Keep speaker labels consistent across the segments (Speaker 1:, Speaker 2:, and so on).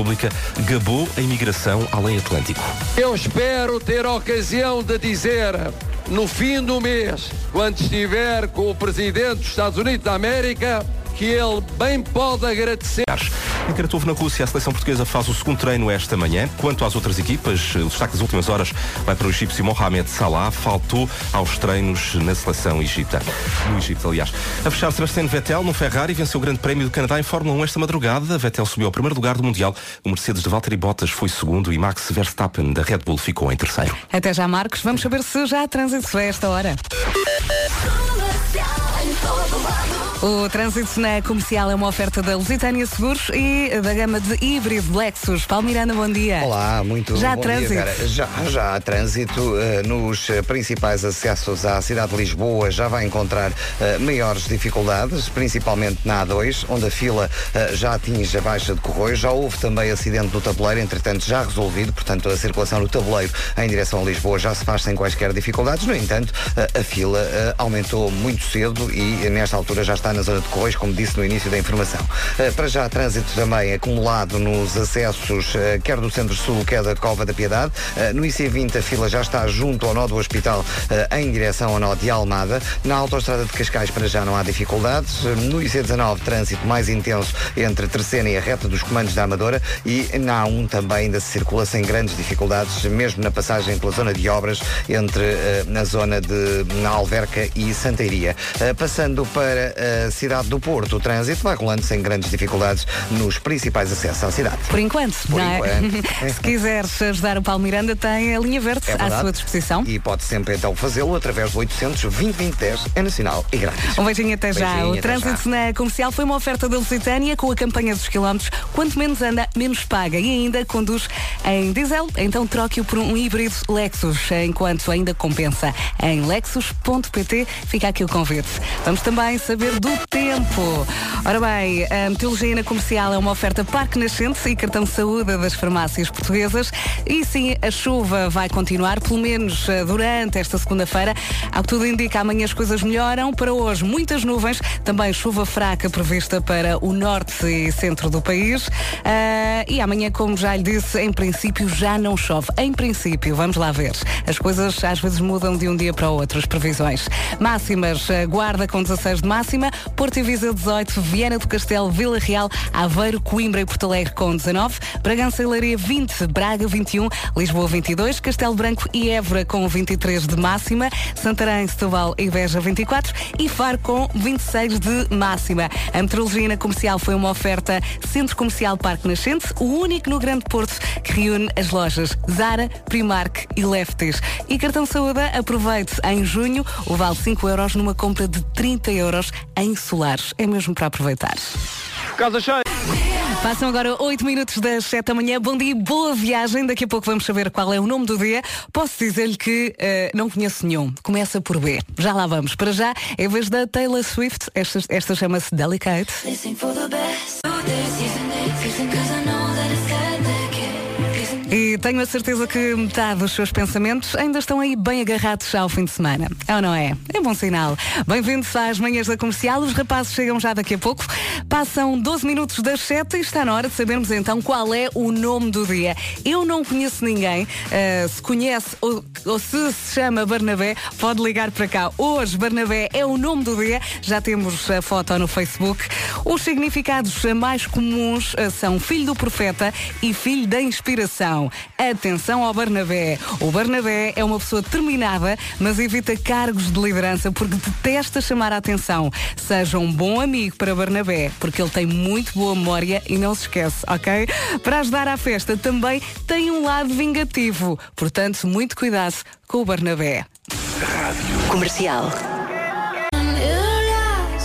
Speaker 1: República gabou a imigração além Atlântico.
Speaker 2: Eu espero ter a ocasião de dizer, no fim do mês, quando estiver com o Presidente dos Estados Unidos da América, que ele bem pode agradecer.
Speaker 1: Em Kratovo, na Rússia, a seleção portuguesa faz o segundo treino esta manhã. Quanto às outras equipas, eh, o destaque das últimas horas vai para o egípcio Mohamed Salah. Faltou aos treinos na seleção egipta. No Egito, aliás. A fechar, Sebastian Vettel no Ferrari venceu o Grande Prémio do Canadá em Fórmula 1 esta madrugada. Vettel subiu ao primeiro lugar do Mundial. O Mercedes de Valtteri Bottas foi segundo e Max Verstappen da Red Bull ficou em terceiro.
Speaker 3: Até já, Marcos. Vamos saber se já há trânsito a esta hora. O trânsito na comercial é uma oferta da Lusitânia Seguros e da gama de híbrido Lexus. Palmirana, bom dia.
Speaker 4: Olá, Ah, muito
Speaker 3: Já há
Speaker 4: bom
Speaker 3: trânsito?
Speaker 4: dia, Vera. Já, já há trânsito eh, nos eh, principais acessos à cidade de Lisboa. Já vai encontrar eh, maiores dificuldades, principalmente na A2, onde a fila eh, já atinge a Baixa de Corroios. Já houve também acidente do tabuleiro, entretanto já resolvido. Portanto, a circulação do tabuleiro em direção a Lisboa já se faz sem quaisquer dificuldades. No entanto, eh, a fila eh, aumentou muito cedo e eh, nesta altura já está na zona de Corroios, como disse no início da informação. Eh, Para já, trânsito também acumulado nos acessos, eh, quer do Centro-Sul, quer da Cova da Piedade. Eh, No IC20, a fila já está junto ao nó do Hospital, eh, em direção ao nó de Almada. Na Autostrada de Cascais, para já não há dificuldades. Eh, No IC19, trânsito mais intenso entre Terceira e a reta dos comandos da Amadora. E na A1 também ainda se circula sem grandes dificuldades, mesmo na passagem pela zona de obras entre eh, na zona de na Alverca e Santa Iria. Eh, Passando para eh, a cidade do Porto, o trânsito vai rolando sem grandes dificuldades nos principais acessos à cidade.
Speaker 3: Por enquanto,
Speaker 4: Por
Speaker 3: não é?
Speaker 4: enquanto.
Speaker 3: se quiseres ajudar o Palmiranda, tem a linha verde
Speaker 4: É
Speaker 3: à
Speaker 4: verdade.
Speaker 3: sua disposição.
Speaker 4: E pode sempre então fazê-lo através do 800 20 20 10, é nacional e grátis.
Speaker 3: Um beijinho até já.
Speaker 4: Beijinho,
Speaker 3: o
Speaker 4: até já.
Speaker 3: trânsito na comercial foi uma oferta da Lusitânia com a campanha dos quilómetros. Quanto menos anda, menos paga. E ainda conduz em diesel, então troque-o por um híbrido Lexus, enquanto ainda compensa. Em lexus.pt fica aqui o convite. Vamos também saber do tempo. Ora bem, a meteorologia na comercial é uma oferta Parque Nascente e cartão de saúde das farmácias portuguesas. E sim, a chuva vai continuar, pelo menos eh, durante esta segunda-feira. Ao que tudo indica, amanhã as coisas melhoram. Para hoje, muitas nuvens, também chuva fraca prevista para o norte e centro do país. Ah, e amanhã, como já lhe disse, em princípio já não chove. Em princípio, vamos lá ver. As coisas às vezes mudam de um dia para o outro, as previsões. Máximas, eh, Guarda com 16 de máxima, Porto e Visa 18, Viana do Castelo, Vila Real, Aveiro, Coimbra e Porto Alegre com 19, Bragança e Leiria 20, Braga 21, Lisboa 22, Castelo Branco e Évora com 23 de máxima, Santarém, Setúbal e Beja 24 e Faro com 26 de máxima. A meteorologia na comercial foi uma oferta Centro Comercial Parque Nascente, o único no Grande Porto que reúne as lojas Zara, Primark e Lefties. E cartão saúde, aproveite em junho o vale 5 euros numa compra de 30 euros em solares. É mesmo para aproveitar.
Speaker 2: Casa cheia.
Speaker 3: Passam agora 8 minutos das 7 da manhã. Bom dia, e boa viagem. Daqui a pouco vamos saber qual é o nome do dia. Posso dizer-lhe que eh, não conheço nenhum. Começa por B. Já lá vamos. Para já, em vez da Taylor Swift, esta, esta chama-se Delicate.
Speaker 5: Listen for the best. Do this, using it, freezing, cause I know that it's got the key. Listen
Speaker 3: E tenho a certeza que metade dos seus pensamentos ainda estão aí bem agarrados ao fim de semana. É ou não é? É bom sinal. Bem-vindos às manhãs da comercial. Os rapazes chegam já daqui a pouco. Passam 12 minutos das 7 e está na hora de sabermos então qual é o nome do dia. Eu não conheço ninguém. Ah, se conhece ou, ou se se chama Barnabé, pode ligar para cá. Hoje, Barnabé é o nome do dia. Já temos a foto no Facebook. Os significados eh, mais comuns eh, são filho do profeta e filho da inspiração. Atenção ao Barnabé. O Barnabé é uma pessoa determinada, mas evita cargos de liderança porque detesta chamar a atenção. Seja um bom amigo para Barnabé, porque ele tem muito boa memória e não se esquece, ok? Para ajudar à festa também tem um lado vingativo. Portanto, muito cuidado com o Barnabé.
Speaker 6: Comercial.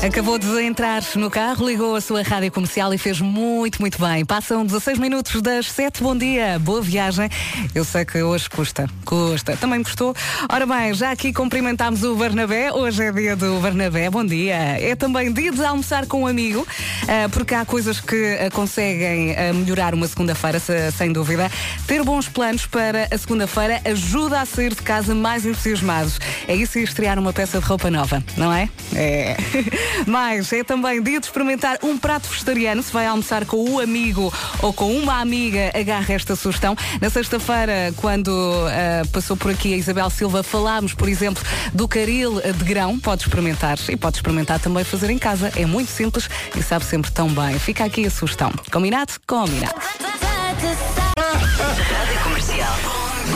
Speaker 3: Acabou de entrar no carro, ligou a sua rádio comercial e fez muito, muito bem. Passam 16 minutos das 7. Bom dia, boa viagem. Eu sei que hoje custa, custa. Também me custou. Ora bem, já aqui cumprimentámos o Barnabé. Hoje é dia do Barnabé. Bom dia. É também dia de almoçar com um amigo, ah, porque há coisas que ah, conseguem ah, melhorar uma segunda-feira, se- sem dúvida. Ter bons planos para a segunda-feira ajuda a sair de casa mais entusiasmados. É isso e estrear uma peça de roupa nova, não é? É. Mas é também dia de experimentar um prato vegetariano. Se vai almoçar com o amigo ou com uma amiga, agarra esta sugestão. Na sexta-feira, quando ah, passou por aqui a Isabel Silva, falámos, por exemplo, do caril de grão. Pode experimentar e pode experimentar também fazer em casa. É muito simples e sabe sempre tão bem. Fica aqui a sugestão. Combinado? Combinado.
Speaker 6: Rádio Comercial.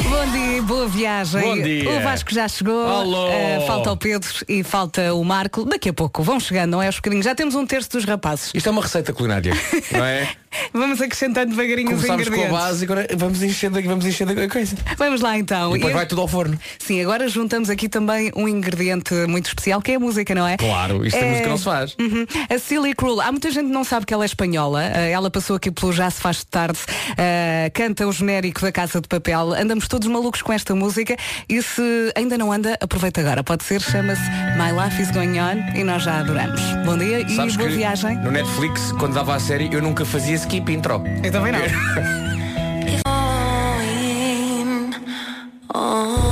Speaker 3: Bom dia, boa viagem.
Speaker 7: Bom dia.
Speaker 3: O Vasco já chegou.
Speaker 7: Alô.
Speaker 3: Eh, falta o Pedro e falta o Marco. Daqui a pouco vão chegando, não é? Os pequeninos. Já temos um terço dos rapazes.
Speaker 7: Isto é uma receita culinária, não é?
Speaker 3: Vamos acrescentando devagarinho os
Speaker 7: Começámos com a
Speaker 3: ingredientes.
Speaker 7: base e agora vamos enchendo, aqui, vamos enchendo a coisa.
Speaker 3: Vamos lá então.
Speaker 7: E depois
Speaker 3: E-
Speaker 7: vai tudo ao forno.
Speaker 3: Sim, agora juntamos aqui também um ingrediente muito especial que é a música, não é?
Speaker 7: Claro, isto é...
Speaker 3: É.
Speaker 7: música não se faz.
Speaker 3: Uhum. A Silly Cruel, há muita gente que não sabe que ela é espanhola. Eh, Ela passou aqui pelo Já se faz tarde, eh, canta o genérico da Casa de Papel. Andamos todos malucos com esta música e se ainda não anda, aproveita agora. Pode ser, chama-se My Life is Going On e nós já adoramos. Bom dia e boa
Speaker 7: que
Speaker 3: viagem.
Speaker 7: no Netflix, quando dava a série, eu nunca fazia skip intro.
Speaker 3: Eu também não.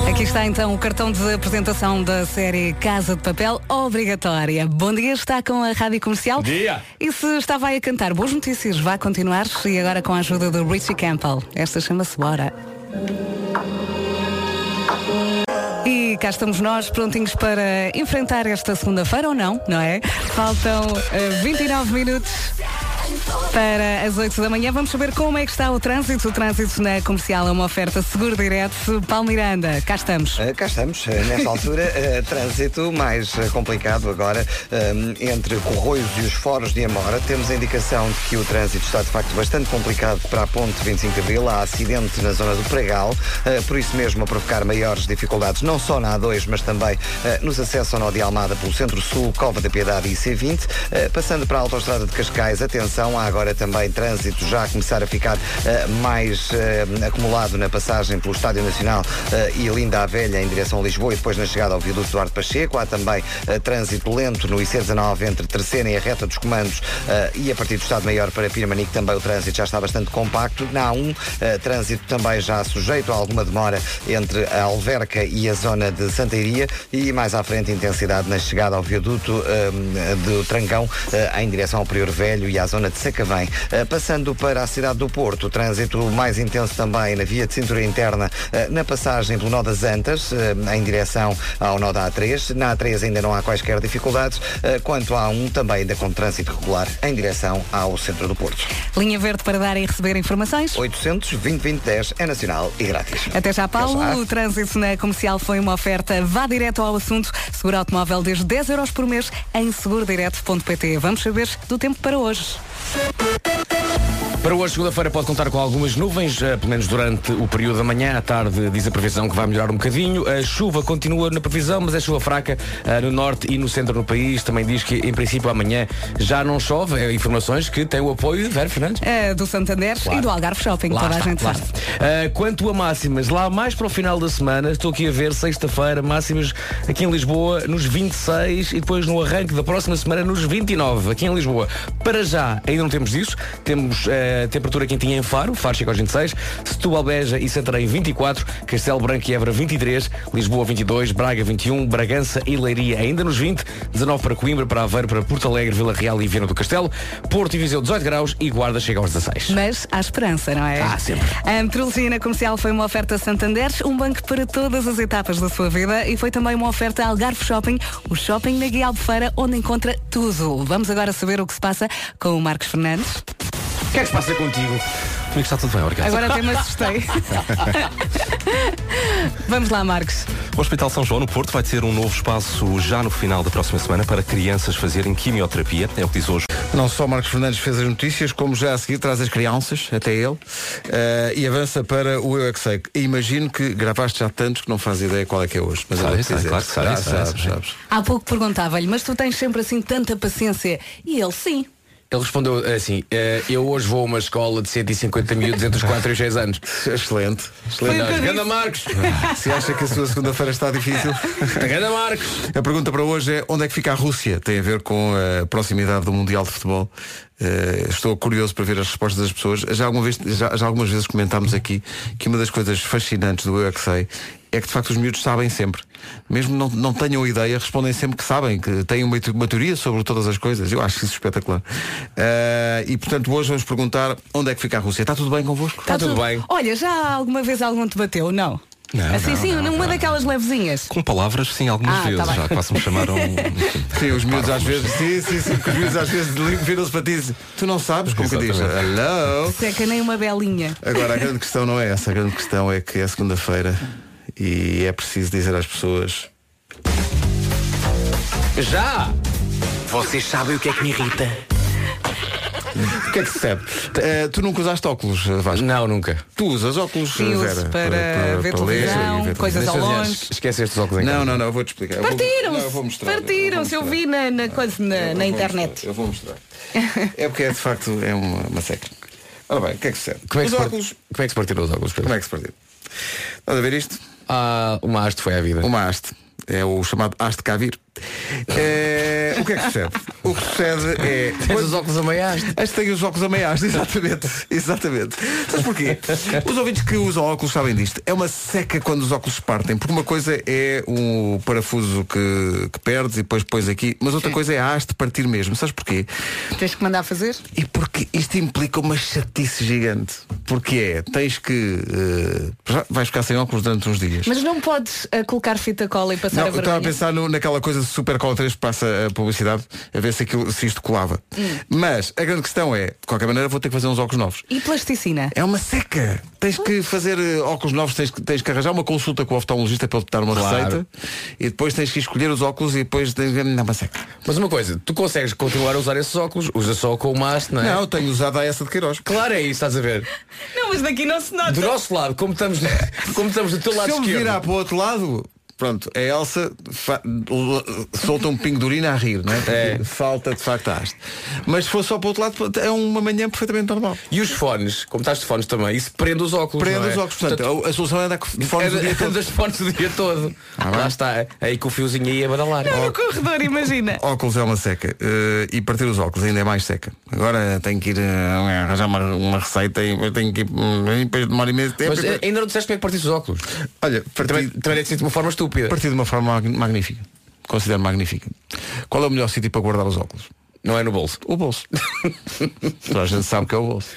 Speaker 3: Aqui está então o cartão de apresentação da série Casa de Papel obrigatória. Bom dia, está com a Rádio Comercial.
Speaker 7: dia.
Speaker 3: E se estava aí a cantar boas notícias, vai continuar e agora com a ajuda do Richie Campbell. Esta chama-se Bora. E cá estamos nós, prontinhos para enfrentar esta segunda-feira ou não, não é? Faltam eh, 29 minutos para as 8 da manhã. Vamos saber como é que está o trânsito. O trânsito na comercial é uma oferta seguro direto. Paulo Miranda, cá estamos.
Speaker 4: Uh, cá estamos, uh, nesta altura, uh, trânsito mais uh, complicado agora um, entre Corroios e os Foros de Amora. Temos a indicação de que o trânsito está de facto bastante complicado para a ponte 25 de Abril. Há acidente na zona do Pregal, uh, por isso mesmo a provocar maiores dificuldades não só na A2, mas também uh, nos acessos ao Nó de Almada pelo Centro-Sul, Cova da Piedade e C20. Uh, passando para a Autostrada de Cascais, atenção, há agora também trânsito já a começar a ficar eh, mais eh, acumulado na passagem pelo Estádio Nacional eh, e Linda a Velha em direção a Lisboa e depois na chegada ao viaduto Duarte Pacheco. Há também eh, trânsito lento no IC19 entre Terceira e a reta dos comandos eh, e a partir do Estado Maior para Pirmanique também o trânsito já está bastante compacto. Na A1, eh, trânsito também já sujeito a alguma demora entre a Alverca e a zona de Santa Iria e mais à frente intensidade na chegada ao viaduto eh, do Trancão eh, em direção ao Prior Velho e à zona de Sacavém. Eh, Passando para a cidade do Porto, o trânsito mais intenso também na via de cintura interna, eh, na passagem pelo Nó das Antas, eh, em direção ao Nó da A3. Na A3 ainda não há quaisquer dificuldades, eh, quanto à A1 também ainda com trânsito regular em direção ao centro do Porto.
Speaker 3: Linha verde para dar e receber informações.
Speaker 4: 800 2010 é nacional e grátis.
Speaker 3: Até já, Paulo.
Speaker 4: Até já.
Speaker 3: O trânsito na comercial foi uma oferta. Vá direto ao assunto. Seguro automóvel desde 10 euros por mês em segurodireto.pt. Vamos saber do tempo para hoje.
Speaker 7: Para hoje, segunda-feira, pode contar com algumas nuvens, eh, pelo menos durante o período da manhã. À tarde, diz a previsão que vai melhorar um bocadinho. A chuva continua na previsão, mas é chuva fraca eh, no norte e no centro do país. Também diz que, em princípio, amanhã já não chove. É informações que têm o apoio de Vera Fernandes.
Speaker 3: Eh, do Santander e do Algarve Shopping.
Speaker 7: Lá
Speaker 3: toda
Speaker 7: está,
Speaker 3: a gente
Speaker 7: lá
Speaker 3: sabe.
Speaker 7: está. Ah, quanto a máximas, lá mais para o final da semana, estou aqui a ver, sexta-feira, máximas aqui em Lisboa nos 26 e depois no arranque da próxima semana nos 29, aqui em Lisboa. Para já, ainda não temos isso, temos ah, temperatura quentinha em Faro, Faro chega aos 26, Setúbal, Beja e Santarém 24, Castelo Branco e Évora 23, Lisboa 22, Braga 21, Bragança e Leiria ainda nos 20, 19 para Coimbra, para Aveiro, para Porto Alegre, Vila Real e Viana do Castelo, Porto e Viseu 18 graus e Guarda chega aos 16.
Speaker 3: Mas há esperança, não é?
Speaker 7: Há sempre.
Speaker 3: A metrologia na comercial foi uma oferta Santander, um banco para todas as etapas da sua vida e foi também uma oferta Algarve Shopping, o shopping na Guia Albufeira, onde encontra tudo. Vamos agora saber o que se passa com o Marcos Fernandes.
Speaker 7: O que é que se passa contigo?
Speaker 1: Como é que está tudo bem, obrigado.
Speaker 3: Agora até me assustei. Vamos lá, Marcos.
Speaker 1: O Hospital São João, no Porto, vai ter um novo espaço já no final da próxima semana para crianças fazerem quimioterapia. É o que diz hoje
Speaker 8: Não só Marcos Fernandes fez as notícias, como já a seguir traz as crianças, até ele, eh, e avança para o Eu é que sei. Imagino que gravaste já tantos que não faz ideia qual é que é hoje. Mas
Speaker 1: Sabe,
Speaker 8: eu vou
Speaker 1: sabe,
Speaker 8: dizer.
Speaker 1: claro que sabe,
Speaker 8: Ah,
Speaker 1: sabe,
Speaker 8: sabes,
Speaker 1: sabe.
Speaker 8: sabes.
Speaker 3: Há pouco perguntava-lhe, mas tu tens sempre assim tanta paciência? E ele, sim.
Speaker 7: Ele respondeu assim, "Eh, eu hoje vou a uma escola de 150 miúdos entre os 4 e os 6 anos. um
Speaker 8: Excelente.
Speaker 3: Foi o que eu
Speaker 7: Ganda
Speaker 3: disse.
Speaker 7: Marcos!
Speaker 8: Se acha que a sua segunda-feira está difícil.
Speaker 7: Ganda Marcos!
Speaker 8: A pergunta para hoje é onde é que fica a Rússia? Tem a ver com a proximidade do Mundial de Futebol. Eh, estou curioso para ver as respostas das pessoas. Já, alguma vez, já, já algumas vezes comentámos aqui que uma das coisas fascinantes do Eu é que sei é que de facto os miúdos sabem sempre. Mesmo não, não tenham ideia, respondem sempre que sabem, que têm uma, te- uma teoria sobre todas as coisas. Eu acho isso espetacular. Eh, e portanto hoje vamos perguntar onde é que fica a Rússia. Está tudo bem convosco?
Speaker 7: Está Tá tudo bem.
Speaker 3: Tá Olha, já alguma vez algum te bateu? Não.
Speaker 8: Ah,
Speaker 1: Não,
Speaker 3: assim
Speaker 1: não,
Speaker 3: sim,
Speaker 1: não,
Speaker 3: uma
Speaker 1: não.
Speaker 3: daquelas levezinhas.
Speaker 8: um
Speaker 1: Com palavras, sim, algumas
Speaker 3: Ah, tá
Speaker 1: vezes.
Speaker 3: bem.
Speaker 1: já quase me chamaram. enfim,
Speaker 8: Sim, os miúdos às
Speaker 1: párvulos.
Speaker 8: vezes, sim, sim, sim, porque os miúdos às vezes ligam- viram-se para ti e dizem, tu não sabes como que diz.
Speaker 1: Exatamente.
Speaker 8: Hello.
Speaker 3: Seca nem uma belinha.
Speaker 8: Agora, a grande questão não é essa. A grande questão é que é segunda-feira e é preciso dizer às pessoas.
Speaker 7: Já!
Speaker 6: Vocês sabem o que é que me irrita?
Speaker 8: O que é que se serve? Eh, tu nunca usaste óculos, eh, Vasco?
Speaker 7: Não, nunca.
Speaker 8: Tu usas óculos,
Speaker 3: Sim, uso
Speaker 8: Vera?
Speaker 3: para ver televisão,
Speaker 8: ler e ver
Speaker 3: coisas
Speaker 8: televisão.
Speaker 3: ao
Speaker 7: Aliás,
Speaker 3: longe.
Speaker 7: Esquece estes óculos em
Speaker 8: Não,
Speaker 7: casa.
Speaker 8: não, não, eu vou-te explicar. Eu vou- não, eu vou
Speaker 3: Partiram-se.
Speaker 8: mostrar, eu vou
Speaker 3: Partiram-se. Eu
Speaker 8: mostrar.
Speaker 3: vi na, na coisa, na, na
Speaker 8: Eu vou
Speaker 3: internet.
Speaker 8: mostrar, Eu vou mostrar. É porque é de facto é uma, uma seca. Ora bem, o que é que se serve?
Speaker 7: Como é que,
Speaker 8: Os
Speaker 7: se part-
Speaker 8: óculos.
Speaker 7: como é que se partiram os óculos? Pedro?
Speaker 8: Como é que se partiu? Estás a ver isto?
Speaker 7: Ah, uma haste foi a vida.
Speaker 8: Uma haste. É o chamado haste cá vir. É, o que é que sucede? O que sucede é.
Speaker 7: Tens os óculos a meia haste.
Speaker 8: Acho que tem os óculos a meia haste, exatamente. Exatamente. Sabes porquê? Os ouvintes que usam óculos sabem disto. É uma seca quando os óculos se partem, porque uma coisa é o parafuso que, que perdes e depois pões aqui, mas outra coisa é a haste partir mesmo. Sabes porquê?
Speaker 3: Tens que mandar fazer?
Speaker 8: E porque isto implica uma chatice gigante. Porque é, tens que. eh, já vais ficar sem óculos durante uns dias.
Speaker 3: Mas não podes ah, colocar fita cola e passar
Speaker 8: Não,
Speaker 3: a
Speaker 8: eu estava a
Speaker 3: vergonha.
Speaker 8: pensar no- naquela coisa de Super Cola 3 que passa a publicidade, a ver se, aquilo, se isto colava. Mas a grande questão é, de qualquer maneira vou ter que fazer uns óculos novos.
Speaker 3: Hum. E plasticina?
Speaker 8: É uma seca. Tens que fazer eh, óculos novos, tens, que- tens que arranjar uma consulta com o oftalmologista para ele te dar uma
Speaker 7: Claro.
Speaker 8: receita e depois tens que escolher os óculos e depois tens não, é uma seca.
Speaker 7: Mas uma coisa, tu consegues continuar a usar esses óculos, usa só com uma haste, não é?
Speaker 8: Não, tenho usado a essa de Queiroz.
Speaker 7: Claro é isso, estás a ver?
Speaker 3: Não, mas daqui não se
Speaker 7: Do
Speaker 3: nota.
Speaker 7: nosso lado, como estamos, como estamos do teu lado
Speaker 8: Se eu me
Speaker 7: esquerdo.
Speaker 8: virar para o outro lado, pronto, a Elsa fa- l- solta um pingo de urina a rir, não é? Falta de facto a haste. Mas se for só para o outro lado, pronto, é uma manhã perfeitamente normal.
Speaker 7: E os fones, como estás de fones também, isso prende os óculos.
Speaker 8: Prende
Speaker 7: não é?
Speaker 8: os óculos, portanto, a, a solução é andar com fones o dia
Speaker 7: Portanto,
Speaker 8: todo. Ah,
Speaker 7: andas de fones o dia todo. Lá está, é, aí com o fiozinho aí a badalar.
Speaker 3: No corredor, imagina.
Speaker 8: Óculos é uma seca eh, e partir os óculos ainda é mais seca. Agora tenho que ir eh, arranjar uma, uma receita e depois tenho que ir hum, e depois demora imenso tempo.
Speaker 7: Mas
Speaker 8: e depois-
Speaker 7: ainda não disseste como é que partiste os óculos.
Speaker 8: Olha,
Speaker 7: Também,
Speaker 8: parti,
Speaker 7: também deve ser de uma forma estúpida.
Speaker 8: parti de uma forma mag- magnífica. Considero magnífica. Qual é o melhor sítio para guardar os óculos?
Speaker 7: Não é no bolso.
Speaker 8: O bolso. Toda a gente sabe que é o bolso.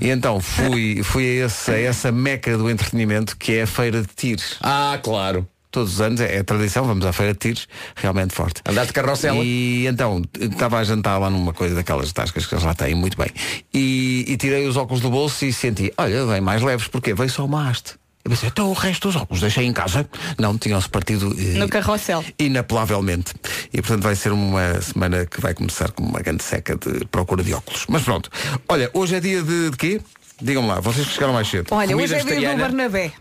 Speaker 8: E então fui, fui a, esse- a essa meca do entretenimento que é a feira de tiros.
Speaker 7: Ah, claro.
Speaker 8: Todos os anos é, é tradição, vamos à feira de tiros, realmente forte.
Speaker 7: Andar de carrossela.
Speaker 8: E então, estava a jantar lá numa coisa daquelas tascas que eles lá têm, muito bem. E, e tirei os óculos do bolso e senti, olha, vem mais leves, porque veio só uma haste. Eu pensei, então o resto dos óculos deixei em casa. Não, tinham-se partido. eh,
Speaker 3: No carrossel.
Speaker 8: Inapelavelmente. E portanto vai ser uma semana que vai começar com uma grande seca de procura de óculos. Mas pronto. Olha, hoje é dia de, de quê? Digam-me lá, vocês que chegaram mais cedo.
Speaker 3: Olha,
Speaker 7: Comida
Speaker 3: hoje é dia do
Speaker 7: vegetariana.
Speaker 3: Barnabé.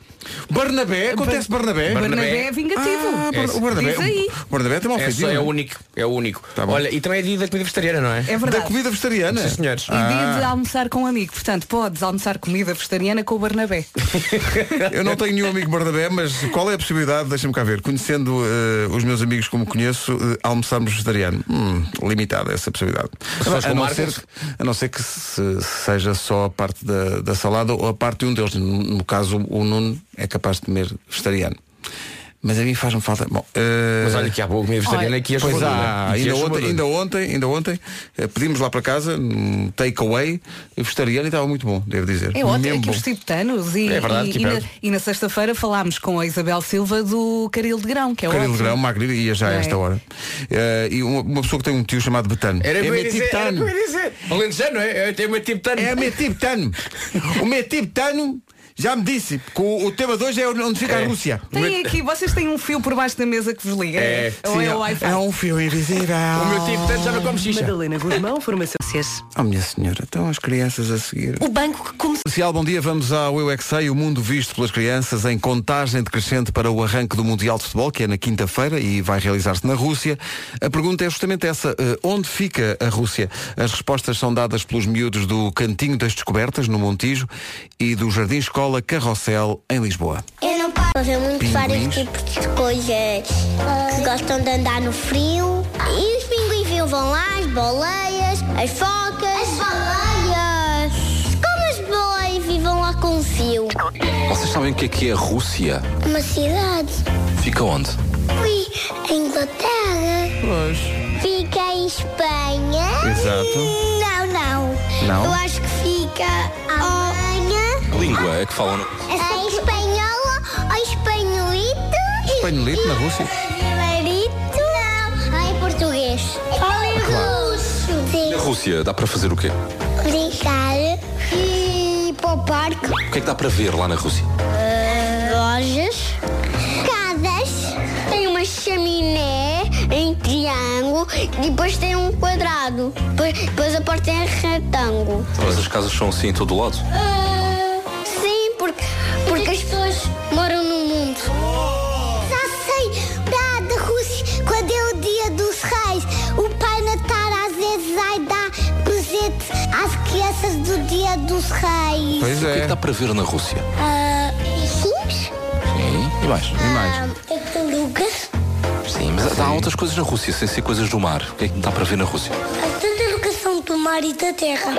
Speaker 8: Barnabé, acontece Barnabé.
Speaker 3: Barnabé é vingativo.
Speaker 8: Ah, Bar-
Speaker 7: Esse.
Speaker 8: o Barnabé.
Speaker 3: Diz aí.
Speaker 8: O Barnabé tem mal
Speaker 7: É,
Speaker 8: feito.
Speaker 7: só, é o único. É o único.
Speaker 8: Tá bom.
Speaker 7: Olha, e também é dia da comida vegetariana, não é?
Speaker 3: É
Speaker 8: Da
Speaker 3: verdade.
Speaker 8: comida vegetariana. Ah.
Speaker 7: Sim, senhores.
Speaker 3: E dia de
Speaker 7: Ah.
Speaker 3: almoçar com um amigo. Portanto, podes almoçar comida vegetariana com o Barnabé.
Speaker 8: Eu não tenho nenhum amigo Bardabé, mas qual é a possibilidade, deixa-me cá ver, conhecendo eh, os meus amigos como conheço, eh, almoçarmos vegetariano? Hum, limitada essa possibilidade.
Speaker 7: Pessoas
Speaker 8: A,
Speaker 7: com
Speaker 8: não ser,
Speaker 7: marcas?
Speaker 8: a não ser que se- seja só a parte da, da salada ou a parte de um deles. No, no caso, o Nuno é capaz de comer vegetariano. Mas a mim faz-me falta. Bom, eh,
Speaker 7: Mas olha que há boa comida vegetariana
Speaker 3: Olha.
Speaker 7: aqui a
Speaker 8: Pois há, ainda ontem,
Speaker 7: ontem,
Speaker 8: ainda ontem, ainda ontem, eh, pedimos lá para casa, um takeaway vegetariano e estava muito bom, devo dizer.
Speaker 3: É ótimo,
Speaker 8: Mesmo
Speaker 3: aqui
Speaker 8: bom.
Speaker 3: os tibetanos. E,
Speaker 7: É verdade,
Speaker 3: e-
Speaker 7: aqui
Speaker 3: e na,
Speaker 7: perto.
Speaker 3: e na sexta-feira falámos com a Isabel Silva do Caril de Grão, que é
Speaker 8: Caril
Speaker 3: ótimo.
Speaker 8: de Grão, magnífico, ia já a
Speaker 3: É.
Speaker 8: esta hora. Eh, e uma, uma pessoa que tem um tio chamado Betano.
Speaker 7: Era
Speaker 8: é
Speaker 7: para
Speaker 8: meu
Speaker 7: dizer, era
Speaker 8: tibetano.
Speaker 7: para dizer. Alentejano, é? É, tem uma tibetano.
Speaker 8: É meu tibetano. o tipo meu tibetano já me disse que o, o tema de hoje é onde fica a Rússia.
Speaker 3: Tem aqui, vocês têm um fio por baixo da mesa que vos liga.
Speaker 7: É,
Speaker 3: Ou
Speaker 8: Sim,
Speaker 3: é o Wi-Fi?
Speaker 8: é um fio invisível.
Speaker 7: O meu tibetano já não come xixa.
Speaker 9: Madalena Guzmão, formação.
Speaker 8: Oh, minha senhora, estão as crianças a seguir.
Speaker 6: O banco que começou.
Speaker 8: Comercial, bom dia, vamos ao Eu É Que Sei, o mundo visto pelas crianças em contagem decrescente para o arranque do Mundial de Futebol, que é na quinta-feira e vai realizar-se na Rússia. A pergunta é justamente essa, eh, onde fica a Rússia? As respostas são dadas pelos miúdos do Cantinho das Descobertas, no Montijo, e do Jardim Escola Carrossel, em Lisboa.
Speaker 10: Eu não paro. Houve muito vários
Speaker 8: Pinguins.
Speaker 10: tipos de coisas que gostam de andar no frio. E os pinguins viu, vão lá, as boleias, as focas. As boleias! Como as boleias vivam lá com fio?
Speaker 1: Vocês sabem o que é que é a Rússia?
Speaker 10: Uma cidade.
Speaker 1: Fica onde?
Speaker 10: Fui à Inglaterra.
Speaker 8: Pois.
Speaker 10: Fica em Espanha.
Speaker 8: Exato.
Speaker 10: Não, não.
Speaker 8: Não?
Speaker 10: Eu acho que fica Alemanha.
Speaker 1: A língua é que falam. no-
Speaker 10: Em espanhola ou espanholito?
Speaker 8: Espanholito na Rússia.
Speaker 10: Espanholito? Não. Em português. Ou em russo.
Speaker 1: Na
Speaker 10: Sim.
Speaker 1: Rússia dá para fazer o quê?
Speaker 10: Brincar. E ir para o parque.
Speaker 1: O que é que dá para ver lá na Rússia?
Speaker 10: lojas, casas, tem uma chaminé em triângulo e depois tem um quadrado. Depois, depois a porta é retângulo.
Speaker 1: Mas as casas são assim em todo o lado.
Speaker 10: Ah, Sim, porque, porque as pessoas moram no mundo.
Speaker 8: Oh!
Speaker 10: Já sei, da, da Rússia, quando é o dia dos reis, o Pai Natal às vezes vai dar presente às crianças do dia dos reis.
Speaker 8: Pois
Speaker 1: O que é
Speaker 8: é.
Speaker 1: que dá para ver na Rússia?
Speaker 10: Ah, sim?
Speaker 1: Sim, e mais?
Speaker 10: Ah, tartarugas.
Speaker 1: Sim, mas há outras coisas na Rússia, sem ser coisas do mar. O que é que dá para ver na Rússia?
Speaker 10: As tartarugas são do mar e da terra.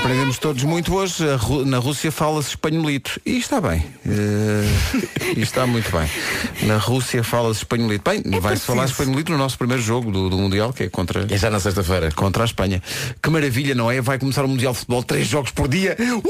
Speaker 8: Aprendemos todos muito hoje. A Ru- Na Rússia fala-se espanholito. E está bem. Eh, e está muito bem. Na Rússia fala-se espanholito. Bem, vai-se falar espanholito no nosso primeiro jogo do, do Mundial, que é contra,
Speaker 7: É já na sexta-feira.
Speaker 8: contra a Espanha. Que maravilha, não é? Vai começar o Mundial de Futebol, três jogos por dia. Uhul!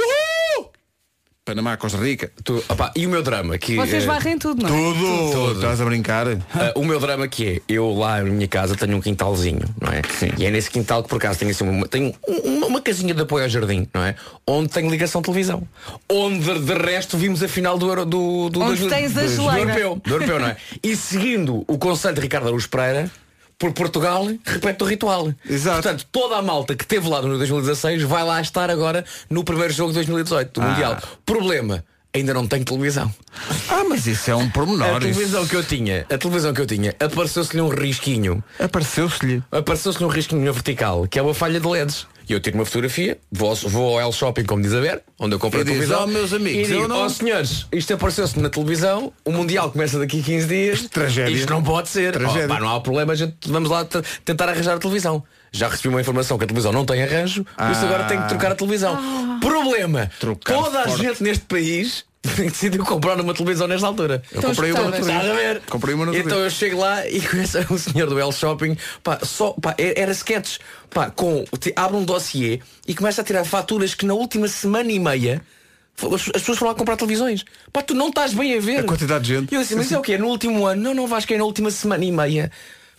Speaker 8: Panamá, Costa Rica.
Speaker 7: Tu- opá, e o meu drama que
Speaker 3: Vocês
Speaker 7: eh,
Speaker 3: varrem tudo, não é?
Speaker 8: Tudo! Estás a brincar?
Speaker 7: ah, o meu drama que é, eu lá na minha casa tenho um quintalzinho, não é?
Speaker 8: Sim.
Speaker 7: E é nesse quintal que por acaso tenho, assim, uma, tenho uma, uma casinha de apoio ao jardim, não é? Onde tenho ligação de televisão. Onde de resto vimos a final do, Euro- do, do,
Speaker 3: Onde
Speaker 7: do-
Speaker 3: tens a
Speaker 7: do- do
Speaker 3: geleira.
Speaker 7: europeu, do europeu, não é? E seguindo o conselho de Ricardo Aruz Pereira, por Portugal, repete o ritual.
Speaker 8: Exato.
Speaker 7: Portanto, toda a malta que teve lá no 2016 vai lá estar agora no primeiro jogo de 2018 do Mundial. Problema, ainda não tenho televisão.
Speaker 8: Ah, mas isso é um
Speaker 7: A
Speaker 8: pormenor.
Speaker 7: televisão
Speaker 8: isso-
Speaker 7: que eu tinha, a televisão que eu tinha, apareceu-se-lhe um risquinho,
Speaker 8: Apareceu-se-lhe.
Speaker 7: apareceu-se-lhe um risquinho na vertical, que é uma falha de LEDs. E eu tiro uma fotografia, vou, ao- vou ao L Shopping, como diz a Ver, onde eu
Speaker 8: E
Speaker 7: comprei a
Speaker 8: diz,
Speaker 7: televisão.
Speaker 8: "Oh, meus amigos,
Speaker 7: e digo,
Speaker 8: eu não-"
Speaker 7: "Oh, senhores, isto apareceu-se na televisão, o Mundial começa daqui a 15 dias.
Speaker 8: Tragédia.
Speaker 7: Isto não pode ser.
Speaker 8: Tragédia.
Speaker 7: Oh, pá, não há problema, a gente, vamos lá t- tentar arranjar a televisão. Já recebi uma informação que a televisão não tem arranjo, por isso
Speaker 8: Ah.
Speaker 7: agora tenho que trocar a televisão. Problema!
Speaker 8: Trocar
Speaker 7: Toda a
Speaker 8: forte.
Speaker 7: gente neste país decidiu comprar uma televisão nesta altura.
Speaker 8: Eu comprei uma
Speaker 7: Estás a ver?
Speaker 8: Comprei uma no outro
Speaker 7: Então
Speaker 8: dia.
Speaker 7: eu chego lá e conheço o senhor do L Shopping, pá, só, pá, é- era sketch, pá, com, te- abre um dossiê e começa a tirar faturas que na última semana e meia fo- as as pessoas foram lá comprar televisões. Pá, tu não estás bem a ver.
Speaker 8: A quantidade de gente.
Speaker 7: E eu disse, mas é o quê? No último ano? Não, não vais que é na última semana e meia.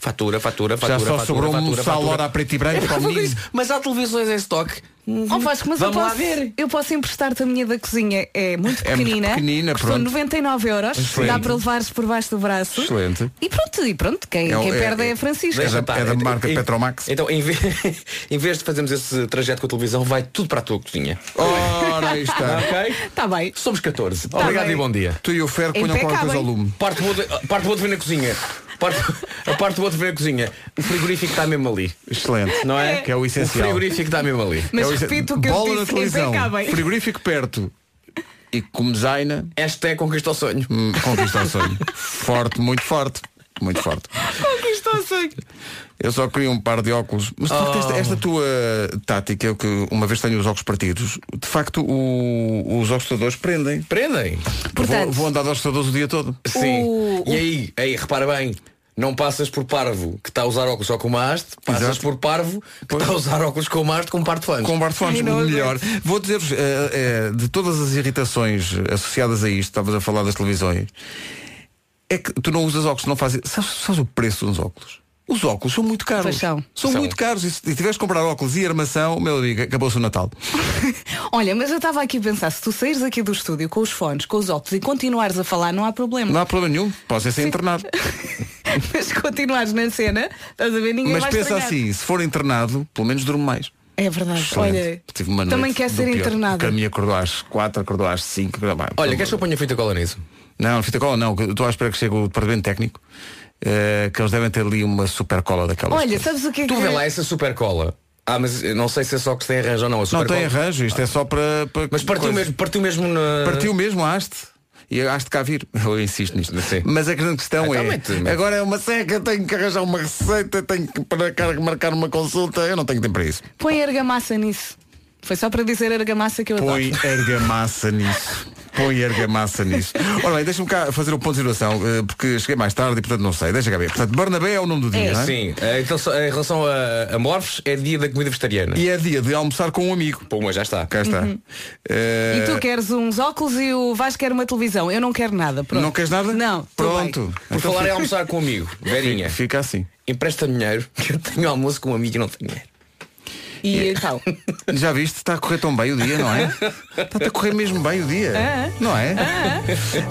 Speaker 7: Fatura, fatura, fatura.
Speaker 8: Já só
Speaker 7: fatura,
Speaker 8: sobrou um
Speaker 7: fatura,
Speaker 8: sal
Speaker 7: fatura.
Speaker 8: hora a preto e branco
Speaker 7: É,
Speaker 8: para o
Speaker 7: foi
Speaker 8: menino.
Speaker 7: isso. Mas há televisões em estoque.
Speaker 3: Oh, Vasco, mas
Speaker 7: Vamos
Speaker 3: eu
Speaker 7: lá
Speaker 3: posso,
Speaker 7: ver.
Speaker 3: eu posso emprestar-te a minha da cozinha. É muito
Speaker 8: É muito
Speaker 3: pequenina.
Speaker 8: pequenina,
Speaker 3: custou
Speaker 8: pronto.
Speaker 3: 99 euros.
Speaker 8: Excelente.
Speaker 3: Dá para levares por baixo do braço.
Speaker 8: Excelente.
Speaker 3: E pronto, e pronto. Quem,
Speaker 8: É o-
Speaker 3: quem
Speaker 8: é-
Speaker 3: perde é,
Speaker 8: é-
Speaker 3: a Francisca.
Speaker 8: é da-
Speaker 7: Tá,
Speaker 8: da
Speaker 7: ent-
Speaker 8: marca
Speaker 7: em-
Speaker 8: Petromax.
Speaker 7: Então, em vez, em vez de fazermos esse trajeto com a televisão, vai tudo para a tua cozinha.
Speaker 8: Oh, Ora, aí está.
Speaker 7: Ok?
Speaker 3: Está bem.
Speaker 7: Somos 14. Obrigado
Speaker 3: bem.
Speaker 7: e bom dia.
Speaker 8: Tu e o Fer
Speaker 7: É
Speaker 8: ponham qualquer coisa
Speaker 3: É Impecável.
Speaker 8: ao lume.
Speaker 7: Parte do outro, parte do outro vem na cozinha. Parte, a parte do outro vem na cozinha. O frigorífico está mesmo ali.
Speaker 8: Excelente.
Speaker 7: Não é?
Speaker 8: Que é o
Speaker 7: O
Speaker 8: essencial.
Speaker 7: frigorífico está mesmo ali.
Speaker 3: Mas
Speaker 8: É o essencial.
Speaker 3: repito o que eu
Speaker 8: Bola na
Speaker 3: disse,
Speaker 8: televisão,
Speaker 3: impecável.
Speaker 8: frigorífico perto e comezaina,
Speaker 7: Esta é conquista ao sonho.
Speaker 8: hum, conquista o sonho. Forte, muito forte. Muito forte.
Speaker 3: Conquista o sonho.
Speaker 8: Eu só queria um par de óculos. Mas de facto, esta, esta tua tática, eu que uma vez tenho os óculos partidos, de facto o- os ostadores prendem.
Speaker 7: Prendem.
Speaker 3: Portanto,
Speaker 8: vou, vou andar de ostadores o dia todo.
Speaker 7: Sim.
Speaker 3: O-
Speaker 7: E aí, aí, repara bem. Não passas por parvo que está a usar óculos só com uma haste, passas
Speaker 8: Exato.
Speaker 7: por parvo que está a usar óculos com uma haste com um par de fãs.
Speaker 8: Com barfones,
Speaker 3: Ai, não
Speaker 8: o melhor. Vou dizer-vos, eh, eh, de todas as irritações associadas a isto, estavas a falar das televisões, é que tu não usas óculos, não fazes. Sabes, sabes o preço dos óculos? Os óculos são muito caros.
Speaker 3: Pois são.
Speaker 7: São.
Speaker 8: muito caros. E se e tiveres de comprar óculos e armação, meu amigo, acabou-se o Natal.
Speaker 3: Hum. olha, mas eu estava aqui a pensar, se tu saíres aqui do estúdio com os fones, com os óculos e continuares a falar, não há problema.
Speaker 8: Não há problema nenhum, podes é ser internado.
Speaker 3: mas continuares na cena, estás a ver? Ninguém
Speaker 8: Mas
Speaker 3: vai
Speaker 8: pensa
Speaker 3: estragar.
Speaker 8: assim, se for internado, pelo menos durmo mais.
Speaker 3: É verdade.
Speaker 8: Excelente.
Speaker 3: Olha,
Speaker 8: Tive uma
Speaker 3: também
Speaker 8: noite
Speaker 3: quer
Speaker 8: do
Speaker 3: ser
Speaker 8: pior.
Speaker 3: internado.
Speaker 8: Porque a minha acordou às 4, acordou às 5.
Speaker 7: Olha, queres que eu ponha fita cola nisso?
Speaker 8: Não, fita cola não. Estou à espera que chegue o departamento técnico. eh, que eles devem ter ali uma super cola daquelas.
Speaker 3: Olha,
Speaker 8: coisas.
Speaker 3: sabes o que é
Speaker 7: Tu
Speaker 3: que
Speaker 7: vê lá essa super cola. Ah, mas eu não sei se é só que tem arranjo ou não. A
Speaker 8: não
Speaker 7: super
Speaker 8: tem
Speaker 7: cola- Ah,
Speaker 8: arranjo, isto é só para. para
Speaker 7: Mas partiu
Speaker 8: coisa.
Speaker 7: mesmo, partiu mesmo na.
Speaker 8: Partiu mesmo a haste. E a haste cá vir. Eu insisto nisto.
Speaker 7: Sim.
Speaker 8: Mas a grande questão
Speaker 7: Ah,
Speaker 8: é.
Speaker 7: então mete, mete.
Speaker 8: Agora é uma seca, tenho que arranjar uma receita, tenho que marcar, marcar uma consulta. Eu não tenho tempo para isso.
Speaker 3: Põe argamassa nisso. Foi só para dizer a argamassa que eu adoro.
Speaker 8: Põe argamassa nisso. Põe argamassa nisso. Ora bem, deixa-me cá fazer o ponto de situação, eh, porque cheguei mais tarde e portanto não sei. Deixa cá ver. Portanto, Barnabé é o nome do dia,
Speaker 3: É.
Speaker 8: não é?
Speaker 7: Sim, eh, então, só- em relação a, a Morfes, é dia da comida vegetariana.
Speaker 8: E é dia de almoçar com um amigo.
Speaker 7: Pô, mas já está.
Speaker 8: Cá está. Eh,
Speaker 3: Uhum. E tu queres uns óculos e o Vasco quer uma televisão. Eu não quero nada. Pronto.
Speaker 8: Não queres nada?
Speaker 3: Não. tudo bem.
Speaker 8: Pronto.
Speaker 7: Por
Speaker 8: Então
Speaker 7: falar em
Speaker 8: fica-
Speaker 7: almoçar com um amigo, Verinha,
Speaker 8: Fica assim.
Speaker 7: empresta dinheiro, que eu tenho almoço com um amigo e não tenho dinheiro.
Speaker 3: E então.
Speaker 8: Já viste? Está a correr tão bem o dia, não é? Está a correr mesmo bem o dia.
Speaker 3: Ah.
Speaker 8: Não é?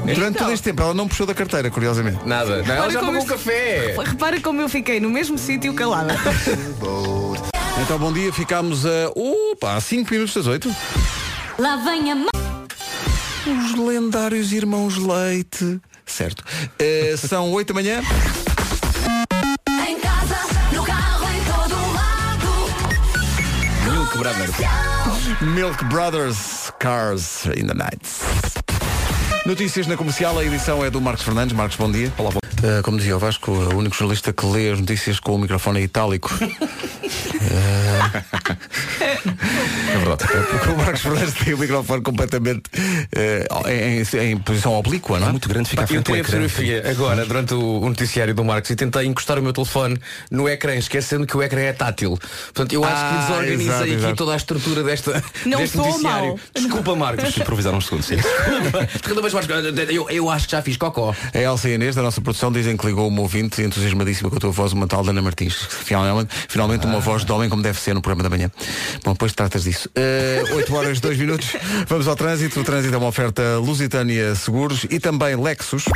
Speaker 8: Durante
Speaker 3: Então.
Speaker 8: todo este tempo ela não puxou da carteira, curiosamente.
Speaker 7: Nada. Não, ela
Speaker 3: Olha
Speaker 7: já
Speaker 3: como
Speaker 7: pagou um
Speaker 3: isso-
Speaker 7: café.
Speaker 3: Repara como eu fiquei no mesmo sítio calada.
Speaker 8: Então bom dia, ficámos a. Opa, a 5 minutos das 8.
Speaker 5: Lá vem a mão.
Speaker 8: Os lendários irmãos Leite. Certo. Eh, são 8 da manhã.
Speaker 5: Em casa, no carro, em todo lado.
Speaker 7: Mil quebradas.
Speaker 8: Milk Brothers Cars in the Night. Notícias na comercial, a edição é do Marcos Fernandes. Marcos, bom dia. Olá, bom Eh, Como dizia o Vasco, o único jornalista que lê as notícias com o microfone em itálico. É verdade. Porque o Marcos Fernandes tem o microfone completamente eh, em, em posição oblíqua, não é?
Speaker 1: Muito grande fica à
Speaker 7: Eu
Speaker 1: frente do
Speaker 7: tirei a
Speaker 1: ecrã.
Speaker 7: fotografia agora durante o, o noticiário do Marcos e tentei encostar o meu telefone no ecrã, esquecendo que o ecrã é tátil. Portanto, eu acho
Speaker 8: Ah,
Speaker 7: que desorganizei
Speaker 8: exato,
Speaker 7: aqui
Speaker 8: exato.
Speaker 7: toda a estrutura desta,
Speaker 3: Não
Speaker 7: deste
Speaker 3: sou
Speaker 7: noticiário.
Speaker 3: mau.
Speaker 7: Desculpa, Marcos.
Speaker 1: Improvisar
Speaker 8: um
Speaker 1: uns segundos, sim.
Speaker 7: Desculpa, mas, Marcos,
Speaker 8: eh,
Speaker 7: eu, eu acho que já fiz cocó.
Speaker 8: A Elsa e a Inês, da nossa produção, dizem que ligou uma ouvinte entusiasmadíssima com a tua voz, uma tal Dana Martins. Finalmente, finalmente uma voz de homem, como deve ser no programa da manhã. Bom, depois tratas disso. 8 horas, 2 minutos. Vamos ao trânsito. O trânsito é uma oferta Lusitânia Seguros e também Lexus.
Speaker 5: Em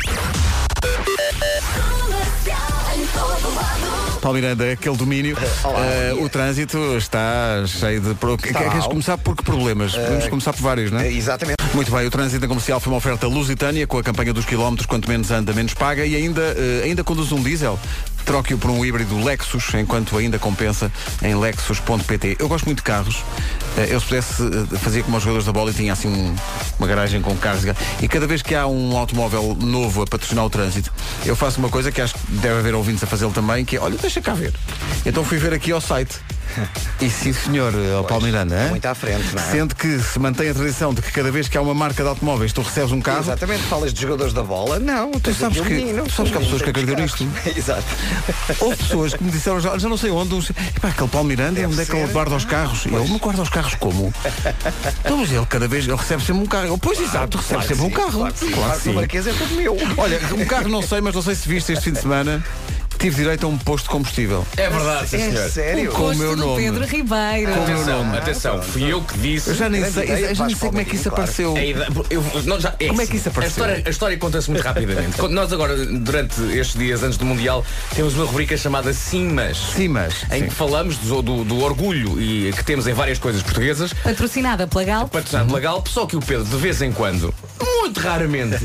Speaker 5: todo lado.
Speaker 8: Paulo Miranda, aquele domínio. Eh, o trânsito está cheio de... pro- Queres começar por que problemas? Podemos começar por vários, não é?
Speaker 4: Eh, Exatamente.
Speaker 8: Muito bem, o trânsito na comercial foi uma oferta lusitânia com a campanha dos quilómetros, quanto menos anda, menos paga e ainda, eh, ainda conduz um diesel. Troque-o por um híbrido Lexus, enquanto ainda compensa em lexus.pt. Eu gosto muito de carros. Eh, Eu se pudesse eh, fazia como os jogadores da bola e tinha assim um- uma garagem com carros. E cada vez que há um automóvel novo a patrocinar o trânsito, eu faço uma coisa que acho que deve haver ouvintes a fazê-lo também, que é, olha, deixa cá ver. Então fui ver aqui ao site. E sim senhor, eh, ao Paulo Miranda, hein?
Speaker 4: muito à frente, não é?
Speaker 8: Sendo que se mantém a tradição de que cada vez que há uma marca de automóveis tu recebes um carro.
Speaker 4: Exatamente, falas de jogadores da bola? Não,
Speaker 8: Tu sabes
Speaker 4: aqui um
Speaker 8: que-
Speaker 4: menino,
Speaker 8: tu sabes que há
Speaker 4: um menino
Speaker 8: pessoas que
Speaker 4: tem
Speaker 8: acreditam
Speaker 4: carros. Exato.
Speaker 8: Houve pessoas que me disseram, já, já não sei onde, uns, "Epá, aquele Paulo Miranda,
Speaker 4: Deve
Speaker 8: onde é que ele
Speaker 4: ser.
Speaker 8: guarda os carros? E ele me guarda os carros como? Então, mas ele cada vez ele recebe sempre um carro. Eu, pois exato, recebe
Speaker 4: Claro que
Speaker 8: sempre um
Speaker 4: sim,
Speaker 8: carro.
Speaker 4: Claro, que sim,
Speaker 8: Claro
Speaker 4: claro
Speaker 8: que
Speaker 4: que o
Speaker 8: sim.
Speaker 4: Marquês é todo meu.
Speaker 8: Olha, um carro não sei, mas não sei se viste este fim de semana. Tive direito a um posto de combustível.
Speaker 7: É verdade, sim,
Speaker 4: É
Speaker 7: senhor.
Speaker 4: sério?
Speaker 8: Com o
Speaker 3: Posto
Speaker 8: meu
Speaker 3: do
Speaker 8: nome.
Speaker 3: Pedro Ribeiro.
Speaker 7: Atenção, atenção, fui eu que disse.
Speaker 8: Eu já nem
Speaker 4: Grande
Speaker 8: sei,
Speaker 4: ideia,
Speaker 8: eu já nem
Speaker 4: Vasco
Speaker 8: sei como é que isso
Speaker 4: Palmeirinho,
Speaker 8: apareceu.
Speaker 7: É ida- eu- nós já- assim.
Speaker 8: Como é que isso
Speaker 7: A
Speaker 8: apareceu?
Speaker 7: história, a história conta-se muito rapidamente. Quando nós agora, durante estes dias antes do Mundial, temos uma rubrica chamada Cimas.
Speaker 8: Cimas,
Speaker 7: Em
Speaker 8: sim.
Speaker 7: que falamos do, do- do orgulho e, que temos em várias coisas portuguesas.
Speaker 3: Patrocinada pela Gal.
Speaker 7: Patrocinado pela Galp, só que o Pedro, de vez em quando, muito raramente,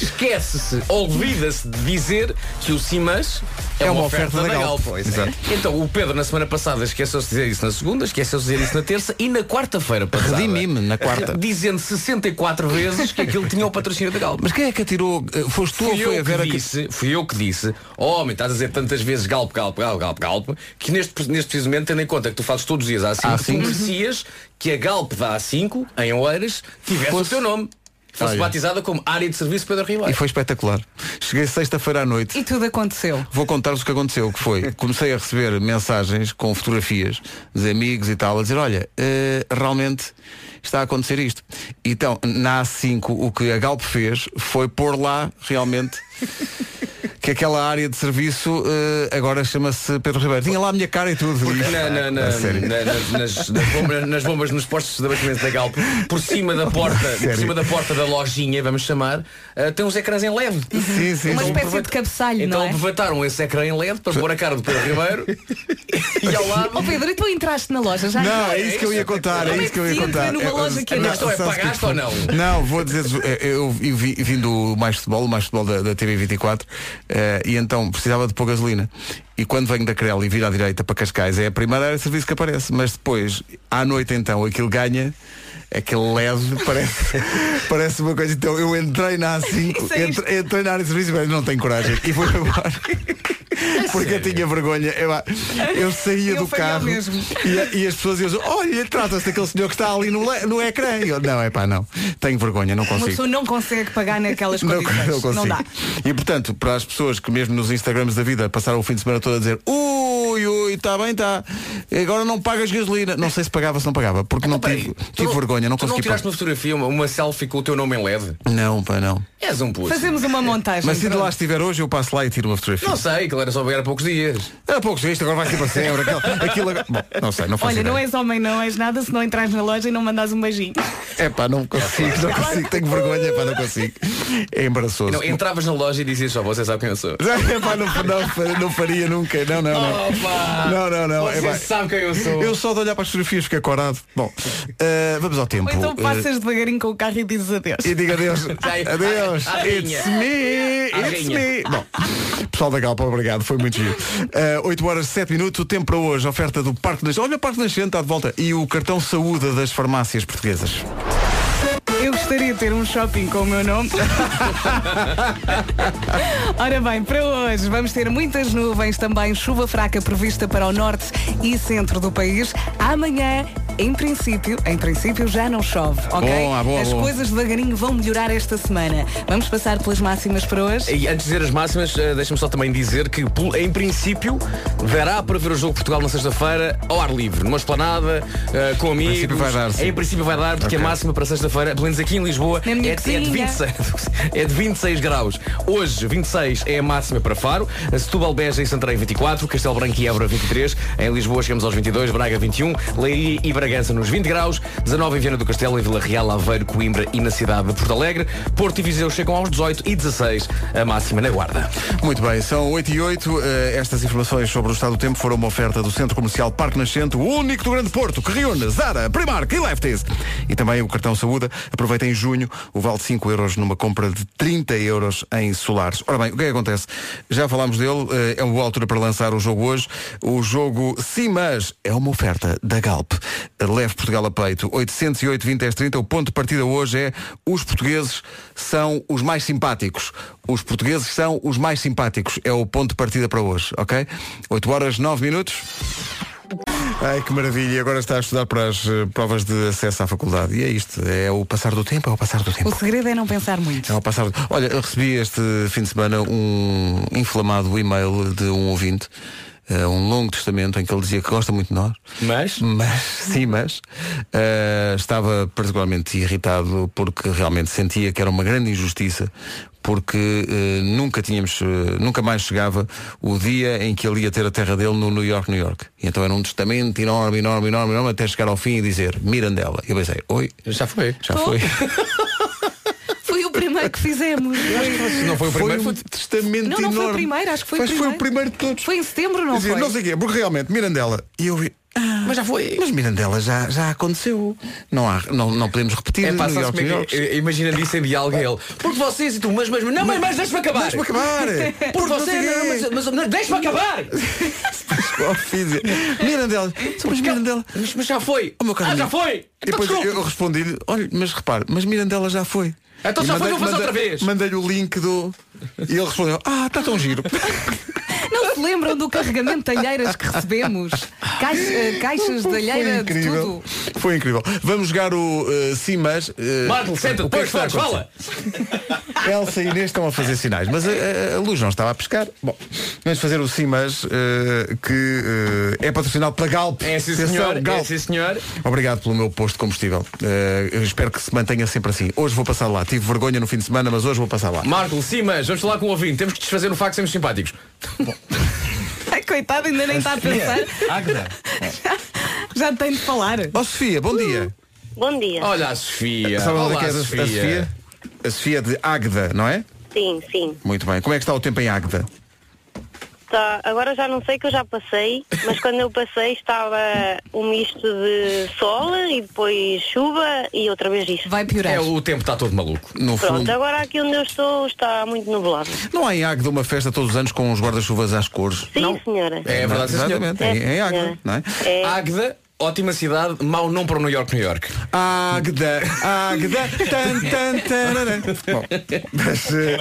Speaker 7: esquece-se, olvida-se de dizer que o Cimas é, uma, oferta, da, Galp.
Speaker 4: Pois é.
Speaker 7: Exato. Então, o Pedro, na semana passada, esqueceu-se de dizer isso na segunda, esqueceu-se de dizer isso na terça e na quarta-feira passada.
Speaker 8: Redimi-me na quarta.
Speaker 7: Dizendo 64 vezes que aquilo tinha o patrocínio da Galp.
Speaker 8: Mas quem é que atirou? Eh, Foste tu ou
Speaker 7: Fui
Speaker 8: foi a
Speaker 7: eu,
Speaker 8: Vera
Speaker 7: que
Speaker 8: que
Speaker 7: disse, fui eu que disse, oh, homem, estás a dizer tantas vezes galp, galp, galp, galp, galp, que neste, neste preciso momento, tendo em conta que tu fazes todos os dias a
Speaker 8: À
Speaker 7: A5, tu
Speaker 8: A5.
Speaker 7: merecias que a galp da A5, em Oeiras, tivesse
Speaker 8: Fosse-
Speaker 7: o teu nome. Fosse
Speaker 8: Olha.
Speaker 7: batizada como área de serviço Pedro
Speaker 8: E
Speaker 7: Ribeiro.
Speaker 8: foi espetacular. Cheguei sexta-feira à noite.
Speaker 3: E tudo aconteceu.
Speaker 8: Vou contar-vos o que aconteceu, que foi, comecei a receber mensagens com fotografias dos amigos e tal, a dizer, olha, eh, realmente está a acontecer isto. Então, na A5, o que a Galp fez foi pôr lá, realmente, que aquela área de serviço eh, agora chama-se Pedro Ribeiro. Tinha lá a minha cara e tudo. E-
Speaker 7: Na- na- na-
Speaker 8: A sério.
Speaker 7: na- nas, nas- nas bombas, nas bombas nos postos de abastecimento da Galp, por cima da porta, por
Speaker 8: Sério.
Speaker 7: cima da porta da lojinha, vamos chamar, ah, tem uns ecrãs em LED.
Speaker 8: Sim, sim,
Speaker 3: Uma
Speaker 8: sim.
Speaker 3: espécie de cabeçalho,
Speaker 7: Então
Speaker 3: não é?
Speaker 7: aproveitaram esse ecrã em LED para pôr a cara do Pedro Ribeiro e ao lado
Speaker 3: Ó Oh, Pedro, e tu entraste na loja já?
Speaker 8: Não, é isso que eu ia contar, é
Speaker 3: Como é
Speaker 8: isso que eu ia
Speaker 3: que se entra
Speaker 8: contar.
Speaker 3: numa loja que é
Speaker 8: não,
Speaker 7: desta? É
Speaker 8: sabes que-
Speaker 7: pagaste ou não?
Speaker 8: Não, vou dizer eu, eu vi- eh, vim do mais futebol, o mais futebol da, da TV 24, eh, e então precisava de pôr gasolina. E quando venho da Crela e viro à direita para Cascais, é a primeira área de serviço que aparece. Mas depois, à noite então, aquilo ganha, aquele LED parece, parece uma coisa. Então eu entrei na A5,
Speaker 3: Isso é
Speaker 8: entre- entrei na área de serviço, mas não tenho coragem. E fui embora. Porque eu tinha vergonha. Eu, eu saía
Speaker 3: Eu
Speaker 8: do
Speaker 3: faria o
Speaker 8: carro
Speaker 3: mesmo.
Speaker 8: e, a- e as pessoas diziam, olha, trata-se daquele senhor que está ali no, le- no ecrã. E eu, não, é pá, não. Tenho vergonha, não
Speaker 3: Uma
Speaker 8: consigo.
Speaker 3: pessoa não consegue pagar naquelas
Speaker 8: Não,
Speaker 3: condições.
Speaker 8: não consigo.
Speaker 3: dá.
Speaker 8: E portanto, para as pessoas que mesmo nos Instagrams da vida passaram o fim de semana todo a dizer ui, ui, está bem, está. Agora não pagas gasolina. Não sei se pagava se não pagava, porque não
Speaker 7: Peraí,
Speaker 8: tive,
Speaker 7: tu
Speaker 8: tive vergonha, não
Speaker 7: tu não
Speaker 8: consegui
Speaker 7: tiraste
Speaker 8: pagar.
Speaker 7: uma fotografia, uma, uma selfie com o teu nome em LED?
Speaker 8: Não, pá, não.
Speaker 7: És um puto.
Speaker 3: Fazemos uma montagem.
Speaker 8: Mas se de
Speaker 3: pronto.
Speaker 8: lá estiver hoje, eu passo lá e tiro uma fotografia. É,
Speaker 7: Não sei, aquilo era só ver há poucos dias.
Speaker 8: Era pouco isto, agora vai ser para sempre. Aquilo, aquilo agora- Bom, não sei, não faço
Speaker 9: Olha, não
Speaker 8: ideia.
Speaker 9: és homem, não és nada se não entras na loja e não mandas um beijinho.
Speaker 8: É pá, não consigo, não consigo, tenho vergonha, pá, não consigo. É embaraçoso. é.
Speaker 7: Não, entravas na loja e dizias só, você sabe quem eu sou.
Speaker 8: Epá, não, não- não faria nunca, não, não, não.
Speaker 7: Opa!
Speaker 8: Não, não, não.
Speaker 7: Você
Speaker 8: Epá,
Speaker 7: sabe quem eu sou.
Speaker 8: Eu só de olhar para as fotografias fiquei corado. Bom, eh, vamos ao tempo.
Speaker 9: Ou então
Speaker 8: Eh,
Speaker 9: passas devagarinho com o carro e dizes adeus.
Speaker 8: e diga adeus.
Speaker 3: é.
Speaker 7: Sai.
Speaker 8: adeus.
Speaker 7: A rainha.
Speaker 8: It's me.
Speaker 7: A
Speaker 8: It's
Speaker 7: rainha.
Speaker 8: me. é, Bom, pessoal da Galpa, obrigado. Foi muito giro. Eh, 8 horas 7 minutos. O tempo para hoje. Oferta do Parque Nascente. Olha, o Parque Nascente está de volta. E o cartão saúde das farmácias portuguesas.
Speaker 9: Eu gostaria de ter um shopping com o meu nome.
Speaker 3: Ora bem, para hoje vamos ter muitas nuvens, também chuva fraca prevista para o norte e centro do país. Amanhã, em princípio, em princípio já não chove, ok?
Speaker 8: Boa, boa,
Speaker 3: As
Speaker 8: boa.
Speaker 3: coisas devagarinho vão melhorar esta semana. Vamos passar pelas máximas para hoje.
Speaker 7: E antes de dizer as máximas, eh, deixa-me só também dizer que, pul- em princípio, dará para ver o jogo de Portugal na sexta-feira ao ar livre, numa esplanada, eh, com amigos.
Speaker 8: princípio vai dar, sim.
Speaker 7: Em princípio vai dar, porque a máxima para sexta-feira, pelo menos aqui em Lisboa,
Speaker 3: Na
Speaker 7: é,
Speaker 3: minha
Speaker 7: é de
Speaker 3: cozinha.
Speaker 7: 26, é de 26 graus. Hoje, 26 é a máxima para Faro, a Setúbal, Beja e Santarém 24, Castelo Branco e Évora 23, em Lisboa chegamos aos 22, Braga 21, Leiria e Bragança nos 20 graus, 19 em Viana do Castelo, em Vila Real, Aveiro, Coimbra e na cidade de Porto Alegre, Porto e Viseu chegam aos 18 e 16, a máxima na Guarda.
Speaker 8: Muito bem, são 8 e 8. Eh, estas informações sobre o estado do tempo foram uma oferta do Centro Comercial Parque Nascente, o único do Grande Porto, que reúne Zara, Primark e Lefties. E também o cartão Saúde. Aproveita em junho o vale de 5 euros numa compra de 30 euros em solares. Ora bem, o que é que acontece? Já falámos dele, eh, é uma boa altura para lançar o jogo hoje. O jogo Sim Mas é uma oferta da Galp. Leve Portugal a peito. 808 20 10 30. O ponto de partida hoje é os portugueses são os mais simpáticos. Os portugueses são os mais simpáticos. É o ponto de partida para hoje, ok? 8 horas 9 minutos. Ai, que maravilha. E agora está a estudar para as eh, provas de acesso à faculdade. E é isto. É o passar do tempo, é o passar do
Speaker 3: O
Speaker 8: tempo.
Speaker 3: segredo é não pensar muito.
Speaker 8: É o passar do... Olha, eu recebi este fim de semana um inflamado e-mail de um ouvinte, eh, um longo testamento em que ele dizia que gosta muito de nós,
Speaker 7: Mas?
Speaker 8: mas, sim, mas eh, estava particularmente irritado porque realmente sentia que era uma grande injustiça porque eh, nunca tínhamos, eh, nunca mais chegava o dia em que ele ia ter a terra dele no New York, New York. E então era um testamento enorme, enorme, enorme, enorme, até chegar ao fim e dizer Mirandela. E eu pensei, oi,
Speaker 7: Já foi.
Speaker 8: já foi.
Speaker 3: Foi o primeiro que fizemos.
Speaker 7: Se não foi o primeiro,
Speaker 8: um
Speaker 7: foi...
Speaker 8: testamento
Speaker 3: Não, não foi o
Speaker 8: enorme.
Speaker 3: primeiro, acho que foi o
Speaker 8: Mas foi o
Speaker 3: primeiro.
Speaker 8: primeiro de todos.
Speaker 3: Foi em setembro, não
Speaker 8: Quer dizer,
Speaker 3: foi?
Speaker 8: não sei o quê, porque realmente, Mirandela. E eu vi. "Ah,
Speaker 7: mas já foi.
Speaker 8: Mas Mirandela já, já aconteceu. Não, há, não, não podemos repetir.
Speaker 7: É pá,
Speaker 8: New
Speaker 7: sabes
Speaker 8: York,
Speaker 7: como
Speaker 8: New
Speaker 7: é
Speaker 8: York.
Speaker 7: que é? Imagina disso em diálogo ele. Porque vocês e tu, mas, mas, não, mas, mas deixa-me acabar.
Speaker 8: Deixa-me acabar.
Speaker 7: Porque
Speaker 8: não sei
Speaker 7: vocês,
Speaker 8: quê.
Speaker 7: não, mas, mas, mas deixa-me acabar.
Speaker 8: Oh, filho. Mirandela. Mas Mirandela.
Speaker 7: Mas, mas já foi.
Speaker 8: Oh, meu caro
Speaker 7: ah, já
Speaker 8: amigo.
Speaker 7: foi.
Speaker 8: E depois
Speaker 7: Então,
Speaker 8: eu respondi-lhe, olha, mas repare, mas Mirandela já foi.
Speaker 7: Então
Speaker 8: E
Speaker 7: já foi,
Speaker 8: mandei-
Speaker 7: vou fazer
Speaker 8: mandei-
Speaker 7: outra vez.
Speaker 8: Mandei-lhe o link do. E ele respondeu, ah, está tão giro.
Speaker 3: Não se lembram do carregamento de alheiras que recebemos? Caixa- eh, caixas de alheira de tudo.
Speaker 8: Foi incrível. Vamos jogar o eh, sim, mas. eh,
Speaker 7: Marco, senta,
Speaker 8: o que é
Speaker 7: depois
Speaker 8: que está a
Speaker 7: faz, fala.
Speaker 8: acontecer? Elsa e Inês estão a fazer sinais, mas a, a- a luz não estava a pescar. Bom, vamos fazer o sim, mas eh, que eh, é patrocinado pela Galp.
Speaker 7: É sim
Speaker 8: Atenção,
Speaker 7: senhor, é
Speaker 8: Galp.
Speaker 7: sim senhor.
Speaker 8: Obrigado pelo meu posto de combustível. Eh, eu espero que se mantenha sempre assim. Hoje vou passar lá. Tive vergonha no fim de semana, mas hoje vou passar lá.
Speaker 7: Marco, sim, mas vamos falar com o ouvinte. Temos que desfazer o facto, sermos simpáticos.
Speaker 9: Ai, coitado, ainda nem está a
Speaker 7: é.
Speaker 9: pensar. Já tem de falar.
Speaker 8: Ó É. Oh, Sofia, bom dia.
Speaker 11: Bom dia.
Speaker 7: Olha a Sofia.
Speaker 8: Sabe onde é
Speaker 7: Olá,
Speaker 8: que é a Sofia? A Sofia? A Sofia de Águeda, não é?
Speaker 11: Sim, sim.
Speaker 8: Muito bem. Como é que está o tempo em Águeda?
Speaker 11: está. Agora já não sei que eu já passei, mas quando eu passei estava um misto de sol e depois chuva e outra vez isto.
Speaker 3: Vai piorar.
Speaker 7: É, o tempo está todo maluco.
Speaker 8: No
Speaker 11: Pronto,
Speaker 8: fundo.
Speaker 11: agora aqui onde eu estou está muito nublado.
Speaker 8: Não há em Águeda uma festa todos os anos com os guarda-chuvas às cores.
Speaker 11: Sim, senhora.
Speaker 7: É verdade, sim, senhor.
Speaker 8: Exatamente. É, é em Águeda, não é?
Speaker 7: Águeda, ótima cidade, mau nome para o New York, New York.
Speaker 8: Águeda, Águeda, tan, tan, tararã. Bom, mas, eh,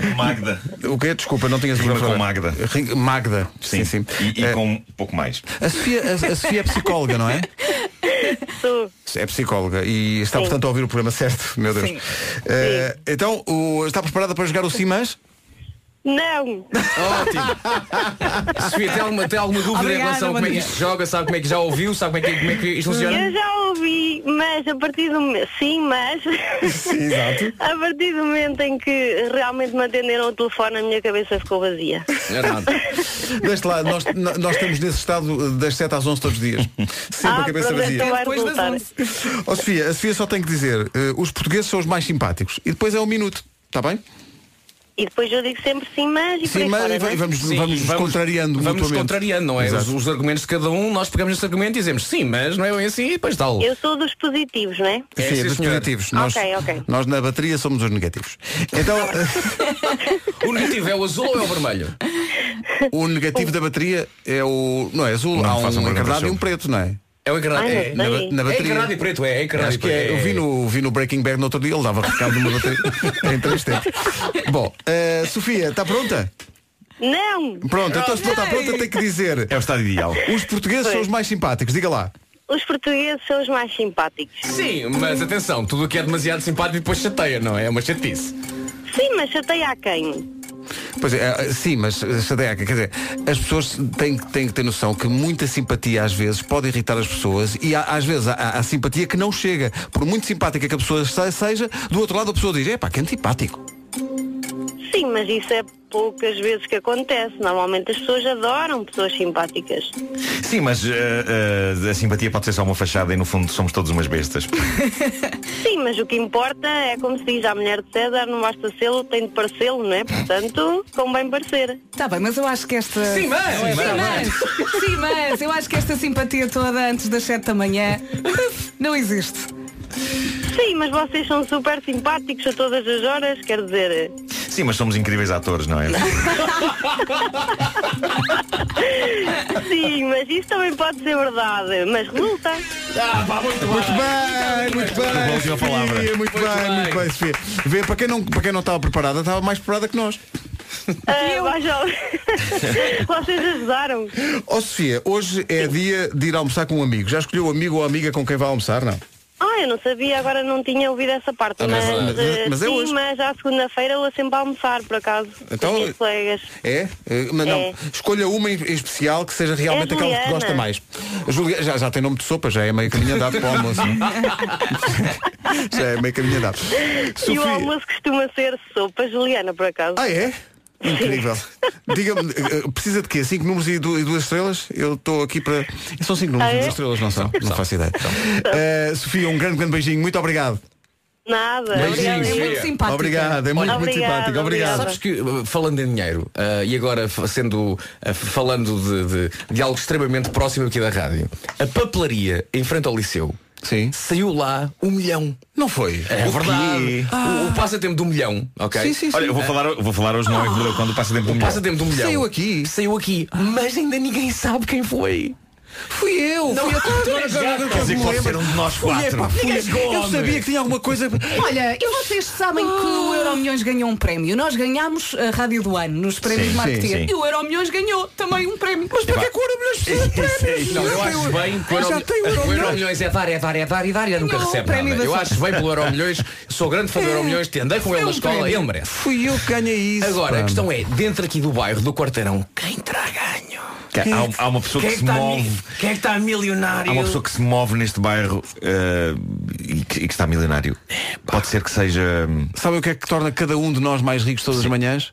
Speaker 12: Com Magda.
Speaker 8: o quê? Desculpa, não tinha
Speaker 12: Rima
Speaker 8: segunda
Speaker 12: com Magda.
Speaker 8: Magda, sim, sim.
Speaker 12: E, e
Speaker 8: Eh,
Speaker 12: com um pouco mais.
Speaker 8: a, Sofia, a, a Sofia é psicóloga, não é?
Speaker 11: Sou.
Speaker 8: É psicóloga e está, portanto, a ouvir o programa certo, meu Deus.
Speaker 11: Sim.
Speaker 8: Eh, então, o- está preparada para jogar o Simãs?
Speaker 11: Não!
Speaker 7: Ótimo! Sofia, tem alguma, tem alguma dúvida em
Speaker 11: Obrigada,
Speaker 7: relação a como é que
Speaker 11: bom
Speaker 7: isto joga? Sabe como é que já ouviu? Sabe como é que, como é que isto
Speaker 11: Eu
Speaker 7: funciona?
Speaker 11: já ouvi, mas a partir do momento. Sim, mas.
Speaker 7: Sim, exato.
Speaker 11: A partir do momento em que realmente me atenderam o telefone, a minha cabeça ficou vazia.
Speaker 8: É nada. Deixa lá, nós, n- nós estamos nesse estado das 7 às 11 todos os dias.
Speaker 11: Ah,
Speaker 8: Sempre a cabeça vazia.
Speaker 11: então
Speaker 8: Ó Sofia, a Sofia só tem que dizer, eh, os portugueses são os mais simpáticos. E depois é um minuto, está bem?
Speaker 11: E depois eu digo sempre sim, mas. E por aí
Speaker 8: mas
Speaker 11: fora,
Speaker 8: e vai-
Speaker 11: não é?
Speaker 8: vamos- vamos contrariando
Speaker 7: Vamos
Speaker 8: mutuamente.
Speaker 7: contrariando, não é? Os,
Speaker 8: Exato.
Speaker 7: os argumentos de cada um, nós pegamos nesse argumento e dizemos sim, mas não é bem assim, e depois tal.
Speaker 11: Eu sou dos positivos, não é?
Speaker 8: Sim, dos positivos. Nós,
Speaker 11: Ok, ok.
Speaker 8: nós na bateria somos os negativos. Então,
Speaker 7: O negativo é o azul ou é o vermelho?
Speaker 8: o negativo da bateria é o. Não é azul,
Speaker 7: Não
Speaker 8: há
Speaker 7: façam
Speaker 8: um
Speaker 7: perguntas
Speaker 8: encarnado e um
Speaker 7: sobre.
Speaker 8: preto, não é?
Speaker 7: É o encarnado.
Speaker 8: Ai,
Speaker 7: é,
Speaker 8: não sei.
Speaker 7: na, na bateria. É encarnado e preto, é, é encarnado
Speaker 8: Acho
Speaker 7: e
Speaker 8: que
Speaker 7: preto.
Speaker 8: é. Eu vi no, vi no Breaking Bad no outro dia, ele dava recado numa bateria em três tempos. Bom, eh, Sofia, está pronta?
Speaker 11: Não!
Speaker 8: Pronto, então se não está pronta tem que dizer. É o estado ideal. Os portugueses são os mais simpáticos, diga lá.
Speaker 11: Os portugueses são os mais simpáticos.
Speaker 7: Sim, mas atenção, tudo o que é demasiado simpático depois chateia, não é? É uma chatice.
Speaker 11: Sim, mas chateia a quem?
Speaker 8: Pois é, eh, sim, mas eh, Sadeca, quer dizer, as pessoas têm, que- têm que ter noção que muita simpatia às vezes pode irritar as pessoas e há- às vezes há, há simpatia que não chega. Por muito simpática que a pessoa se- seja, do outro lado a pessoa diz, epá, que antipático.
Speaker 11: Sim, mas isso é poucas vezes que acontece. Normalmente as pessoas adoram pessoas simpáticas.
Speaker 12: Sim, mas eh, eh, a simpatia pode ser só uma fachada e no fundo somos todos umas bestas.
Speaker 11: Sim, mas o que importa é como se diz à mulher de César, não basta sê-lo, tem de parecê-lo, não é? Portanto, com bem parecer.
Speaker 3: Está Tá bem, mas eu acho que esta.
Speaker 11: Sim, mas!
Speaker 3: Sim, mas! Sim, mas! Eu acho que esta simpatia toda antes das 7 da manhã não existe.
Speaker 11: Sim, mas vocês são super simpáticos a todas as horas, quer dizer.
Speaker 12: Sim, mas somos incríveis atores, não é?
Speaker 11: Sim, mas isso também pode ser verdade. Mas resulta.
Speaker 7: Ah, pá, muito bem.
Speaker 8: Muito bem, muito bem.
Speaker 12: última palavra.
Speaker 8: Sofia, Muito, bem, muito bem, Sofia. Vê, para quem não, para quem não estava preparada, estava mais preparada que nós.
Speaker 11: Ah, vejam. vocês ajudaram.
Speaker 8: Ó Sofia, hoje é dia de ir almoçar com um amigo. Já escolheu o amigo ou a amiga com quem vai almoçar, não?
Speaker 11: Ah, eu não sabia, agora não tinha ouvido essa parte,
Speaker 8: Ah, mas
Speaker 11: mas,
Speaker 8: é verdade.
Speaker 11: eh,
Speaker 8: Mas é
Speaker 11: sim,
Speaker 8: hoje.
Speaker 11: mas à segunda-feira eu vou sempre almoçar, por acaso,
Speaker 8: Então-
Speaker 11: com os meus colegas.
Speaker 8: É? Eh, Mas não,
Speaker 11: É.
Speaker 8: escolha uma em em especial que seja realmente
Speaker 11: É a
Speaker 8: aquela que
Speaker 11: Juliana.
Speaker 8: gosta mais. A Julia- já, já tem nome de sopa, já é meio caminho andado para o almoço. já é meio caminho andado.
Speaker 11: E o
Speaker 8: Sofia.
Speaker 11: almoço costuma ser sopa juliana, por acaso.
Speaker 8: Ah, é? Incrível. Diga-me, eh, eh, precisa de quê? Cinco números e du- e duas estrelas? Eu estou aqui para. São cinco números
Speaker 11: Ah,
Speaker 8: e
Speaker 11: é?
Speaker 8: duas estrelas, não são? Não faço ideia. Eh, Sofia, um grande, grande beijinho. Muito obrigado.
Speaker 11: Nada.
Speaker 7: Beijinhos,
Speaker 11: obrigada, é
Speaker 7: Sofia.
Speaker 11: muito simpática.
Speaker 8: Obrigado, é muito, muito
Speaker 11: Obrigada,
Speaker 8: simpático. Obrigado.
Speaker 7: Sabes que, uh, falando em dinheiro, uh, e agora f- sendo, uh, falando de, de- de algo extremamente próximo aqui da rádio, a papelaria em frente ao Liceu saiu lá um milhão.
Speaker 8: Não foi?
Speaker 7: É
Speaker 12: O
Speaker 7: verdade.
Speaker 12: quê?
Speaker 7: O, o passatempo do milhão, ok?
Speaker 12: Sim, sim, sim. Olha, eu vou falar- vou falar hoje, não é que mudou, quando o passatempo do
Speaker 7: O
Speaker 12: milhão.
Speaker 7: passatempo do milhão.
Speaker 12: Saiu
Speaker 8: aqui.
Speaker 7: Saiu aqui. Mas ainda ninguém sabe quem foi.
Speaker 8: Fui eu.
Speaker 7: Não,
Speaker 8: fui
Speaker 7: eu-
Speaker 8: eu.
Speaker 7: Quer dizer,
Speaker 8: Agora
Speaker 7: pode
Speaker 8: que eu me
Speaker 7: ser
Speaker 8: lembro.
Speaker 7: um de nós
Speaker 8: Fui,
Speaker 7: quatro.
Speaker 8: epá, fui.
Speaker 7: Ninguém chegou,
Speaker 8: Eu
Speaker 7: homem.
Speaker 8: sabia que tinha alguma coisa.
Speaker 3: Olha, e vocês sabem que o Euro Milhões ganhou um prémio. Nós ganhámos a Rádio do Ano nos prémios
Speaker 7: Sim,
Speaker 3: de marketing.
Speaker 7: sim, sim.
Speaker 3: E o Euro Milhões ganhou também um prémio. Mas
Speaker 7: para que é
Speaker 8: que o Euro Milhões
Speaker 7: precisa de prémios? Não, eu acho bem que o Euro- o Euro Milhões é var, é var, é var e var e nunca
Speaker 3: Não, o
Speaker 7: recebe
Speaker 3: prémio
Speaker 7: nada.
Speaker 3: da
Speaker 7: Eu
Speaker 3: sorte.
Speaker 7: acho bem pelo Euro Milhões, sou grande fã do
Speaker 8: É.
Speaker 7: Euro Milhões, te andei com ele na escola, ele merece.
Speaker 8: um Fui eu que ganhei isso.
Speaker 7: Agora,
Speaker 8: pá.
Speaker 7: a questão é, dentro aqui do bairro, do quarteirão, quem
Speaker 12: Que há, há uma pessoa que,
Speaker 7: Quem é que
Speaker 12: se
Speaker 7: tá
Speaker 12: move.
Speaker 7: mi- Quem é que está milionário?
Speaker 12: Há uma pessoa que se move neste bairro eh, e, que, e que está milionário. Pode ser que seja. hum,
Speaker 8: Sabe o que é que torna cada um de nós mais ricos todas as manhãs?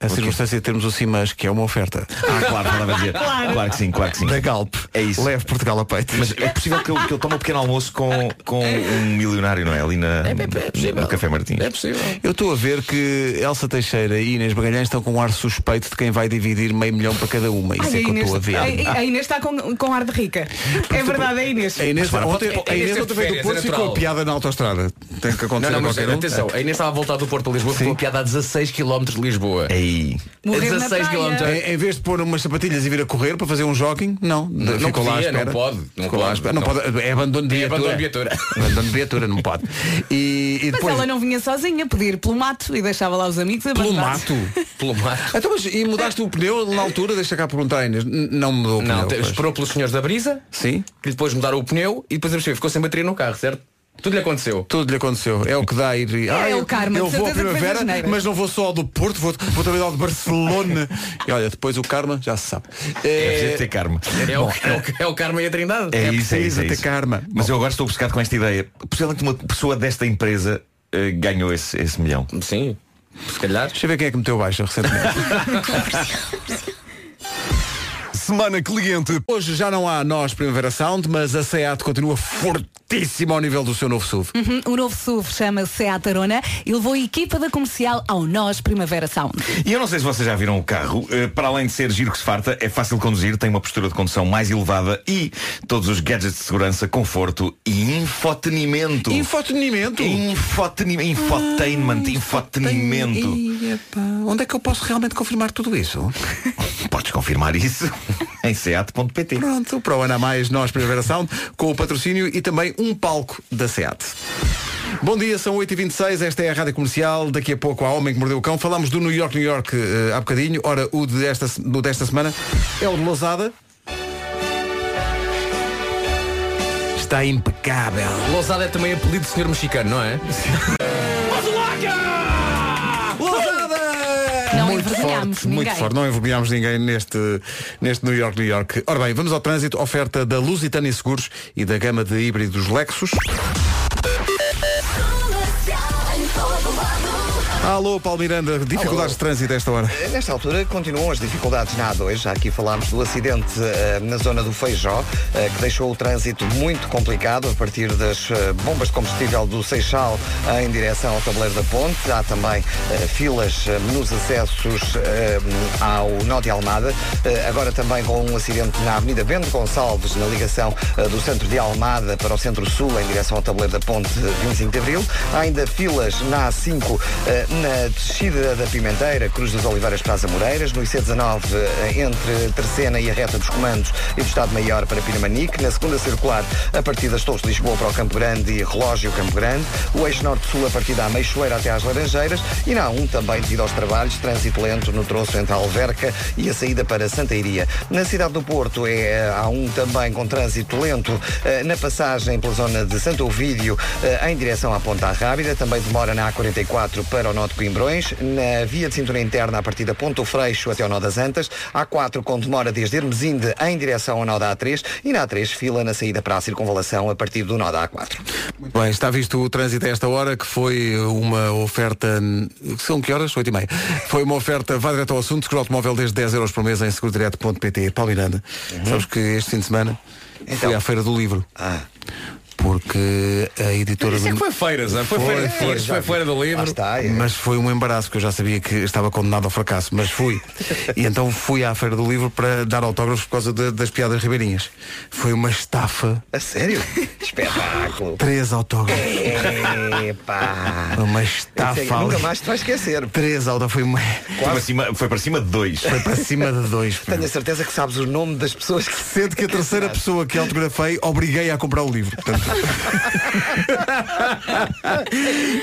Speaker 8: a circunstância de termos o Simas, que é uma oferta.
Speaker 12: Ah, claro, nada a dizer. Claro. que sim, claro que sim.
Speaker 8: Da Galp.
Speaker 12: É isso.
Speaker 8: Leve Portugal a peito.
Speaker 12: Mas é possível que ele, que ele tome um pequeno almoço com, com um milionário, não é? Ali na, no Café Martins. É
Speaker 8: possível. Eu estou a ver que Elsa Teixeira e Inês Bagalhães estão com um ar suspeito de quem vai dividir meio milhão para cada uma.
Speaker 9: Ai,
Speaker 8: Isso é
Speaker 9: a
Speaker 8: que eu
Speaker 9: Inês-
Speaker 8: estou a ver.
Speaker 9: a- a Inês está com, com ar de rica. É verdade, a Inês.
Speaker 8: A Inês, ontem, a Inês ontem veio do Porto e ficou
Speaker 7: é natural.
Speaker 8: piada na autostrada. Tem que
Speaker 7: Não,
Speaker 8: acontecer
Speaker 7: não,
Speaker 8: a
Speaker 7: mas
Speaker 8: qualquer um.
Speaker 7: atenção, a Inês estava a voltar do Porto a Lisboa, ficou piada a 16 km de Lisboa.
Speaker 12: Aí.
Speaker 7: A 16 km.
Speaker 8: Em, em vez de pôr umas sapatilhas e vir a correr para fazer um jogging, não.
Speaker 7: Não, não
Speaker 8: ficou lá à
Speaker 7: podia,
Speaker 8: espera.
Speaker 7: não pode, não
Speaker 8: Ficou lá à
Speaker 7: pode,
Speaker 8: espera. Não
Speaker 7: não.
Speaker 8: pode, É abandono de
Speaker 7: É
Speaker 8: viatura.
Speaker 7: abandono de viatura.
Speaker 8: abandono de viatura, não pode. E, e
Speaker 9: Mas
Speaker 8: depois.
Speaker 9: ela não vinha sozinha pedir pelo mato e deixava lá os amigos
Speaker 8: Pelo
Speaker 9: abandonados.
Speaker 8: mato.
Speaker 7: Pelo mato.
Speaker 8: Então, mas, e mudaste o pneu na altura? Deixa cá perguntar, Inês. N- Não mudou o pneu.
Speaker 7: Não, te-
Speaker 8: pois.
Speaker 7: esperou pelos senhores da brisa,
Speaker 8: Sim.
Speaker 7: que lhe depois mudaram o pneu e depois a perceber, ficou sem bateria no carro, certo? Tudo lhe aconteceu.
Speaker 8: Tudo lhe aconteceu. É o que dá a ir.
Speaker 7: É
Speaker 8: eu-
Speaker 7: o karma,
Speaker 8: Eu
Speaker 7: de
Speaker 8: vou à
Speaker 7: certeza que fez
Speaker 8: primavera,
Speaker 7: asneiras.
Speaker 8: mas não vou só ao do Porto, vou, vou também ao de Barcelona. e olha, depois o karma já se sabe.
Speaker 12: É preciso ter karma.
Speaker 7: É o, é o- é o Carmo e a Trindade.
Speaker 12: É, isso, é isso,
Speaker 8: preciso
Speaker 12: é
Speaker 8: ter
Speaker 12: isso.
Speaker 8: karma.
Speaker 12: Mas eu agora estou obcecado com esta ideia. Possivelmente uma pessoa desta empresa eh, ganhou esse, esse milhão.
Speaker 7: Sim. Se calhar.
Speaker 8: Deixa eu ver quem é que meteu baixa recentemente. Semana cliente. Hoje já não há nós Primavera Sound, mas a SEAT continua fortíssima ao nível do seu novo SUV.
Speaker 3: Uhum, o novo SUV chama-se Seat Arona e levou a equipa da comercial ao Nós Primavera Sound.
Speaker 12: E eu não sei se vocês já viram o carro, eh, para além de ser giro que se farta, é fácil de conduzir, tem uma postura de condução mais elevada e todos os gadgets de segurança, conforto e infotenimento.
Speaker 8: Infotenimento? Ah,
Speaker 12: Infotenimento. Infotainment, infotenimento.
Speaker 8: Ai, epá, Onde é que eu posso realmente confirmar tudo isso?
Speaker 12: Podes confirmar isso em seat.pt.
Speaker 8: Pronto, para o ano a mais nós Primavera Sound, com o patrocínio e também um palco da SEAT. Bom dia, são 8h26, esta é a Rádio Comercial, daqui a pouco há Homem que Mordeu o Cão. Falámos do New York, New York eh, há bocadinho, ora, o desta, do desta semana é o de Lousada. Está impecável.
Speaker 7: Lousada é também apelido de senhor mexicano, não é?
Speaker 3: Não
Speaker 8: muito
Speaker 3: envergonhámos
Speaker 8: forte, muito
Speaker 3: ninguém.
Speaker 8: forte. Não envergonhámos ninguém neste, neste New York, New York. Ora bem, vamos ao trânsito. Oferta da Lusitânia Seguros e da gama de híbridos Lexus. Alô, Paulo Miranda, dificuldades de trânsito a esta hora.
Speaker 4: Eh, Nesta altura continuam as dificuldades na A2. Já aqui falámos do acidente eh, na zona do Feijó, eh, que deixou o trânsito muito complicado a partir das eh, bombas de combustível do Seixal em direção ao Tabuleiro da Ponte. Há também eh, filas eh, nos acessos eh, ao Nó de Almada. Eh, Agora também com um acidente na Avenida Bento Gonçalves, na ligação eh, do centro de Almada para o centro-sul, em direção ao Tabuleiro da Ponte, eh, 25 de Abril. Há ainda filas na A5, eh, na descida da Pimenteira, Cruz das Oliveiras para as Amoreiras, no IC19, eh, entre Terceira e a reta dos comandos e do Estado Maior para Piramanique, na segunda circular, a partir das Torres de Lisboa para o Campo Grande e Relógio Campo Grande, o eixo norte-sul a partir da Ameixoeira até às Laranjeiras e na A1 também devido aos trabalhos, trânsito lento no troço entre a Alverca e a saída para Santa Iria. Na cidade do Porto é a A1 também com trânsito lento eh, na passagem pela zona de Santo Ovídio eh, em direção à Ponta Rábida, também demora na A44 para o Nó de Coimbrões, na via de cintura interna a partir da Ponto Freixo até ao Nó das Antas, A4 com demora desde Hermesinde em direção ao Nó da A3 e na A3 fila na saída para a circunvalação a partir do Nó da A4.
Speaker 8: Muito bem, está visto o trânsito a esta hora, que foi uma oferta. São que horas? 8 e meia. Foi uma oferta, vá direto ao assunto, seguro automóvel desde 10 euros por mês em segurodireto.pt. Paulo Miranda,
Speaker 7: Uhum.
Speaker 8: sabes que este fim de semana
Speaker 7: Então.
Speaker 8: fui à Feira do Livro. Porque a editora.
Speaker 7: Ah. Isso é que
Speaker 8: do-
Speaker 7: foi feiras, não é? Foi feira de flores, foi feira do livro.
Speaker 8: Mas foi um embaraço, porque eu já sabia que estava condenado ao fracasso, mas fui. e então fui à Feira do Livro para dar autógrafos por causa de- das piadas ribeirinhas. Foi uma estafa.
Speaker 4: A sério? Espetáculo!
Speaker 8: Três autógrafos.
Speaker 4: Epá!
Speaker 8: Uma
Speaker 4: Isso é que
Speaker 8: estafa.
Speaker 4: Nunca
Speaker 8: ali.
Speaker 4: mais te vais esquecer.
Speaker 8: Três autógrafos. Foi uma.
Speaker 12: Foi para, cima, foi para cima de dois.
Speaker 8: Foi para cima de dois.
Speaker 4: Tenho a certeza que sabes o nome das pessoas que se
Speaker 8: Sendo que a terceira pessoa que autografei obriguei a comprar o livro. Portanto,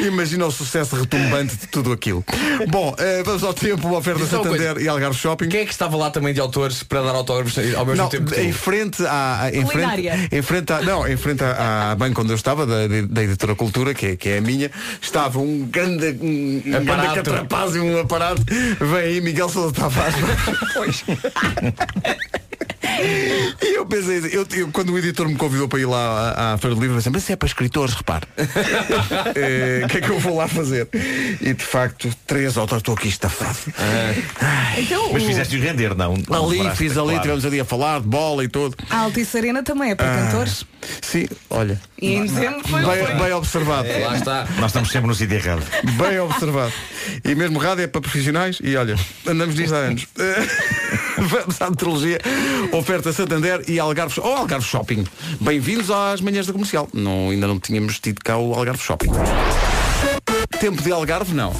Speaker 8: imagina o sucesso retumbante de tudo aquilo. Bom, eh, vamos ao tempo, uma oferta
Speaker 7: Diz só uma
Speaker 8: Santander
Speaker 7: Então, coisa.
Speaker 8: e Algarve Shopping.
Speaker 7: Quem é que estava lá também de autores para dar autógrafos ao mesmo
Speaker 8: Não,
Speaker 7: tempo que tu?
Speaker 8: em frente à à- em frente,
Speaker 7: Culinária.
Speaker 8: em frente à, não, em frente à, à banca onde eu estava da, da editora Cultura, que é, que é a minha, estava um grande um, um grande
Speaker 7: Aparato.
Speaker 8: catrapaz e um aparato. Vem aí Miguel Sousa Tavares. pois. E eu pensei, assim, eu, eu- quando o editor me convidou para ir lá à, à Feira do Livro, eu pensei, mas isso é para escritores, repare. Eh, O que é que eu vou lá fazer? E de facto, três autores, estou aqui estafado. Ai.
Speaker 3: Então,
Speaker 12: Mas
Speaker 3: o-
Speaker 12: fizeste-os render, não?
Speaker 8: Ali,
Speaker 12: Demoraste,
Speaker 8: fiz ali,
Speaker 12: claro.
Speaker 8: tivemos ali a falar de bola e tudo.
Speaker 3: A Altice Arena também é para
Speaker 8: Ah,
Speaker 3: cantores.
Speaker 8: Sim, olha.
Speaker 3: E em dezembro foi
Speaker 8: Bem,
Speaker 3: um-
Speaker 8: bem observado.
Speaker 12: É, lá
Speaker 7: está.
Speaker 12: Nós estamos sempre no sítio errado.
Speaker 8: Bem observado. E mesmo rádio é para profissionais e olha, andamos nisto há anos. Vamos à metrologia. Oferta Santander e Algarve, ou Algarve Shopping. Bem-vindos às manhãs da comercial. Não, ainda não tínhamos tido cá o Algarve Shopping. Tempo de Algarve, não.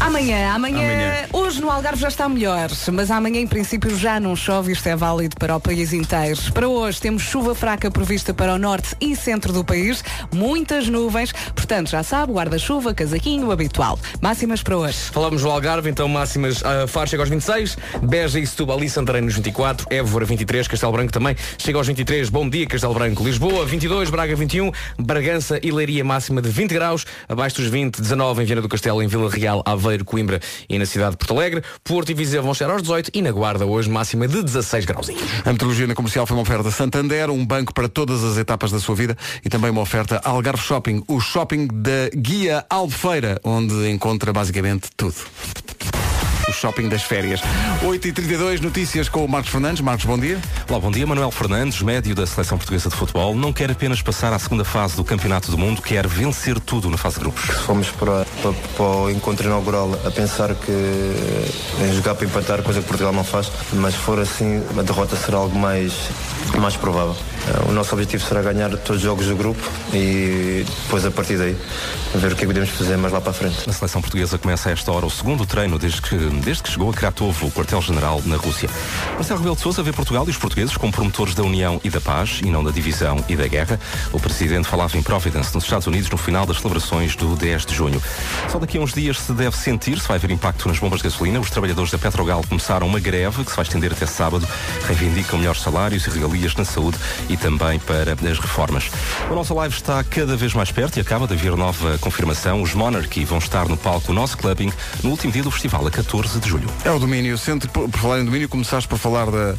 Speaker 3: Amanhã, amanhã,
Speaker 8: Amanhã.
Speaker 3: hoje no Algarve já está melhor, mas amanhã em princípio já não chove, isto é válido para o país inteiro. Para hoje temos chuva fraca prevista para o norte e centro do país, muitas nuvens, portanto já sabe, guarda-chuva, casaquinho habitual. Máximas para hoje.
Speaker 7: Falamos do Algarve, então máximas ah, Faro chega aos 26, Beja e Setúbal e Santarém nos 24, Évora 23, Castelo Branco também chega aos 23, Bom Dia, Castelo Branco, Lisboa 22, Braga 21, Bragança e Leiria máxima de 20 graus, abaixo dos 20, 19 em Viana do Castelo, em Vila Real, Aveiro, Coimbra e na cidade de Porto Alegre, Porto e Viseu vão chegar aos 18 e na Guarda hoje máxima de 16 grauzinhos.
Speaker 8: A metrologia na comercial foi uma oferta Santander, um banco para todas as etapas da sua vida e também uma oferta Algarve Shopping, o shopping da Guia Albufeira, onde encontra basicamente tudo. O shopping das férias. 8h32, notícias com o Marcos Fernandes. Marcos, bom dia.
Speaker 1: Olá, bom dia. Manuel Fernandes, médio da Seleção Portuguesa de Futebol, não quer apenas passar à segunda fase do Campeonato do Mundo, quer vencer tudo na fase de grupos.
Speaker 13: Fomos para, para, para o encontro inaugural a pensar que em jogar para empatar, coisa que Portugal não faz, mas se for assim, a derrota será algo mais, mais provável. Eh, O nosso objetivo será ganhar todos os jogos do grupo e depois a partir daí ver o que é que podemos fazer mais lá para a frente.
Speaker 1: A seleção portuguesa começa a esta hora o segundo treino desde que, desde que chegou a Kratovo, o quartel-general na Rússia. Marcelo Rebelo de Sousa vê Portugal e os portugueses como promotores da união e da paz, e não da divisão e da guerra. O presidente falava em Providence, nos Estados Unidos, no final das celebrações do 10 de junho. Só daqui a uns dias se deve sentir se vai haver impacto nas bombas de gasolina. Os trabalhadores da Petrogal começaram uma greve que se vai estender até sábado. Reivindicam melhores salários e regalias na saúde e também para as reformas. A nossa live está cada vez mais perto e acaba de haver nova confirmação. Os Monarchy vão estar no palco Nosso Clubbing no último dia do festival, a 14 de julho.
Speaker 8: É o domínio. Sente, por, por falar em domínio, começaste por falar da,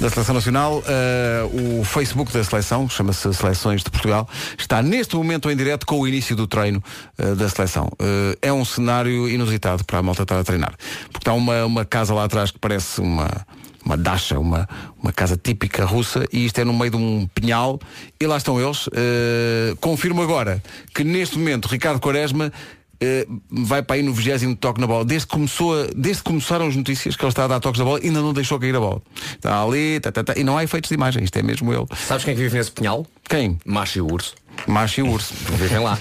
Speaker 8: da Seleção Nacional. Eh, o Facebook da Seleção, que chama-se Seleções de Portugal, está neste momento em direto com o início do treino eh, da Seleção. Eh, é um cenário inusitado para a malta estar a treinar. Porque há uma, uma casa lá atrás que parece uma, uma dacha, uma, uma casa típica russa, e isto é no meio de um pinhal, e lá estão eles. Eh, confirmo agora que neste momento Ricardo Quaresma eh, vai para aí no 20 toque na bola. Desde que, começou a- desde que começaram as notícias que ele está a dar toques na bola, ainda não deixou cair a bola. Está ali, tá, tá, tá, e não há efeitos de imagem, isto é mesmo ele.
Speaker 7: Sabes quem é que vive nesse pinhal?
Speaker 8: Quem?
Speaker 7: Macho e o urso.
Speaker 8: Macho e o urso.
Speaker 7: Vivem lá.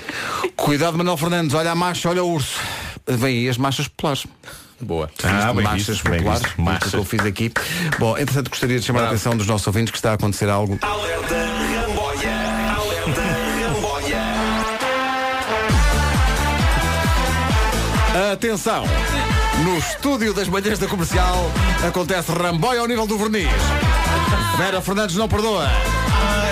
Speaker 8: Cuidado, Manuel Fernandes, olha a macho, olha o urso. Vem aí as machas populares.
Speaker 7: Boa.
Speaker 12: Ah, bem
Speaker 8: machas
Speaker 12: visto, bem
Speaker 8: populares,
Speaker 12: visto.
Speaker 8: muito que eu fiz aqui. Bom, entretanto gostaria de chamar a atenção dos nossos ouvintes que está a acontecer algo Atenção! No estúdio das manhãs da comercial acontece ramboia ao nível do verniz. Vera Fernandes não perdoa.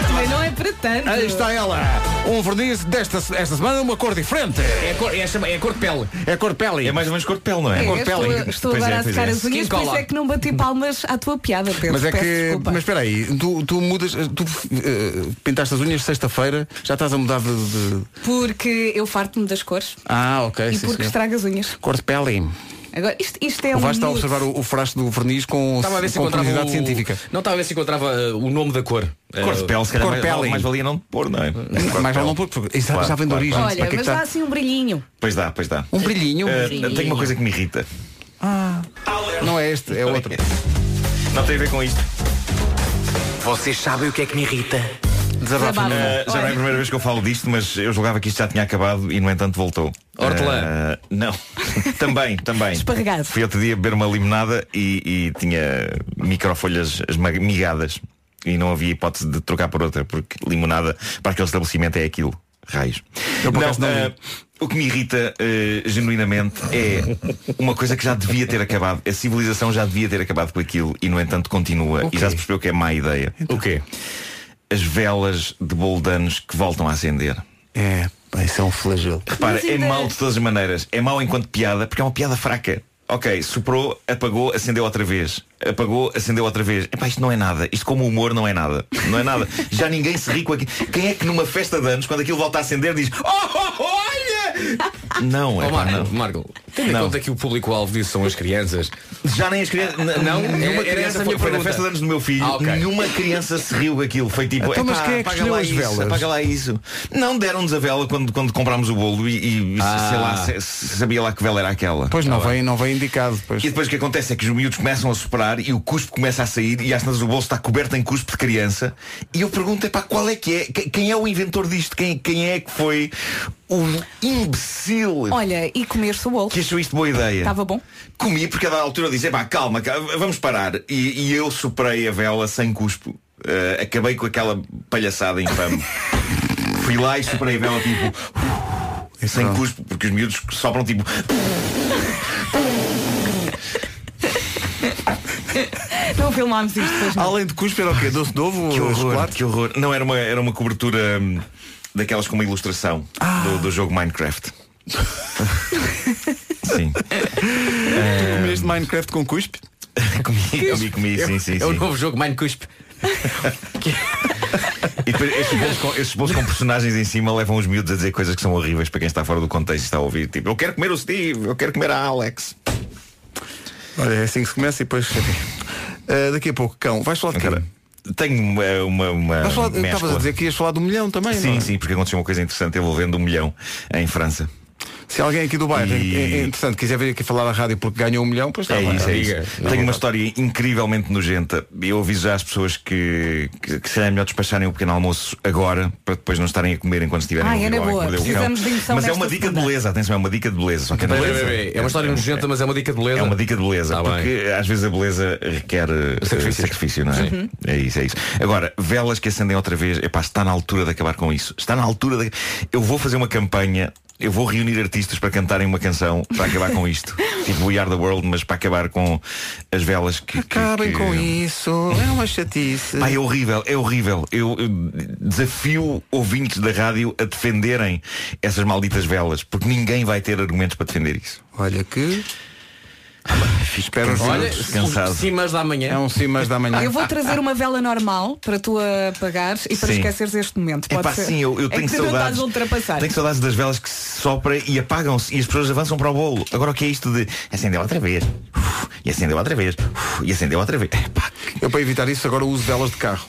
Speaker 3: Também não é para tanto.
Speaker 8: Aí está ela. Um verniz desta esta semana, uma cor diferente. É
Speaker 7: cor, é, chama, é cor de pele.
Speaker 8: É cor de pele.
Speaker 12: É mais ou menos cor de pele, não é?
Speaker 3: É,
Speaker 12: cor de
Speaker 3: estou
Speaker 12: pele.
Speaker 3: estou
Speaker 12: Pois
Speaker 3: agora
Speaker 12: é,
Speaker 3: a
Speaker 12: pois
Speaker 3: secar
Speaker 12: é.
Speaker 3: as unhas, por isso é que não bati palmas à tua piada, Pedro.
Speaker 8: Mas é
Speaker 3: Peço
Speaker 8: que,
Speaker 3: desculpa.
Speaker 8: mas espera aí, tu, tu mudas, tu eh, pintaste as unhas sexta-feira, já estás a mudar de. de-
Speaker 3: Porque eu farto-me das cores
Speaker 8: Ah, ok.
Speaker 3: e
Speaker 8: sim,
Speaker 3: porque
Speaker 8: senhor.
Speaker 3: estrago as unhas.
Speaker 8: Cor de pele.
Speaker 3: Agora, isto, isto é
Speaker 8: O
Speaker 3: um.
Speaker 8: Vasco está a
Speaker 3: mix.
Speaker 8: observar o, o frasco do verniz com,
Speaker 7: Estava a ver se
Speaker 8: com
Speaker 7: encontrava
Speaker 8: curiosidade
Speaker 7: o-
Speaker 8: científica.
Speaker 7: Não estava a ver se encontrava eh, o nome da cor. Ah,
Speaker 12: Cor de pele, se calhar
Speaker 7: Cor de
Speaker 12: mais-
Speaker 7: pele.
Speaker 12: mais valia não pôr, não é?
Speaker 8: Mais vale não pôr, porque isso já vem de origem. é
Speaker 3: Olha, mas dá assim um brilhinho.
Speaker 12: Pois dá, pois dá.
Speaker 8: Um brilhinho. Ah.
Speaker 12: Eh, tenho uma coisa que me irrita.
Speaker 8: Não é este, é outro.
Speaker 12: Não tem a ver com isto.
Speaker 6: Vocês sabem o que é que me irrita?
Speaker 8: Desabafa-me.
Speaker 12: Eh, já não é a primeira vez que eu falo disto, mas eu julgava que isto já tinha acabado e no entanto voltou.
Speaker 7: Hortelã.
Speaker 12: Eh, não. também, também.
Speaker 3: Esparregado.
Speaker 12: Fui outro dia beber uma limonada e, e tinha microfolhas esmag- migadas e não havia hipótese de trocar por outra, porque limonada para aquele estabelecimento é aquilo. Raios. não, eh, o que me irrita eh, genuinamente é uma coisa que já devia ter acabado. A civilização já devia ter acabado com aquilo e, no entanto, continua. E já se percebeu que é má ideia.
Speaker 7: O quê?
Speaker 12: As velas de bolo de anos que voltam a acender.
Speaker 8: É, pá, isso é um flagelo.
Speaker 12: Repara,
Speaker 8: Mas
Speaker 12: é
Speaker 8: ainda-
Speaker 12: mau de todas as maneiras. É mau enquanto piada, porque é uma piada fraca. Ok, soprou, apagou, acendeu outra vez. apagou, acendeu outra vez. Epá, isto não é nada. Isto como humor não é nada. Não é nada. Já ninguém se ri com aquilo. Quem é que numa festa de anos, quando aquilo volta a acender, diz Oh, oh, olha! Não, é
Speaker 14: oh,
Speaker 12: pá,
Speaker 14: Marco,
Speaker 12: não.
Speaker 14: Marco, tendo em
Speaker 12: Não.
Speaker 14: conta que o público-alvo disso são as crianças.
Speaker 12: Já nem as crianças. n- n-
Speaker 14: Não,
Speaker 12: nenhuma
Speaker 14: era essa a
Speaker 12: criança
Speaker 14: minha
Speaker 12: foi, foi na
Speaker 14: pergunta.
Speaker 12: festa de anos do meu filho.
Speaker 14: Ah, ok.
Speaker 12: Nenhuma criança se riu com aquilo. Foi tipo,
Speaker 14: Então, mas
Speaker 12: "Epá,
Speaker 14: quem é que
Speaker 12: apaga
Speaker 14: escolheu
Speaker 12: lá
Speaker 14: as
Speaker 12: isso,
Speaker 14: velas?"
Speaker 12: apaga lá isso. Não deram-nos a vela quando, quando comprámos o bolo e, e sei lá, se- se- sabia lá que vela era aquela. Tá
Speaker 8: Pois não vem, não vem indicado. Pois.
Speaker 12: E depois o que acontece é que os miúdos começam a soprar e o cuspo começa a sair e às tantas o bolso está coberto em cuspo de criança. E eu pergunto, é pá, qual é que é? Que- Quem é o inventor disto? Quem, quem é que foi o imbecil
Speaker 3: Olha, e comer-se o bolo.
Speaker 12: que achou isto boa ideia?
Speaker 3: Estava bom.
Speaker 12: Comi porque a dada altura disse, pá, calma, ca- vamos parar. E, e eu soprei a vela sem cuspo. Eh, acabei com aquela palhaçada infame. Fui lá e soprei a vela tipo.
Speaker 3: É
Speaker 12: sem cuspo, porque os miúdos sopram tipo.
Speaker 3: Não filmámos isto depois.
Speaker 8: Além de cuspo era o quê? Doce de ovo?
Speaker 12: Que horror,
Speaker 8: chocolate?
Speaker 12: que horror. Não, era uma, era uma cobertura hum, daquelas com uma ilustração
Speaker 8: Ah.
Speaker 12: do, do jogo Minecraft. sim.
Speaker 8: Tu
Speaker 12: Um
Speaker 8: comeste Minecraft com cuspe?
Speaker 12: comi, comi, comi, sim, sim,
Speaker 14: É o
Speaker 12: sim.
Speaker 14: novo jogo Minecusp.
Speaker 12: E depois estes bolos, com, estes bolos com personagens em cima levam os miúdos a dizer coisas que são horríveis para quem está fora do contexto e está a ouvir. Tipo, eu quero comer o Steve, eu quero comer a Alex.
Speaker 8: Olha, é assim que se começa e depois. Eh, daqui a pouco, cão, vais falar de quê?
Speaker 12: Tenho uma. uma, uma
Speaker 8: Vais falar-
Speaker 12: mescla.
Speaker 8: Estavas a dizer que ias falar do milhão também,
Speaker 12: Sim,
Speaker 8: não é?
Speaker 12: sim, porque aconteceu uma coisa interessante envolvendo um milhão em França.
Speaker 8: Se alguém aqui do bairro,
Speaker 12: E-
Speaker 8: é- é interessante, quiser vir aqui falar à rádio porque ganhou um milhão, pois está
Speaker 12: É
Speaker 8: bem.
Speaker 12: isso, é isso.
Speaker 8: Diga.
Speaker 12: Tenho uma história incrivelmente nojenta. Eu aviso já as pessoas que, que, que se calhar é melhor despacharem o pequeno almoço agora para depois não estarem a comer enquanto estiverem
Speaker 3: Ai,
Speaker 12: a ouvir
Speaker 3: era
Speaker 12: o Homem que
Speaker 3: boa.
Speaker 12: Mordeu o Cão.
Speaker 3: Precisamos de emoção
Speaker 12: Mas é
Speaker 3: nesta
Speaker 12: uma dica de beleza, atenção, é uma dica de beleza. Só que
Speaker 14: Peraí,
Speaker 12: beleza-
Speaker 14: peraí, peraí. É uma história nojenta, mas é uma dica de beleza.
Speaker 12: É uma dica de beleza,
Speaker 14: Tá bem.
Speaker 12: porque às vezes a beleza requer eh,
Speaker 14: Sacrifício.
Speaker 12: sacrifício, não é?
Speaker 14: Uhum.
Speaker 12: É isso, é isso. Agora, velas que acendem outra vez, epá, está na altura de acabar com isso. Está na altura de... Eu vou fazer uma campanha, eu vou reunir artistas para cantarem uma canção para acabar com isto. tipo We Are the World, mas para acabar com as velas que. que-
Speaker 8: Acabem
Speaker 12: que-
Speaker 8: com isso, é uma chatice.
Speaker 12: Pá, é horrível, é horrível. Eu, eu desafio ouvintes da rádio a defenderem essas malditas velas, porque ninguém vai ter argumentos para defender isso. Ah,
Speaker 8: Olha que. Espero os
Speaker 14: Olha,
Speaker 8: minutos.
Speaker 12: cansado.
Speaker 14: cimas da manhã.
Speaker 8: É um sim, mas da manhã.
Speaker 3: Eu vou trazer uma vela normal para tu apagares e para
Speaker 12: Sim.
Speaker 3: esqueceres este momento.
Speaker 12: É
Speaker 3: Pode
Speaker 12: pá,
Speaker 3: ser?
Speaker 12: sim, eu, eu
Speaker 3: É
Speaker 12: tenho
Speaker 3: que tu não estás
Speaker 12: saudades.
Speaker 3: a ultrapassar.
Speaker 12: Tenho saudades das velas que se sopram e apagam-se e as pessoas avançam para o bolo. Agora o que é isto de acendeu outra vez? uf, E acendeu outra vez. uf, E acendeu outra vez. Epá,
Speaker 8: Eu para evitar isso agora uso velas de carro.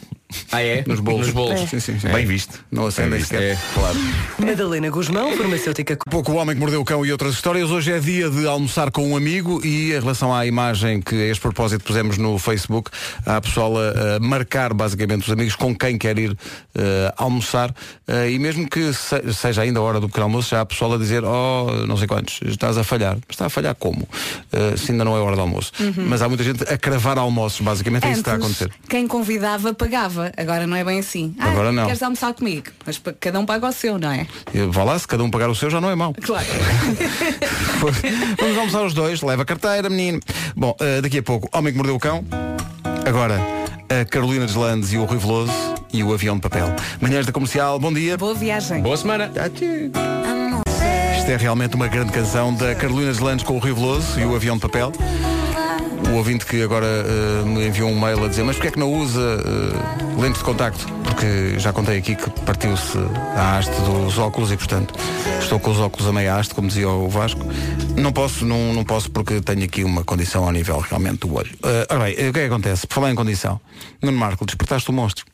Speaker 14: Ah, é?
Speaker 8: Nos bolos.
Speaker 14: Nos bolos.
Speaker 8: Sim, sim, sim.
Speaker 12: Bem visto.
Speaker 8: Não acendem sequer. Claro.
Speaker 15: Madalena Guzmão, farmacêutica.
Speaker 8: Pouco o homem que mordeu o cão e outras histórias. Hoje é dia de almoçar com um amigo e em relação à imagem que a este propósito pusemos no Facebook, há pessoal a, a marcar basicamente os amigos com quem quer ir eh, almoçar Eh, e mesmo que se- seja ainda a hora do pequeno almoço, já há pessoal a dizer, oh, não sei quantos, estás a falhar. Mas Está a falhar como? Eh, se ainda não é hora do almoço.
Speaker 3: Uhum.
Speaker 8: Mas há muita gente a cravar almoços, basicamente é isso que está a
Speaker 3: Antes,
Speaker 8: acontecer.
Speaker 3: Quem convidava pagava. Agora não é bem assim. Ah,
Speaker 8: Agora não.
Speaker 3: Queres almoçar comigo? Mas pa- cada um paga o seu, não é?
Speaker 8: Eh, Vá lá, se cada um pagar o seu já não é mau.
Speaker 3: Claro.
Speaker 8: Vamos almoçar os dois, leva a carteira, menino. Bom, eh, daqui a pouco, Homem que Mordeu o Cão. Agora, a Carolina Deslandes e o Rui Veloso e o Avião de Papel. Manhãs da Comercial, bom dia.
Speaker 3: Boa viagem.
Speaker 14: Boa semana.
Speaker 12: Tá,
Speaker 8: Isto é realmente uma grande canção da Carolina Deslandes com o Rui Veloso e o Avião de Papel. O ouvinte que agora eh, me enviou um mail a dizer mas porquê é que não usa eh, lente de contacto? Porque já contei aqui que partiu-se a haste dos óculos e portanto estou com os óculos a meia haste, como dizia o Vasco. Não posso, não, não posso porque tenho aqui uma condição ao nível realmente do olho. Eh, ora bem, eh, o que é que acontece? Por falar em condição, Nuno Marco, despertaste o monstro.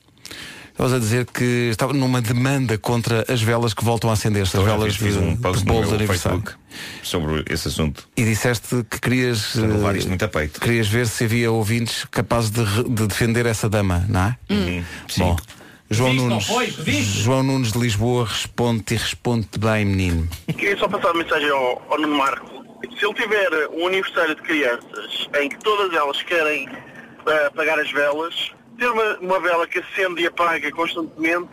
Speaker 8: Estavas a dizer que estava numa demanda contra as velas que voltam a acender-se, as
Speaker 12: eu já
Speaker 8: velas
Speaker 12: fiz, fiz
Speaker 8: de-
Speaker 12: um
Speaker 8: de
Speaker 12: post no
Speaker 8: bolo de
Speaker 12: meu
Speaker 8: aniversário.
Speaker 12: Facebook sobre esse assunto.
Speaker 8: E disseste que querias eh,
Speaker 12: levar isto muito a peito.
Speaker 8: Querias ver se havia ouvintes capazes de, re- de defender essa dama, não é?
Speaker 12: Uhum.
Speaker 8: Bom, João
Speaker 16: Pediste, não
Speaker 8: Nunes,
Speaker 16: foi? Pediste?
Speaker 8: João Nunes de Lisboa responde-te e responde-te bem, menino.
Speaker 16: Queria só passar uma mensagem ao, ao Nuno Marco. Se ele tiver um aniversário de crianças em que todas elas querem eh, apagar as velas, ter uma, uma vela que acende e apaga constantemente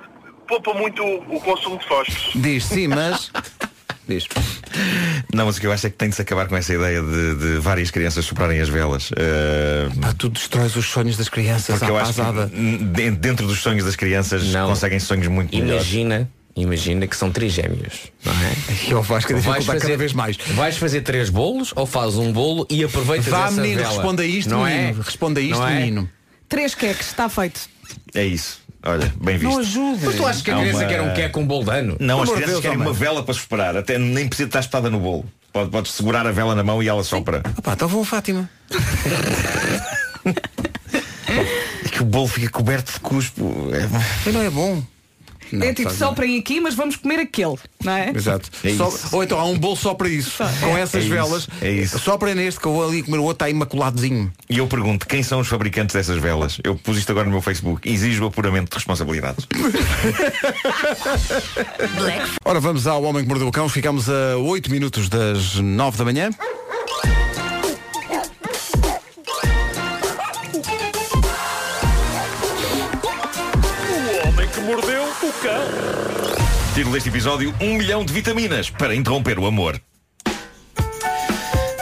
Speaker 16: poupa muito o, o consumo de fósforos.
Speaker 8: Diz, sim, mas. Diz.
Speaker 12: Não, mas o que eu acho é que tem de se acabar com essa ideia de, de várias crianças soprarem as velas. Eh,
Speaker 8: Tu destróis os sonhos das crianças
Speaker 12: porque
Speaker 8: à
Speaker 12: eu acho
Speaker 8: pasada.
Speaker 12: que n- de- dentro dos sonhos das crianças conseguem sonhos muito melhores.
Speaker 14: Imagina
Speaker 7: Imagina que são três gêmeos, não é?
Speaker 8: E o Vasco a dificultar cada
Speaker 7: vez mais. Vais fazer três bolos ou fazes um bolo e aproveitas
Speaker 8: Vá,
Speaker 7: essa
Speaker 8: menino,
Speaker 7: vela?
Speaker 8: responda isto,
Speaker 7: não
Speaker 8: menino.
Speaker 7: É?
Speaker 8: Responda isto,
Speaker 7: não é?
Speaker 8: menino.
Speaker 3: Três queques, está feito.
Speaker 12: É isso. Olha, bem visto.
Speaker 3: Não ajudes.
Speaker 7: Mas tu achas que a
Speaker 12: Há
Speaker 7: criança
Speaker 12: uma-
Speaker 7: quer um queque com um bolo de ano?
Speaker 12: Não, as
Speaker 7: Pelo amor de
Speaker 12: crianças
Speaker 7: Deus,
Speaker 12: querem
Speaker 7: homem.
Speaker 12: uma vela para soprar. Até nem precisa estar espada no bolo. Pode- Podes segurar a vela na mão e ela sopra.
Speaker 8: Pá, então vão, Fátima.
Speaker 12: É que o bolo fica coberto de cuspo. É...
Speaker 8: Não é bom. Não,
Speaker 17: é tipo,
Speaker 8: faz
Speaker 17: soprem aqui, mas vamos comer aquele, não é?
Speaker 8: Exato. Só- ou então há um bolo só para isso. Com essas
Speaker 12: É isso,
Speaker 8: velas.
Speaker 12: é isso.
Speaker 8: Só para neste que eu vou ali comer o outro está imaculadozinho.
Speaker 12: E eu pergunto, quem são os fabricantes dessas velas? Eu pus isto agora no meu Facebook. Exijo o apuramento de responsabilidades.
Speaker 8: Ora, vamos ao Homem que Mordeu o Cão. Ficamos a 8 minutos das 9 da manhã.
Speaker 12: O homem que mordeu o cão. Título deste episódio, um milhão de vitaminas para interromper o amor.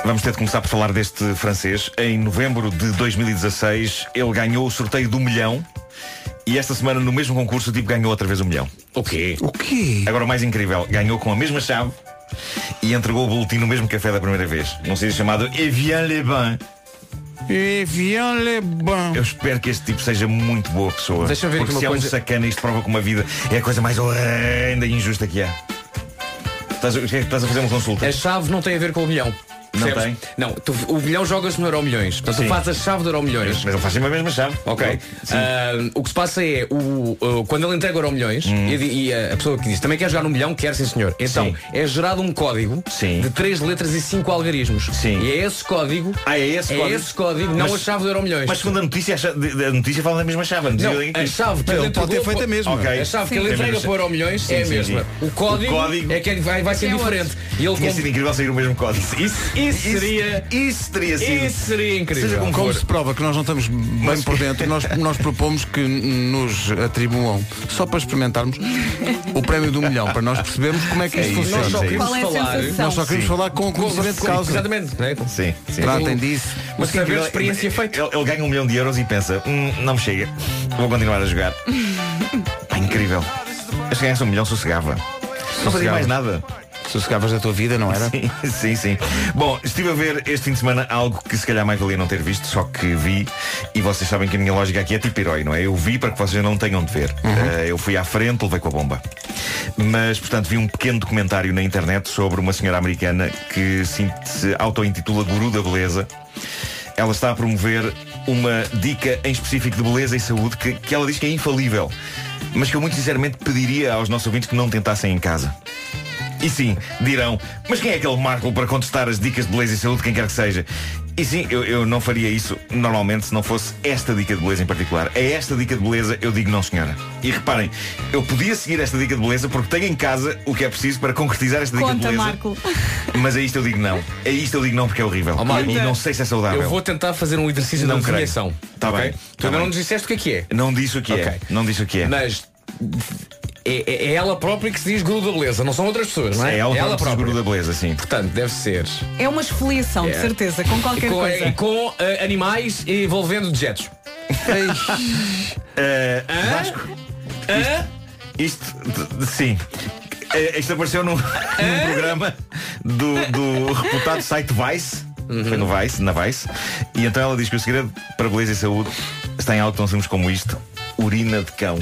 Speaker 12: Vamos ter de começar por falar deste francês. Em novembro de 2016, ele ganhou o sorteio do milhão. E esta semana, no mesmo concurso, o tipo ganhou outra vez o milhão. O quê? O
Speaker 8: quê?
Speaker 12: Agora o mais incrível, ganhou com a mesma chave e entregou o boletim no mesmo café da primeira vez. Num sítio chamado Evian Le Bain.
Speaker 8: Evian Le Bain.
Speaker 12: Eu espero que este tipo seja muito boa pessoa.
Speaker 7: Deixa-me ver
Speaker 12: Porque
Speaker 7: aqui uma
Speaker 12: se é
Speaker 7: coisa.
Speaker 12: um sacana, isto prova que uma vida é a coisa mais horrenda e injusta que há. Estás, o que é que estás a fazer uma consulta?
Speaker 7: A chave não tem a ver com o milhão.
Speaker 12: Não
Speaker 7: Percebes?
Speaker 12: tem?
Speaker 7: Não, tu- o milhão jogas no Euro Milhões. Portanto,
Speaker 12: Sim.
Speaker 7: tu fazes a chave do Euro Milhões.
Speaker 12: Mas eu faço sempre a mesma chave.
Speaker 7: Ok.
Speaker 12: Sim.
Speaker 7: Ah, o que se passa é, o, o- quando ele entrega o Euro Milhões,
Speaker 12: Hum.
Speaker 7: e, di- e a, a pessoa que diz também quer jogar no milhão, quer sim senhor. Então, é gerado um código de três letras e cinco algarismos. Sim. E é esse código.
Speaker 12: Ah, é esse
Speaker 7: é
Speaker 12: código?
Speaker 7: esse código, não
Speaker 12: Mas-
Speaker 7: a chave do Euro Milhões.
Speaker 12: Mas segundo a notícia, a cha- de- a notícia fala da mesma chave. A, notícia
Speaker 7: Não,
Speaker 12: diz
Speaker 7: a
Speaker 12: isso.
Speaker 7: chave que ele entregou para- Ok. A chave que ele
Speaker 12: Tem
Speaker 7: entrega
Speaker 12: mesmo-
Speaker 7: para o Euro Milhões
Speaker 12: Sim,
Speaker 7: é a
Speaker 12: sim,
Speaker 7: mesma.
Speaker 12: sim.
Speaker 7: O código, é que vai, vai ser
Speaker 12: É outro.
Speaker 7: diferente. E ele
Speaker 12: Tinha
Speaker 7: com-
Speaker 12: sido incrível sair o mesmo código.
Speaker 7: Isso, isso seria.
Speaker 12: Isso teria sido.
Speaker 7: Isso seria incrível.
Speaker 12: Seja como
Speaker 8: Como
Speaker 12: for.
Speaker 8: se prova que nós não estamos bem por dentro, nós, nós propomos que nos atribuam, só para experimentarmos, o prémio do milhão, para nós percebermos como é que
Speaker 7: É
Speaker 8: isto
Speaker 7: isso,
Speaker 8: funciona.
Speaker 7: nós só queremos Qual é a falar- sensação?
Speaker 8: Nós só queremos
Speaker 7: Sim.
Speaker 8: falar com o conhecimento de causa.
Speaker 7: Exatamente. né?
Speaker 12: Sim, sim.
Speaker 8: Tratem disso.
Speaker 12: Mas
Speaker 7: Saber
Speaker 12: incrível,
Speaker 7: experiência é
Speaker 12: ele, ele, ele ganha um milhão de euros e pensa, "Hum, não me chega, vou continuar a jogar. Pá, incrível. Mas se ganhasse um milhão sossegava. Não fazia mais nada.
Speaker 8: Sossegavas da tua vida, não era?
Speaker 12: Sim, sim, sim. Bom, estive a ver este fim de semana algo que se calhar mais valia não ter visto, só que vi, e vocês sabem que a minha lógica aqui é tipo herói, não é? Eu vi para que vocês não tenham de ver.
Speaker 8: Uhum.
Speaker 12: Eh, eu fui à frente, levei com a bomba. Mas, portanto, vi um pequeno documentário na internet sobre uma senhora americana que se in- se auto-intitula Guru da Beleza. Ela está a promover uma dica em específico de beleza e saúde que, que ela diz que é infalível. Mas que eu muito sinceramente pediria aos nossos ouvintes que não tentassem em casa. E sim, dirão, mas quem é aquele Marco para contestar as dicas de beleza e saúde, de quem quer que seja? E sim, eu, eu não faria isso normalmente se não fosse esta dica de beleza em particular. A esta dica de beleza eu digo não, senhora. E reparem, eu podia seguir esta dica de beleza porque tenho em casa o que é preciso para concretizar esta dica de
Speaker 3: Conta,
Speaker 12: beleza.
Speaker 3: Marco.
Speaker 12: Mas a isto eu digo não. A isto eu digo não porque é horrível.
Speaker 7: Oh, Marco,
Speaker 12: e não sei se é saudável.
Speaker 7: Eu vou tentar fazer um exercício
Speaker 12: Não
Speaker 7: de
Speaker 12: creio.
Speaker 7: avaliação.
Speaker 12: Tá
Speaker 7: ok?
Speaker 12: bem,
Speaker 7: Tu
Speaker 12: tá
Speaker 7: ainda
Speaker 12: bem.
Speaker 7: não nos disseste o que é que é.
Speaker 12: Não disse o que é.
Speaker 7: Ok.
Speaker 12: Não disse o que é.
Speaker 7: Mas é, é- é ela própria que se diz guru da beleza, não são outras pessoas, não é?
Speaker 12: É ela própria que se diz guru da beleza, sim.
Speaker 7: Portanto, deve ser.
Speaker 3: É uma esfoliação, de
Speaker 7: É.
Speaker 3: certeza, com qualquer
Speaker 7: com,
Speaker 3: coisa.
Speaker 14: é,
Speaker 7: e com, eh, animais envolvendo dejetos.
Speaker 12: Eh, Vasco. Isto, isto- de- sim. Eh, Isto apareceu num,
Speaker 8: É?
Speaker 12: num programa do, do reputado site Vice.
Speaker 8: Uhum.
Speaker 12: Foi no Vice, na Vice. E então ela diz que o segredo para beleza e saúde está em alto consumos como isto. Urina de cão.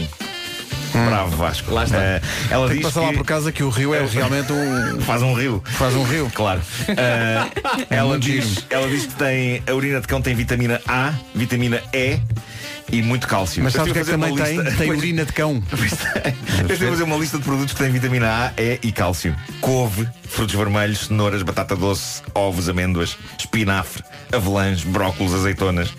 Speaker 12: Bravo Vasco. Lá ela
Speaker 8: Hum. Tem que
Speaker 12: diz
Speaker 8: passar lá por casa que o rio é realmente um.
Speaker 12: Faz um rio.
Speaker 8: Faz um rio. É
Speaker 12: Claro. Ah,
Speaker 8: um
Speaker 12: ela, diz, ela diz que tem a urina de cão tem vitamina A, vitamina E e muito cálcio.
Speaker 8: Mas
Speaker 12: Eu
Speaker 8: sabes o que é que
Speaker 12: estive a
Speaker 8: também
Speaker 12: fazer uma
Speaker 8: tem?
Speaker 12: lista-
Speaker 8: Tem
Speaker 12: Pois,
Speaker 8: urina de cão.
Speaker 12: eu estive a fazer uma lista de produtos que têm vitamina A, E e cálcio. Couve, frutos vermelhos, cenouras, batata doce, ovos, amêndoas, espinafre, avelãs, brócolos, azeitonas.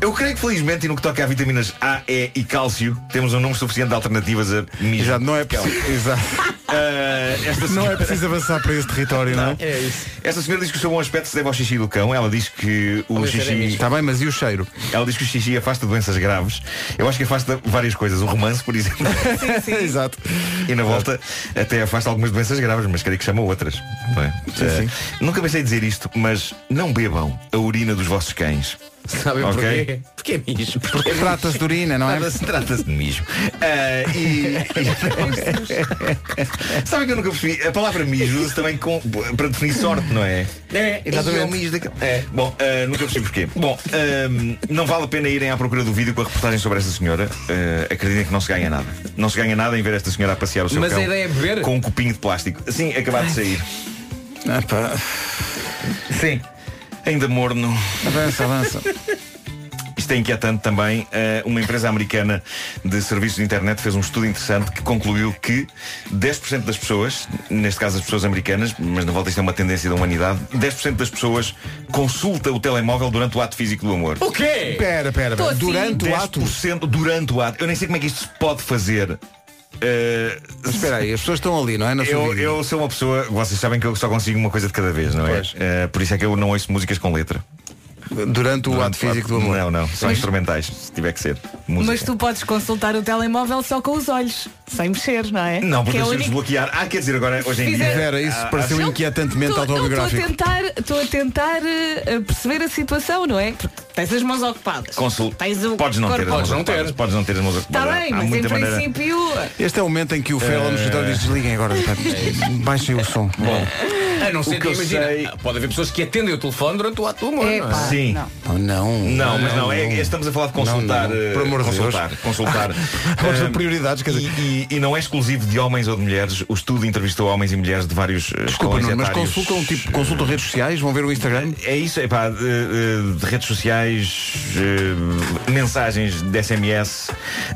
Speaker 12: Eu creio que felizmente e no que toca a vitaminas A, E e cálcio, temos um número suficiente de alternativas a Ah, mijo. Exato,
Speaker 8: não é preciso. Exato. Não é preciso avançar para esse território, não, é?
Speaker 12: Esta senhora diz que o seu bom aspecto se deve ao xixi do cão. Ela diz que o
Speaker 8: Talvez seja
Speaker 12: xixi.
Speaker 8: misto. Está Tá bem, mas e o cheiro?
Speaker 12: Ela diz que o xixi afasta doenças graves. Eu acho que afasta várias coisas. O romance, por exemplo.
Speaker 8: Exato.
Speaker 12: e na volta até afasta algumas doenças graves, mas creio que chama outras. não é? Eh, Nunca pensei em dizer isto, mas não bebam a urina dos vossos cães.
Speaker 14: Sabem
Speaker 12: Ok?
Speaker 14: porquê? Porque é mijo.
Speaker 12: Porque trata-se de urina, não é? Trata-se trata-se de mijo. Ah, e... Sabem que eu nunca percebi? A palavra mijo usa também com- para definir sorte, não é?
Speaker 14: É,
Speaker 12: E é o mijo daquele- É, Bom, ah, nunca percebi porquê. Bom, ah, não vale a pena irem à procura do vídeo com a reportagem sobre esta senhora. Ah, acreditem que não se ganha nada. Não se ganha nada em ver esta senhora a passear o seu
Speaker 14: Mas a
Speaker 12: cão
Speaker 14: ideia é beber?
Speaker 12: com um copinho de plástico. Sim, acabado de sair. Sim. Ainda morno.
Speaker 8: Avança, avança.
Speaker 12: Isto é inquietante também. Eh, uma empresa americana de serviços de internet fez um estudo interessante que concluiu que 10% das pessoas, neste caso as pessoas americanas, mas na volta isto é uma tendência da humanidade, 10% das pessoas consulta o telemóvel durante o ato físico do amor.
Speaker 14: O quê?
Speaker 8: Pera, pera,
Speaker 14: Tô assim.
Speaker 8: durante o ato.
Speaker 12: 10% durante o ato. Eu nem sei como é que isto se pode fazer. Eh,
Speaker 8: Mas espera aí, as pessoas estão ali, não é? Na sua
Speaker 12: eu,
Speaker 8: vida.
Speaker 12: eu sou uma pessoa, vocês sabem que eu só consigo uma coisa de cada vez, não é? Eh, por isso é que eu não ouço músicas com letra.
Speaker 8: Durante o ato físico do amor.
Speaker 12: Não, não, são
Speaker 8: Mas-
Speaker 12: instrumentais, se tiver que ser. Música.
Speaker 9: Mas tu podes consultar o telemóvel só com os olhos, sem mexer, não é?
Speaker 12: Não, porque
Speaker 9: que é o
Speaker 12: deixa
Speaker 9: único-
Speaker 12: desbloquear. Ah, quer dizer, agora hoje em dia.
Speaker 9: Fizer-
Speaker 8: Vera, isso
Speaker 12: Ah,
Speaker 8: pareceu
Speaker 12: acho-
Speaker 8: inquietantemente
Speaker 9: Tô- eu Estou a
Speaker 8: autobiográfico.
Speaker 9: tentar, estou a tentar eh, a perceber a situação, não é? Porque tens as mãos ocupadas.
Speaker 12: Consul...
Speaker 9: Tens o
Speaker 12: Podes não ter as
Speaker 9: corpo-
Speaker 12: mãos ocupadas, Podes não ter as mãos
Speaker 9: Está
Speaker 12: ocupadas.
Speaker 9: Tá bem,
Speaker 12: Há
Speaker 9: mas em
Speaker 12: muita maneira. Eh,
Speaker 9: princípio.
Speaker 8: Este é o momento em que o Fela nos escritório diz desliguem
Speaker 12: Ah,
Speaker 8: agora. pá,
Speaker 12: é
Speaker 8: Baixem o som. Bom.
Speaker 14: A não ser
Speaker 8: O
Speaker 14: que,
Speaker 8: que eu
Speaker 14: imagina,
Speaker 8: sei-
Speaker 14: pode haver pessoas que atendem o telefone durante o ato do amor, não é?
Speaker 12: Sim.
Speaker 8: Não. não.
Speaker 12: Não, mas não, é-
Speaker 8: não.
Speaker 12: é- estamos a falar de consultar.
Speaker 8: Não, não, não.
Speaker 12: eh,
Speaker 8: Por amor de
Speaker 12: consultar,
Speaker 8: Deus.
Speaker 12: consultar.
Speaker 8: Outras
Speaker 12: Eh,
Speaker 8: prioridades, quer dizer.
Speaker 12: E, e- e não é exclusivo de homens ou de mulheres. O estudo entrevistou homens e mulheres de vários. eh,
Speaker 8: Desculpa,
Speaker 12: escalões
Speaker 8: Nuno, mas
Speaker 12: etários.
Speaker 8: consultam, tipo, consultam redes sociais, vão ver o Instagram.
Speaker 12: É isso, é pá, de, eh, de redes sociais, eh, mensagens de SMS.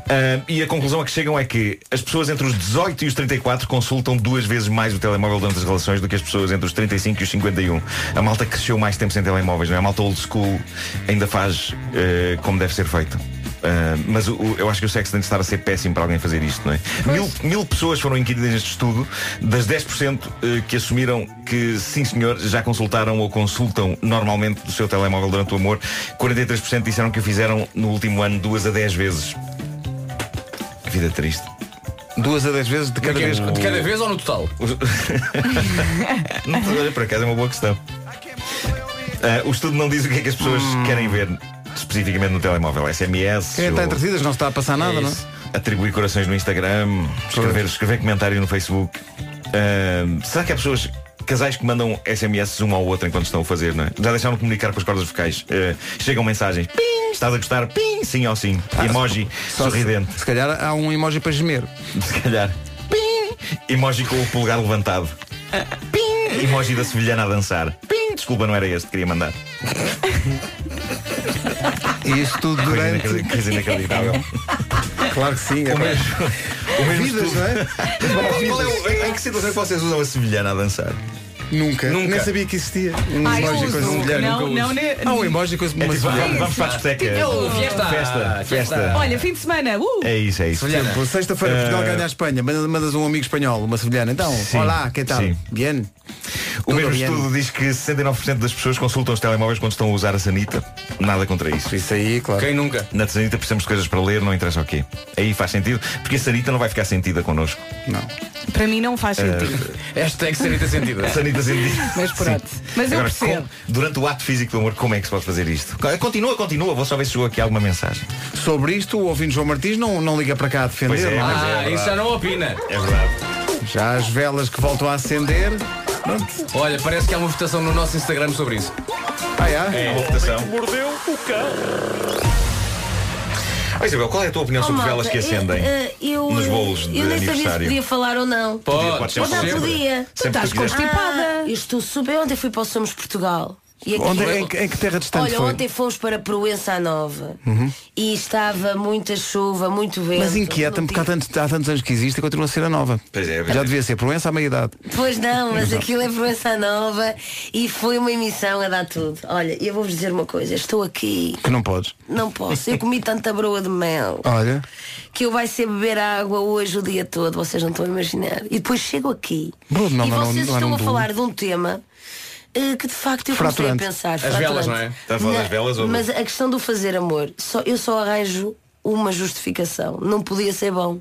Speaker 12: Ah, e a conclusão a que chegam é que as pessoas entre os 18 e os 34 consultam duas vezes mais o telemóvel durante as relações do que as pessoas entre os 35 e os 51. A malta cresceu mais tempo sem telemóveis, não é? A malta old school ainda faz eh, como deve ser feito. Ah, mas o- o- eu acho que o sexo tem de estar a ser péssimo para alguém fazer isto, não é? Mil, mil pessoas foram inquiridas neste estudo, das 10% eh, que assumiram que, sim senhor, já consultaram ou consultam normalmente do seu telemóvel durante o amor, 43% disseram que o fizeram no último ano duas a 10 vezes. Que vida triste.
Speaker 8: Duas a dez vezes de cada
Speaker 12: Porque-
Speaker 8: vez.
Speaker 12: de cada vez
Speaker 14: Vês ou no total?
Speaker 12: Não olha, por acaso é uma boa questão. Ah, o estudo não diz o que é que as pessoas querem ver especificamente no telemóvel. SMS.
Speaker 8: Hum. Quem está
Speaker 12: ou-
Speaker 8: entretidas não se está a passar nada, não é?
Speaker 12: Atribuir corações no Instagram, escrever, escrever comentário no Facebook. Ahm, será que há pessoas, casais que mandam SMS um ao outro enquanto estão a fazer, não é? Já deixaram de comunicar com as cordas vocais. Ah, chegam mensagens. Pim! Estás a gostar? Pim! Sim ou sim. Emoji.
Speaker 8: Ah, Só se-
Speaker 12: sorridente.
Speaker 8: Se calhar há um emoji para gemer.
Speaker 12: Se calhar. Pim! Emoji com o polegar levantado. Pim! Emoji da sevilhana a dançar. Pim! Desculpa, não era este que queria mandar.
Speaker 8: E isso tudo
Speaker 12: Coisa
Speaker 8: durante.
Speaker 12: inacredi- Coisa inacreditável.
Speaker 8: Claro que sim. é
Speaker 12: O mesmo, o mesmo
Speaker 8: Vidas,
Speaker 12: estudo-
Speaker 8: não é?
Speaker 12: Qual é o- em- em que situação é que vocês usam a sevilhana a dançar?
Speaker 8: Nunca.
Speaker 12: Nunca.
Speaker 8: Nem sabia que existia. Um
Speaker 9: Ah, eu
Speaker 8: emoji com
Speaker 9: uso.
Speaker 8: essa mulher.
Speaker 9: Não,
Speaker 8: nunca uso.
Speaker 9: não, né-
Speaker 8: Há um emoji com essa
Speaker 12: É
Speaker 8: uma
Speaker 12: tipo,
Speaker 8: sevilhana.
Speaker 12: vamos, vamos para a discoteca.
Speaker 9: Tipo, fiesta.
Speaker 12: Festa, festa.
Speaker 9: Olha, fim de semana. Uh!
Speaker 12: É isso, é isso.
Speaker 8: Por exemplo, sexta-feira Portugal
Speaker 12: Eh,
Speaker 8: ganha a Espanha, mandas, mandas um amigo espanhol, uma sevilhana. Então,
Speaker 12: Sim,
Speaker 8: olá, que tal?
Speaker 12: sim.
Speaker 8: Bien?
Speaker 12: O mesmo
Speaker 8: Tudo bien.
Speaker 12: estudo diz que 69% das pessoas consultam os telemóveis quando estão a usar a sanita. Nada contra isso.
Speaker 8: Isso aí, claro.
Speaker 14: Quem nunca?
Speaker 12: Na sanita precisamos de coisas para ler, não interessa o quê. Aí faz sentido, porque a sanita não vai ficar sentida connosco. Eh,
Speaker 8: Não.
Speaker 9: Para mim não faz sentido.
Speaker 14: Hashtag sanita sentida.
Speaker 12: É. sanita sentida.
Speaker 9: Mas pronto.
Speaker 12: Sim.
Speaker 9: Mas eu
Speaker 12: Agora,
Speaker 9: percebo.
Speaker 12: com- durante o ato físico do amor, como é que se pode fazer isto? Continua, continua, vou só ver se chegou aqui alguma mensagem.
Speaker 8: Sobre isto, o ouvinte João Martins não, não liga para cá a defender.
Speaker 12: Pois é,
Speaker 8: não
Speaker 12: pois é, é
Speaker 14: Ah, isso já não opina.
Speaker 12: É verdade.
Speaker 8: Já as velas que voltam a acender. Pronto.
Speaker 14: Olha, parece que há uma votação no nosso Instagram sobre isso.
Speaker 8: Ah, é?
Speaker 12: É uma votação.
Speaker 14: Mordeu o cão.
Speaker 12: Ah, Isabel, qual é a tua opinião
Speaker 18: Oh,
Speaker 12: sobre
Speaker 18: malta,
Speaker 12: velas que
Speaker 18: eu-
Speaker 12: acendem
Speaker 18: eh, eu,
Speaker 12: nos bolos de
Speaker 18: Eu nem sabia se
Speaker 12: aniversário?
Speaker 18: podia falar ou não.
Speaker 12: Podia, pode ser
Speaker 18: Mas não
Speaker 12: sempre.
Speaker 18: podia.
Speaker 12: Sempre que tu quiseres.
Speaker 18: Ah, eu estou super. Ontem fui para o Somos Portugal. E aqui-
Speaker 8: Onde, em, que- em que terra distante
Speaker 18: Olha,
Speaker 8: foi?
Speaker 18: ontem fomos para Proença à Nova
Speaker 8: Uhum.
Speaker 18: e estava muita chuva, muito vento.
Speaker 8: Mas inquieta-me porque há tantos, há tantos anos que existe e continua a ser a nova.
Speaker 12: Pois é,
Speaker 8: Já devia ser Proença à meia-idade.
Speaker 18: Pois não, mas
Speaker 8: Não.
Speaker 18: aquilo é Proença Nova e foi uma emissão a dar tudo. Olha, eu vou-vos dizer uma coisa, estou aqui,
Speaker 8: Que não podes.
Speaker 18: não posso, eu comi tanta broa de mel
Speaker 8: Olha.
Speaker 18: que eu vai ser beber água hoje o dia todo, vocês não estão a imaginar. E depois chego aqui
Speaker 8: Bom, não,
Speaker 18: e
Speaker 8: não,
Speaker 18: vocês
Speaker 8: não, é
Speaker 18: estão
Speaker 8: não
Speaker 18: a
Speaker 8: dou.
Speaker 18: falar de um tema eh, que de facto eu comecei a
Speaker 8: Fraturante.
Speaker 18: pensar.
Speaker 8: As velas, não é? Estás a falar das velas ou do-
Speaker 18: Mas a questão do fazer amor, só, eu só arranjo uma justificação. Não podia ser bom.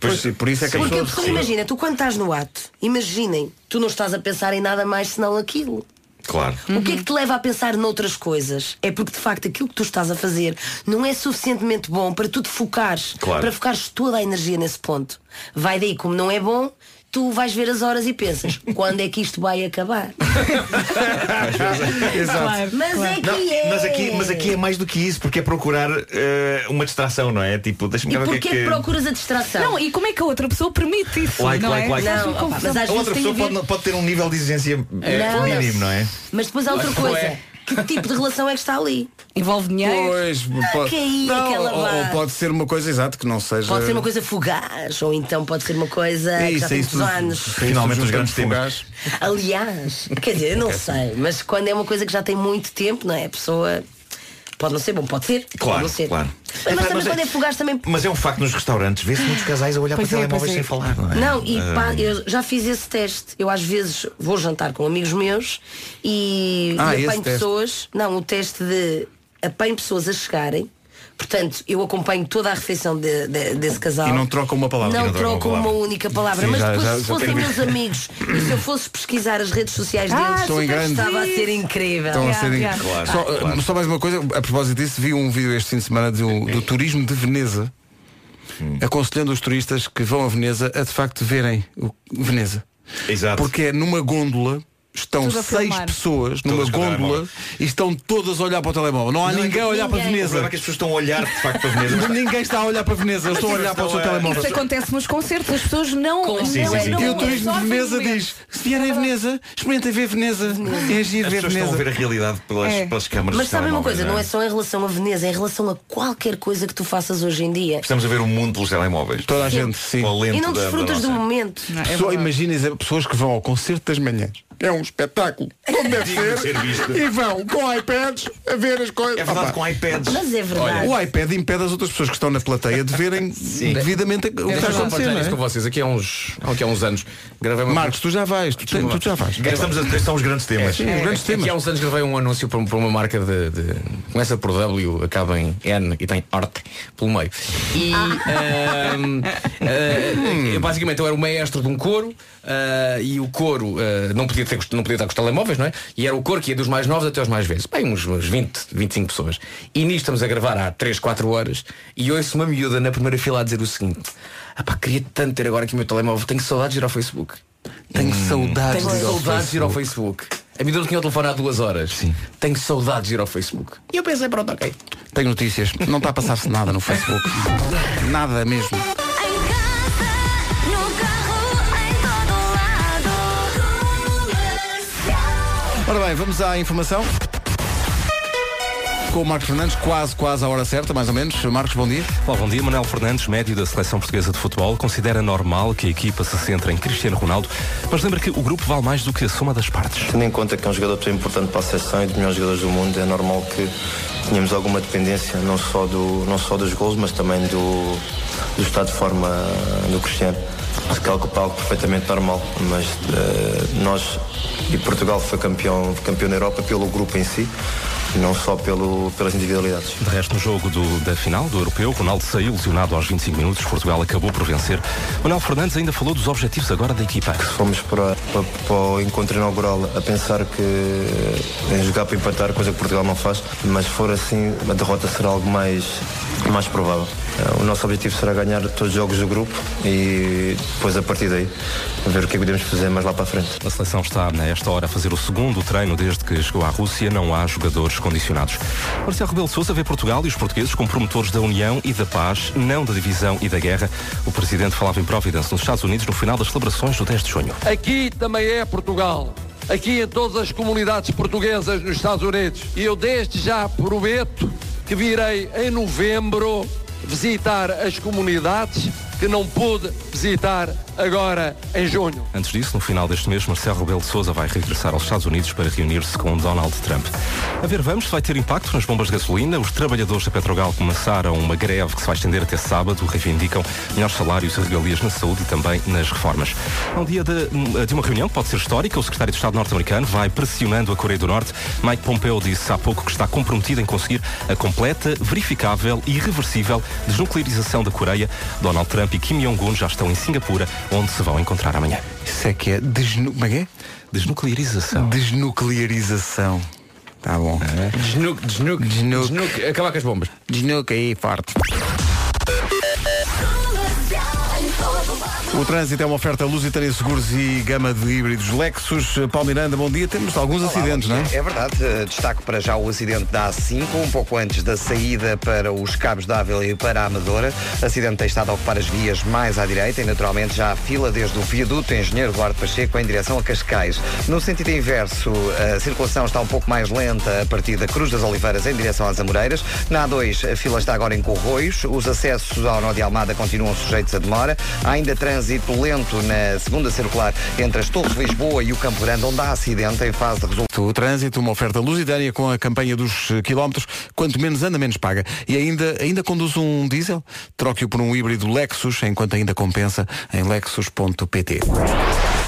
Speaker 12: Pois, por isso é que a
Speaker 18: Porque
Speaker 12: pessoa
Speaker 18: a pessoa,
Speaker 12: decide.
Speaker 18: imagina, tu quando estás no ato, imaginem, tu não estás a pensar em nada mais senão aquilo.
Speaker 12: Claro.
Speaker 18: O que é que te leva a pensar noutras coisas? É porque de facto aquilo que tu estás a fazer não é suficientemente bom para tu te focares,
Speaker 12: Claro.
Speaker 18: para focares toda a energia nesse ponto. Vai daí, como não é bom, tu vais ver as horas e pensas, quando é que isto vai acabar?
Speaker 16: é.
Speaker 12: Exato.
Speaker 18: Mas é que
Speaker 12: Não,
Speaker 18: é.
Speaker 12: mas, aqui, mas aqui é mais do que isso, porque é procurar eh, uma distração, não é? Tipo, deixa-me
Speaker 18: E
Speaker 12: cá ver o
Speaker 18: porquê
Speaker 12: que é
Speaker 18: que
Speaker 12: que.
Speaker 18: procuras a distração?
Speaker 3: Não, e como é que a outra pessoa permite isso?
Speaker 12: Like,
Speaker 3: não
Speaker 12: like,
Speaker 3: é?
Speaker 12: like.
Speaker 3: Faz-me
Speaker 18: Não,
Speaker 3: confusão.
Speaker 18: mas às
Speaker 12: a
Speaker 18: vezes
Speaker 12: outra
Speaker 18: tem
Speaker 12: pessoa
Speaker 18: a ver-
Speaker 12: pode, pode ter um nível de exigência eh,
Speaker 18: Não,
Speaker 12: mínimo,
Speaker 18: não.
Speaker 12: não é?
Speaker 18: Mas depois há outra
Speaker 12: Não
Speaker 18: coisa.
Speaker 12: é.
Speaker 18: Que tipo de relação é que está ali? Ah,
Speaker 3: Envolve dinheiro?
Speaker 8: Pois, pode,
Speaker 18: que é aí,
Speaker 8: não, oh,
Speaker 18: aquela
Speaker 8: ou, ou
Speaker 18: vá.
Speaker 8: pode ser uma coisa, exato, que não seja.
Speaker 18: Pode ser uma coisa fugaz, ou então pode ser uma coisa
Speaker 8: É
Speaker 18: que
Speaker 8: eh, isso,
Speaker 18: já
Speaker 8: é
Speaker 18: tem
Speaker 8: isso.
Speaker 18: muitos anos.
Speaker 12: Finalmente os grandes
Speaker 8: temas.
Speaker 18: Aliás, quer dizer, eu não sei, mas quando é uma coisa que já tem muito tempo, não é? A pessoa pode não ser bom, pode ser, pode
Speaker 12: Claro,
Speaker 18: não ser.
Speaker 12: claro.
Speaker 18: Mas,
Speaker 12: Epá,
Speaker 18: também
Speaker 12: mas é-
Speaker 18: quando é fugaz também.
Speaker 12: Mas é um facto nos restaurantes, vê-se muitos casais a olhar
Speaker 18: Pois
Speaker 12: para
Speaker 18: é,
Speaker 12: telemóveis
Speaker 18: pois é.
Speaker 12: sem falar, não é?
Speaker 18: Não, e
Speaker 12: Eh,
Speaker 18: pá, eu já fiz esse teste. Eu às vezes vou jantar com amigos meus e,
Speaker 12: Ah,
Speaker 18: e
Speaker 12: esse
Speaker 18: apanho
Speaker 12: teste.
Speaker 18: pessoas. Não, o teste de apanho pessoas a chegarem. Portanto, eu acompanho toda a refeição de- de- desse casal.
Speaker 8: E não trocam uma palavra.
Speaker 18: Não,
Speaker 8: E não trocam uma
Speaker 18: trocam uma,
Speaker 8: palavra.
Speaker 18: única palavra.
Speaker 8: Sim,
Speaker 18: mas
Speaker 8: já-
Speaker 18: depois,
Speaker 8: já-
Speaker 18: se
Speaker 8: já
Speaker 18: fossem
Speaker 8: tenho
Speaker 18: meus
Speaker 8: visto.
Speaker 18: amigos e se eu fosse pesquisar as redes sociais
Speaker 8: Ah,
Speaker 18: deles,
Speaker 8: estão em grande.
Speaker 18: estava a ser incrível.
Speaker 8: Estão a ser incríveis. Só, eh, só mais uma coisa, a propósito disso, vi um vídeo este fim de semana do, do turismo de Veneza,
Speaker 12: Hum.
Speaker 8: aconselhando os turistas que vão a Veneza a de facto verem o, Veneza.
Speaker 12: Exato.
Speaker 8: Porque é numa gôndola. Estão
Speaker 12: Tudo a
Speaker 8: seis
Speaker 12: filmar.
Speaker 8: pessoas numa
Speaker 12: Todas com o
Speaker 8: gôndola
Speaker 12: telemóvel.
Speaker 8: e estão todas a ollar para o telemóvel. Não há
Speaker 12: Não, é
Speaker 8: ninguém a olhar para
Speaker 12: ninguém. O
Speaker 8: Veneza.
Speaker 12: problema é que as pessoas estão a olhar, de facto, para Veneza, mas-
Speaker 8: ninguém está a olhar para Veneza, eles estão a
Speaker 12: Mas é
Speaker 8: olhar para o seu
Speaker 12: estão a-
Speaker 8: telemóvel.
Speaker 3: Isso acontece nos concertos, as pessoas não. não,
Speaker 9: é
Speaker 8: Sim, sim, sim.
Speaker 3: não
Speaker 8: E o turismo de
Speaker 3: absorvem
Speaker 8: Veneza
Speaker 12: assim
Speaker 3: o momento.
Speaker 8: diz, se vierem a Veneza, experimentem ver Veneza. É agir
Speaker 12: As
Speaker 8: ver É.
Speaker 12: pessoas estão a
Speaker 8: Veneza.
Speaker 12: ver a realidade pelas, pelas câmaras
Speaker 18: Mas
Speaker 12: dos
Speaker 18: sabe uma
Speaker 12: telemóveis,
Speaker 18: coisa, não é só em relação a Veneza, é em relação a qualquer coisa que tu faças hoje em dia.
Speaker 12: Estamos a ver o mundo pelos telemóveis. Toda
Speaker 8: a gente, sim.
Speaker 12: Com a lente
Speaker 18: E não
Speaker 12: é da- da
Speaker 18: desfrutas
Speaker 12: nossa.
Speaker 18: do momento.
Speaker 12: Ah, é
Speaker 8: Pessoa, imagina as pessoas que vão ao concerto das manhãs. É um espetáculo. Como deve
Speaker 12: Digno de ser
Speaker 8: ser.
Speaker 12: visto.
Speaker 8: E vão com iPads a ver as coisas.
Speaker 12: É verdade,
Speaker 8: Opa.
Speaker 12: com iPads. Mas
Speaker 18: é verdade.
Speaker 8: o iPad impede as outras pessoas que estão na plateia de verem devidamente
Speaker 12: É
Speaker 8: o que está
Speaker 7: Deixa-me só partilhar isto
Speaker 8: acontecendo.
Speaker 7: com vocês. Aqui há uns, aqui há uns anos gravei uma
Speaker 8: Marcos, tu já vais, tu, tem- tu já vais.
Speaker 12: são os grandes temas.
Speaker 8: É, Sim, os grandes
Speaker 7: Aqui há uns anos gravei um anúncio para, para uma marca de, de- Começa por W, acaba em N e tem Arte pelo meio. E ahm, ah, basicamente eu era o maestro de um coro ah, e o coro ah, não, podia ter, com os- não podia estar com os telemóveis, não é? E era o coro que ia dos mais novos até os mais velhos. Bem, uns, uns 20, 25 pessoas. E nisto estamos a gravar há 3, 4 horas e ouço uma miúda na primeira fila a dizer o seguinte. Ah pá, queria tanto ter agora aqui o meu telemóvel, tenho saudades de ir ao Facebook.
Speaker 8: Tenho saudades de ir
Speaker 7: Tenho
Speaker 8: ao
Speaker 7: saudades de ir ao Facebook. A miúda tinha o telefone há duas horas. Sim. Tenho saudades de ir ao Facebook. E eu pensei, pronto, ok.
Speaker 8: Tenho notícias. Não está a passar-se nada no Facebook. Nada mesmo. Ora bem, vamos à informação. Com o Marcos Fernandes, quase, quase à hora certa, mais ou menos. Marcos, bom dia.
Speaker 1: Olá, bom dia. Manuel Fernandes, médio da Seleção Portuguesa de Futebol, considera normal que a equipa se centre em Cristiano Ronaldo, mas lembra que o grupo vale mais do que a soma das partes.
Speaker 13: Tendo em conta que é um jogador tão importante para a seleção e dos melhores jogadores do mundo, é normal que tenhamos alguma dependência, não só, do, não só dos gols, mas também do, do estado de forma do Cristiano. Se calcula algo perfeitamente normal, mas eh, nós e Portugal foi campeão, campeão da Europa pelo grupo em si, e não só pelo, pelas individualidades.
Speaker 1: De resto, no jogo do- da final do Europeu, Ronaldo saiu lesionado aos 25 minutos, Portugal acabou por vencer. Manuel Fernandes ainda falou dos objetivos agora da equipa.
Speaker 13: Fomos para, para, para o encontro inaugural a pensar que eh, em jogar para empatar, coisa que Portugal não faz, mas se for assim, a derrota será algo mais, mais provável. Eh, O nosso objetivo será ganhar todos os jogos do grupo e depois a partir daí ver o que é que podemos fazer mais lá para a frente.
Speaker 1: A seleção está, a esta hora, a fazer o segundo treino desde que chegou à Rússia. Não há jogadores condicionados. Marcelo Rebelo de Sousa vê Portugal e os portugueses como promotores da união e da paz, não da divisão e da guerra. O presidente falava em Providence, nos Estados Unidos, no final das celebrações do 10 de junho.
Speaker 2: Aqui também é Portugal. Aqui em todas as comunidades portuguesas nos Estados Unidos. E eu desde já prometo que virei em novembro visitar as comunidades que não pude visitar agora em junho.
Speaker 1: Antes disso, no final deste mês, Marcelo Rebelo de Sousa vai regressar aos Estados Unidos para reunir-se com Donald Trump. A ver, vamos, se vai ter impacto nas bombas de gasolina. Os trabalhadores da Petrogal começaram uma greve que se vai estender até sábado. Reivindicam melhores salários e regalias na saúde e também nas reformas. É um dia de, de uma reunião que pode ser histórica. O secretário de Estado norte-americano vai pressionando a Coreia do Norte. Mike Pompeo disse há pouco que está comprometido em conseguir a completa, verificável e irreversível desnuclearização da Coreia. Donald Trump Trump e Kim Jong-un já estão em Singapura, onde se vão encontrar amanhã.
Speaker 8: Isso é que é, desnu... Como é que é?
Speaker 1: Desnuclearização.
Speaker 8: Desnuclearização. Tá bom.
Speaker 14: Desnuke, desnuke, desnuke, Acabar com as bombas.
Speaker 8: Desnuque aí, forte. O trânsito é uma oferta Lusitânia Seguros e gama de híbridos Lexus. Palmiranda, bom dia. Temos alguns acidentes, não é?
Speaker 4: É verdade, eh, destaco para já o acidente da A5, um pouco antes da saída para os Cabos da Ávila e para a Amadora. Acidente tem estado a ocupar as vias mais à direita e naturalmente já a fila desde o viaduto Engenheiro Duarte Pacheco em direção a Cascais. No sentido inverso, a circulação está um pouco mais lenta a partir da Cruz das Oliveiras em direção às Amoreiras. Na A2, a fila está agora em Corroios. Os acessos ao Nó de Almada continuam sujeitos a demora. Há ainda trânsito lento na segunda circular entre as Torres de Lisboa e o Campo Grande, onde há acidente em fase de resolução.
Speaker 8: O trânsito, uma oferta lusitânia com a campanha dos eh, quilómetros. Quanto menos anda, menos paga. E ainda, ainda conduz um diesel? Troque-o por um híbrido Lexus, enquanto ainda compensa em lexus.pt.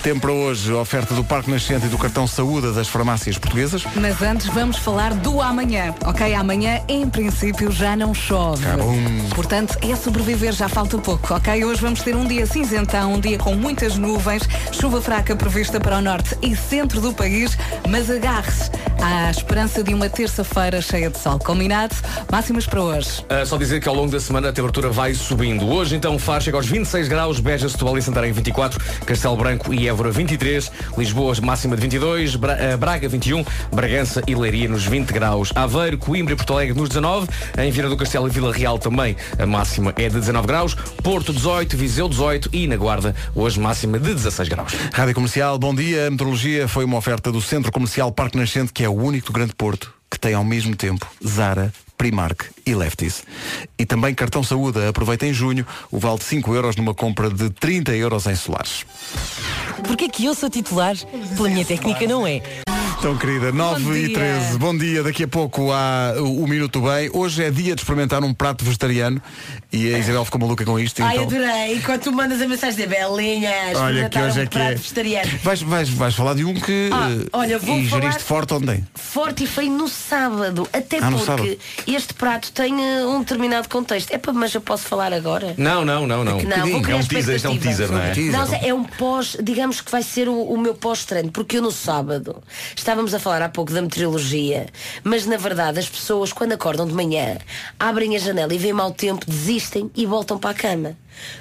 Speaker 8: Tempo para hoje, a oferta do Parque Nascente e do cartão Saúde das farmácias portuguesas.
Speaker 3: Mas antes vamos falar do amanhã, ok? Amanhã, em princípio, já não chove.
Speaker 8: Tá bom.
Speaker 3: Portanto, é sobreviver, já falta pouco, ok? Hoje vamos ter um dia cinzentão, um dia com muitas nuvens, chuva fraca prevista para o norte e centro do país, mas agarre-se à esperança de uma terça-feira cheia de sol. Combinado? Máximas para hoje.
Speaker 14: Ah, só dizer que ao longo da semana a temperatura vai subindo. Hoje então Faro chega aos 26 graus, Beja, Setúbal e Santarém 24, Castelo Branco e Évora 23, Lisboa máxima de 22, Bra- ah, Braga 21, Bragança e Leiria nos 20 graus, Aveiro, Coimbra e Porto Alegre nos 19, em Vila do Castelo e Vila Real também a máxima é de 19 graus, Porto 18, Viseu 18 e na Guarda hoje máxima de 16 graus.
Speaker 8: Rádio Comercial, bom dia. A meteorologia foi uma oferta do Centro Comercial Parque Nascente, que é o único do Grande Porto que tem ao mesmo tempo Zara, Primark e Lefties. E também cartão saúde. Aproveita em junho o vale de 5 euros numa compra de 30 euros em solares.
Speaker 19: Porquê que eu sou titular? Pela minha técnica não é.
Speaker 8: Então, querida, 9 e
Speaker 19: dia.
Speaker 8: 13, bom dia. Daqui a pouco há o o Minuto do Bem. Hoje é dia de experimentar um prato vegetariano e a Isabel ficou maluca com isto.
Speaker 18: É. Ai,
Speaker 8: então...
Speaker 18: adorei. Quando tu mandas a mensagem de Belinha,
Speaker 8: Olha, que
Speaker 18: experimentaram
Speaker 8: hoje
Speaker 18: um
Speaker 8: é que
Speaker 18: prato
Speaker 8: é.
Speaker 18: vegetariano.
Speaker 8: Vais, vais, vais falar de um que
Speaker 18: Ah,
Speaker 8: eh,
Speaker 18: olha, vou
Speaker 8: ingeriste
Speaker 18: falar-
Speaker 8: forte ontem.
Speaker 18: Forte e feio no sábado, até
Speaker 8: Ah, no sábado.
Speaker 18: porque este prato tem eh, um determinado contexto. É para, mas eu posso falar agora?
Speaker 14: Não, não, não, não. É um
Speaker 7: Um
Speaker 18: Que não, vou
Speaker 7: É
Speaker 18: criar expectativas. Não,
Speaker 14: Teaser.
Speaker 18: é um pós, digamos que vai ser o, o meu pós-treino, porque eu no sábado estávamos a falar há pouco da meteorologia, mas na verdade as pessoas quando acordam de manhã abrem a janela e veem mau tempo, desistem e voltam para a cama.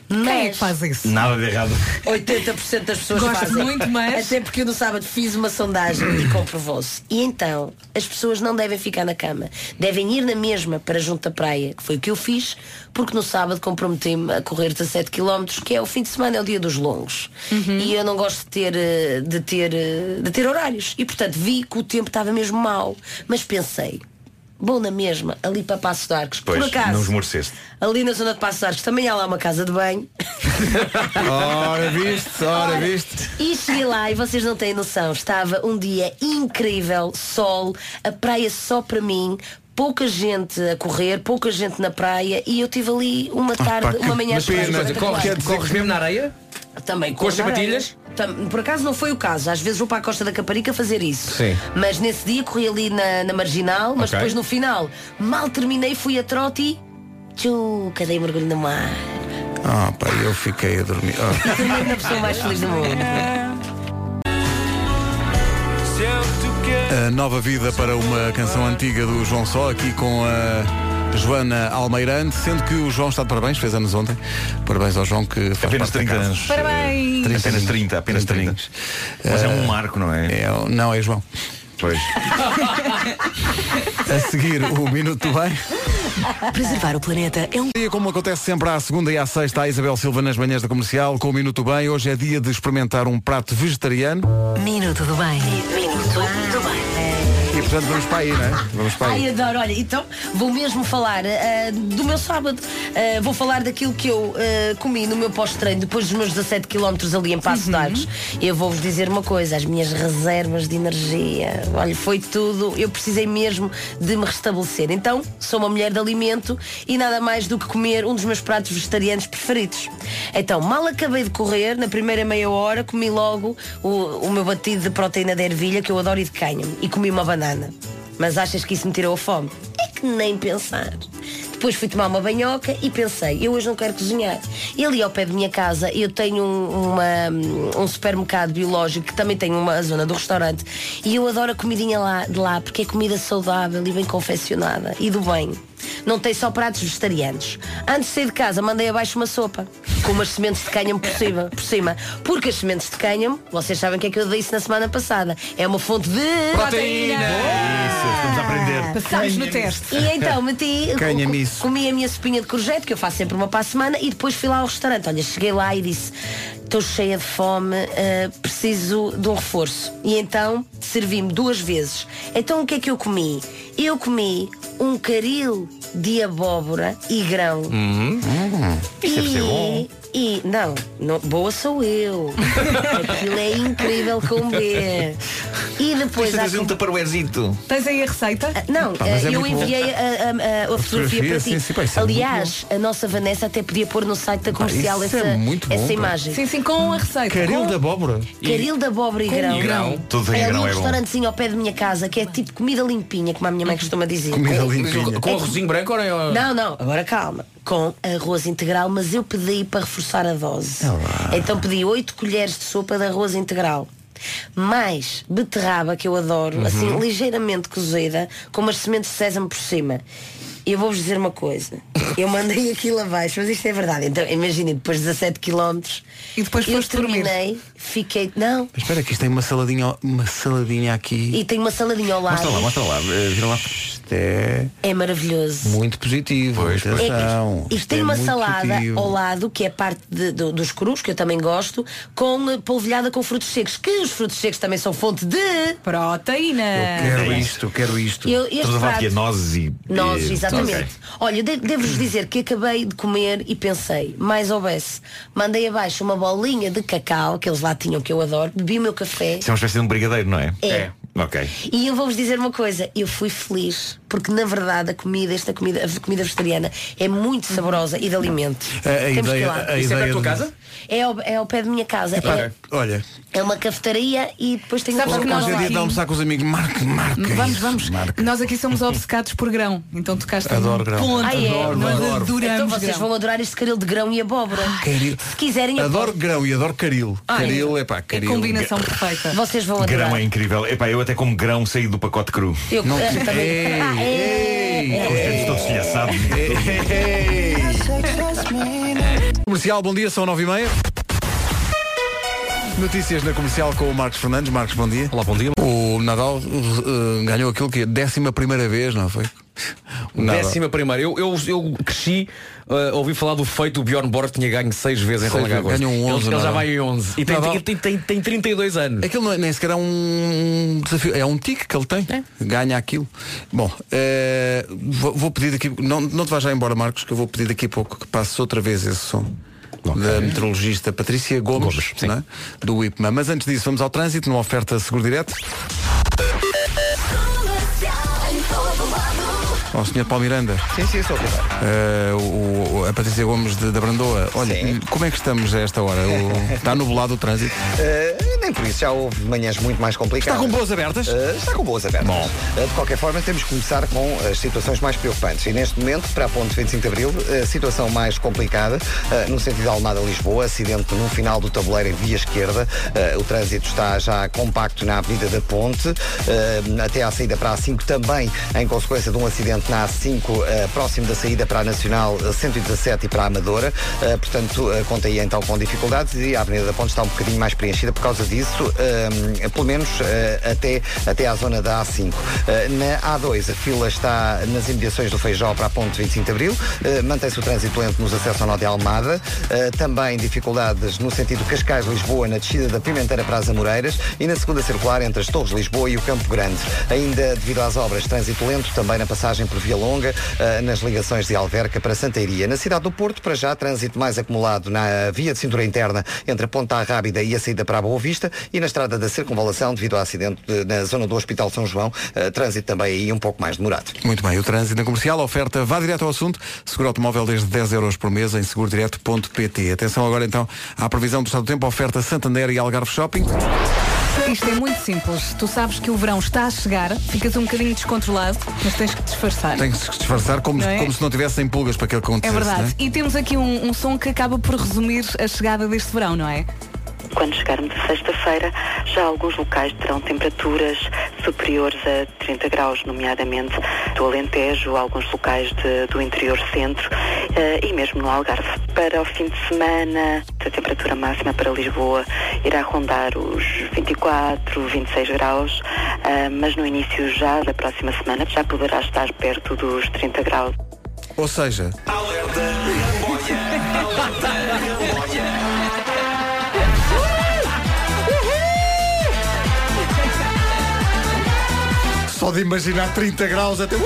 Speaker 18: Mas
Speaker 3: Quem é que faz isso?
Speaker 12: Nada de errado.
Speaker 18: 80% das pessoas
Speaker 3: Gosto
Speaker 18: fazem.
Speaker 3: muito, mas-
Speaker 18: Até porque eu no sábado fiz uma sondagem e comprovou-se. E então, as pessoas não devem ficar na cama. Devem ir na mesma para junto da praia, que foi o que eu fiz, porque no sábado comprometi-me a correr 17 km, que é o fim de semana, é o dia dos longos.
Speaker 3: Uhum.
Speaker 18: E eu não gosto de ter, eh, de, ter, eh, de ter horários. E portanto, vi que o tempo estava mesmo mau. Mas pensei, bom na mesma, ali para Passos de Arcos.
Speaker 12: Pois,
Speaker 18: Por acaso,
Speaker 12: não esmoreceste.
Speaker 18: ali na zona de Passos de Arcos também há lá uma casa de banho.
Speaker 8: Ora, viste, ora, viste.
Speaker 18: E cheguei lá e vocês não têm noção, estava um dia incrível, sol, a praia só para mim, pouca gente a correr, pouca gente na praia e eu tive ali
Speaker 14: Ah,
Speaker 18: uma tarde, uma manhã espetacular.
Speaker 14: Corres mesmo na areia?
Speaker 18: Também
Speaker 14: Com as
Speaker 18: corro na areia.
Speaker 14: sapatilhas?
Speaker 18: Tam- Por acaso não foi o caso, às vezes vou para a Costa da Caparica fazer isso.
Speaker 14: Sim.
Speaker 18: Mas nesse dia corri ali na, na marginal, mas
Speaker 14: Ok.
Speaker 18: depois no final, mal terminei, fui a trote e tchuca, dei um mergulho no mar.
Speaker 8: Ah, pá, eu fiquei a dormir. Ah.
Speaker 18: E tornei-me a pessoa mais feliz do mundo.
Speaker 8: A nova vida para uma canção antiga do João Só, aqui com a Joana Almeirante, sendo que o João está de parabéns, fez anos ontem. Parabéns ao João que faz
Speaker 12: Apenas
Speaker 8: parte
Speaker 12: 30
Speaker 8: da casa.
Speaker 12: anos.
Speaker 3: Parabéns.
Speaker 12: Apenas 30, apenas 30. Mas é um marco, não é?
Speaker 8: Ah, é não, é João.
Speaker 12: Pois.
Speaker 8: A seguir, o Minuto do Bem.
Speaker 19: Preservar o planeta é um...
Speaker 8: E como acontece sempre à segunda e à sexta, a Isabel Silva nas manhãs da comercial, com o Minuto do Bem. Hoje é dia de experimentar um prato vegetariano.
Speaker 19: Minuto do bem.
Speaker 18: Minuto do bem.
Speaker 8: E portanto vamos para aí, não é? Vamos para
Speaker 18: Ai,
Speaker 8: aí.
Speaker 18: adoro. Olha, então vou mesmo falar ah, do meu sábado. Ah, vou falar daquilo que eu ah, comi no meu pós-treino, depois dos meus 17 km ali em Passo de Arcos. Eu vou-vos dizer uma coisa, as minhas reservas de energia, olha, foi tudo. Eu precisei mesmo de me restabelecer. Então, sou uma mulher de alimento e nada mais do que comer um dos meus pratos vegetarianos preferidos. Então, mal acabei de correr, na primeira meia hora comi logo o, o meu batido de proteína de ervilha, que eu adoro e de cânhamo, e comi uma banana. Mas achas que isso me tirou a fome? É que nem pensar. Depois fui tomar uma banhoca e pensei, eu hoje não quero cozinhar. E ali ao pé de minha casa eu tenho um, uma- um supermercado biológico que também tem uma zona do restaurante e eu adoro a comidinha lá, de lá porque é comida saudável e bem confeccionada e do bem. Não tem só pratos vegetarianos. Antes de sair de casa, mandei abaixo uma sopa com umas sementes de cânhamo por cima, por cima. Porque as sementes de cânhamo, vocês sabem o que é que eu disse na semana passada, é uma fonte de
Speaker 5: Proteína.
Speaker 12: Isso, estamos a
Speaker 18: Ah,
Speaker 12: aprender.
Speaker 5: Passámos no
Speaker 8: é
Speaker 5: teste.
Speaker 18: E então meti,
Speaker 12: Cânhamo-isso.
Speaker 18: comi a minha sopinha de courgette, que eu faço sempre uma para a semana, e depois fui lá ao restaurante. Olha, cheguei lá e disse, estou cheia de fome, ah, preciso de um reforço. E então servi-me duas vezes. Então o que é que eu comi? Eu comi um caril de abóbora e grão. Hum.
Speaker 5: Uhum.
Speaker 18: e... E, não, não, boa sou eu. Aquilo é incrível comer. E depois
Speaker 12: Tens de
Speaker 18: há
Speaker 12: fazer um taparuezito.
Speaker 18: Tens aí a receita? Não,
Speaker 12: Pá, mas
Speaker 18: eh,
Speaker 12: é
Speaker 18: eu
Speaker 12: muito bom.
Speaker 18: enviei a, a- a- a fotografia para ti.
Speaker 12: sim, sim, pá, isso é
Speaker 18: Aliás, a nossa Vanessa até podia pôr no site da comercial
Speaker 12: isso
Speaker 18: essa,
Speaker 12: é muito bom,
Speaker 18: essa
Speaker 12: pá.
Speaker 18: imagem.
Speaker 9: Sim, sim, com a receita.
Speaker 12: Caril
Speaker 18: Com-
Speaker 12: de abóbora.
Speaker 18: Caril de abóbora e
Speaker 12: Com
Speaker 18: grão.
Speaker 12: e grão. Tudo em
Speaker 18: é ali
Speaker 12: grão
Speaker 18: um
Speaker 12: é bom.
Speaker 18: restaurantezinho ao pé da minha casa que é tipo comida limpinha, como a minha mãe costuma dizer.
Speaker 12: Comida limpinha.
Speaker 18: É
Speaker 14: Com arrozinho branco ou não?
Speaker 18: não, Ah, não, agora calma. Com arroz integral, mas eu pedi para reforçar a dose.
Speaker 8: Ah
Speaker 18: Então pedi 8 colheres de sopa de arroz integral. Mais beterraba, que eu adoro,
Speaker 5: Uhum.
Speaker 18: assim ligeiramente cozida, com umas sementes de sésamo por cima. Eu vou-vos dizer uma coisa. Eu mandei aquilo abaixo, mas isto é verdade. Então, imaginem, depois de 17 km. E depois eu terminei, fiquei. Não,
Speaker 8: Mas espera que isto tem uma saladinha, uma saladinha aqui.
Speaker 18: e tem uma saladinha ao lado.
Speaker 8: Mostra lá, mostra lá. eh, Vira lá. Isto é
Speaker 18: É maravilhoso.
Speaker 8: muito positivo. atenção.
Speaker 18: É que- e
Speaker 8: Isto
Speaker 18: tem
Speaker 8: é
Speaker 18: uma
Speaker 8: muito
Speaker 18: salada
Speaker 8: positivo.
Speaker 18: ao lado, que é parte de- do- dos crus, que eu também gosto, com eh, polvilhada com frutos secos, que os frutos secos também são fonte de proteína.
Speaker 12: Quero isto, quero isto.
Speaker 18: Eu- este
Speaker 12: É Estamos a falar
Speaker 18: prato-
Speaker 12: de nozes e.
Speaker 18: Nós,
Speaker 12: e-
Speaker 18: exatamente.
Speaker 12: Ok.
Speaker 18: Olha, eu de- devo-vos dizer que acabei de comer e pensei, mais houvesse, mandei abaixo uma bolinha de cacau, que eles lá tinham que eu adoro, bebi o meu café
Speaker 12: Isso é uma espécie de um brigadeiro, não é?
Speaker 18: É.
Speaker 12: Ok.
Speaker 18: E eu vou-vos dizer uma coisa, eu fui feliz, porque na verdade a comida, esta comida, a comida vegetariana é muito saborosa e de alimento.
Speaker 8: A- a ideia- a Isso é perto da ideia tua de- casa?
Speaker 18: É ao, é ao pé da minha casa.
Speaker 8: Epá,
Speaker 18: É,
Speaker 8: Olha,
Speaker 18: é uma cafetaria e depois tem
Speaker 8: hoje hoje é dia de almoçar com os amigos. Marque, marque.
Speaker 9: Vamos, vamos. Nós aqui somos obcecados por grão. Então tocaste em
Speaker 8: Adoro grão.
Speaker 9: ponto.
Speaker 8: Ah, é? Adoro,
Speaker 9: Nós
Speaker 8: adoro.
Speaker 9: adoramos
Speaker 18: Então vocês
Speaker 9: grão.
Speaker 18: vão adorar este caril de grão e abóbora.
Speaker 8: Caril.
Speaker 18: Se quiserem, eu
Speaker 8: Adoro grão e adoro caril.
Speaker 18: Ah, é.
Speaker 8: caril é pá, caril.
Speaker 18: perfeita. Vocês vão adorar.
Speaker 12: Grão é incrível. Epá, eu até como grão saí do pacote cru.
Speaker 18: Eu
Speaker 12: Não-
Speaker 18: eh, também. é.
Speaker 12: Com os dedos todos estilhaçados.
Speaker 8: Comercial, bom dia, são 9 e meia. Notícias na comercial com o Marcos Fernandes. Marcos, bom dia. Olá, bom dia. O Nadal eh, ganhou aquilo que é décima primeira vez, não foi? O Nadal.
Speaker 14: Décima primeira. Eu, eu, eu cresci, uh, ouvi falar do feito do Bjorn Borg que tinha ganho seis vezes em
Speaker 8: Seis
Speaker 14: Roland Garros.
Speaker 8: vezes. Ganhou um
Speaker 14: Ele-
Speaker 8: 11,
Speaker 14: ele, já
Speaker 8: Nadal.
Speaker 14: vai em 11. é? E tem,
Speaker 8: Nadal.
Speaker 14: tem, tem, tem, tem 32 anos.
Speaker 8: Aquilo não é- nem sequer é um desafio, é um tique que ele tem. Ganha aquilo. Bom, eh, vou, vou pedir daqui. Não, não te vais já embora, Marcos, que eu vou pedir daqui a pouco que passes outra vez esse som. Da meteorologista Patrícia Gomes, não é? do IPMA. Mas antes disso, vamos ao trânsito, numa oferta Seguro Direto. Ao senhor Paulo Miranda.
Speaker 20: Sim, sim, sou obrigado.
Speaker 8: Eh, o- o- a Patrícia Gomes de- da Brandoa. Olha, como é que estamos a esta hora? O- está nublado o trânsito?
Speaker 4: Eh, nem por isso, já houve manhãs muito mais complicadas.
Speaker 8: Está com boas abertas?
Speaker 4: Eh, está com boas abertas. Eh, de qualquer forma, temos que começar com as situações mais preocupantes. E neste momento, para a ponte 25 de Abril, a situação mais complicada, eh, no sentido de Almada-Lisboa, acidente no final do tabuleiro em via esquerda. Eh, o trânsito está já compacto na Avenida da Ponte, eh, até à saída para a A5 também, em consequência de um acidente na A5, eh, próximo da saída para a Nacional eh, 117 e para a Amadora. Eh, portanto, eh, conta aí então com dificuldades e a Avenida da Ponte está um bocadinho mais preenchida por causa disso, eh, pelo menos eh, até, até à zona da A5. Eh, na A2, a fila está nas imediações do Feijó para a Ponte 25 de Abril. Eh, Mantém-se o trânsito lento nos acessos ao Nó de Almada. Eh, também dificuldades no sentido Cascais-Lisboa, na descida da Pimenteira para as Amoreiras e na segunda circular entre as Torres de Lisboa e o Campo Grande. Ainda devido às obras, trânsito lento também na passagem por Via Longa, eh, nas ligações de Alverca para Santa Iria. Na cidade do Porto, para já, trânsito mais acumulado na via de cintura interna entre a Ponta à Rábida e a saída para a Boa Vista e na estrada da Circunvalação, devido ao acidente de- na zona do Hospital São João, eh, trânsito também aí um pouco mais demorado.
Speaker 8: Muito bem, o trânsito na comercial, a oferta vá direto ao assunto, seguro automóvel desde 10 euros por mês em segurodireto.pt. Atenção agora então à previsão do estado do tempo, a oferta Santander e Algarve Shopping.
Speaker 3: Isto é muito simples. Tu sabes que o verão está a chegar, ficas um bocadinho descontrolado, mas tens que disfarçar.
Speaker 8: Tem que se disfarçar como,
Speaker 3: Não é?
Speaker 8: como se não tivessem pulgas para que
Speaker 3: É
Speaker 8: acontecesse.
Speaker 3: verdade.
Speaker 8: não
Speaker 3: E temos aqui um, um som que acaba por resumir a chegada deste verão, não é?
Speaker 20: Quando chegarmos a sexta-feira, já alguns locais terão temperaturas superiores a 30 graus, nomeadamente do Alentejo, alguns locais de- do interior centro eh, e mesmo no Algarve. Para o fim de semana, a temperatura máxima para Lisboa irá rondar os 24, 26 graus, ah, mas no início já da próxima semana já poderá estar perto dos 30 graus.
Speaker 8: é? Ou seja,
Speaker 3: É
Speaker 8: só de imaginar 30 graus até. Uhul!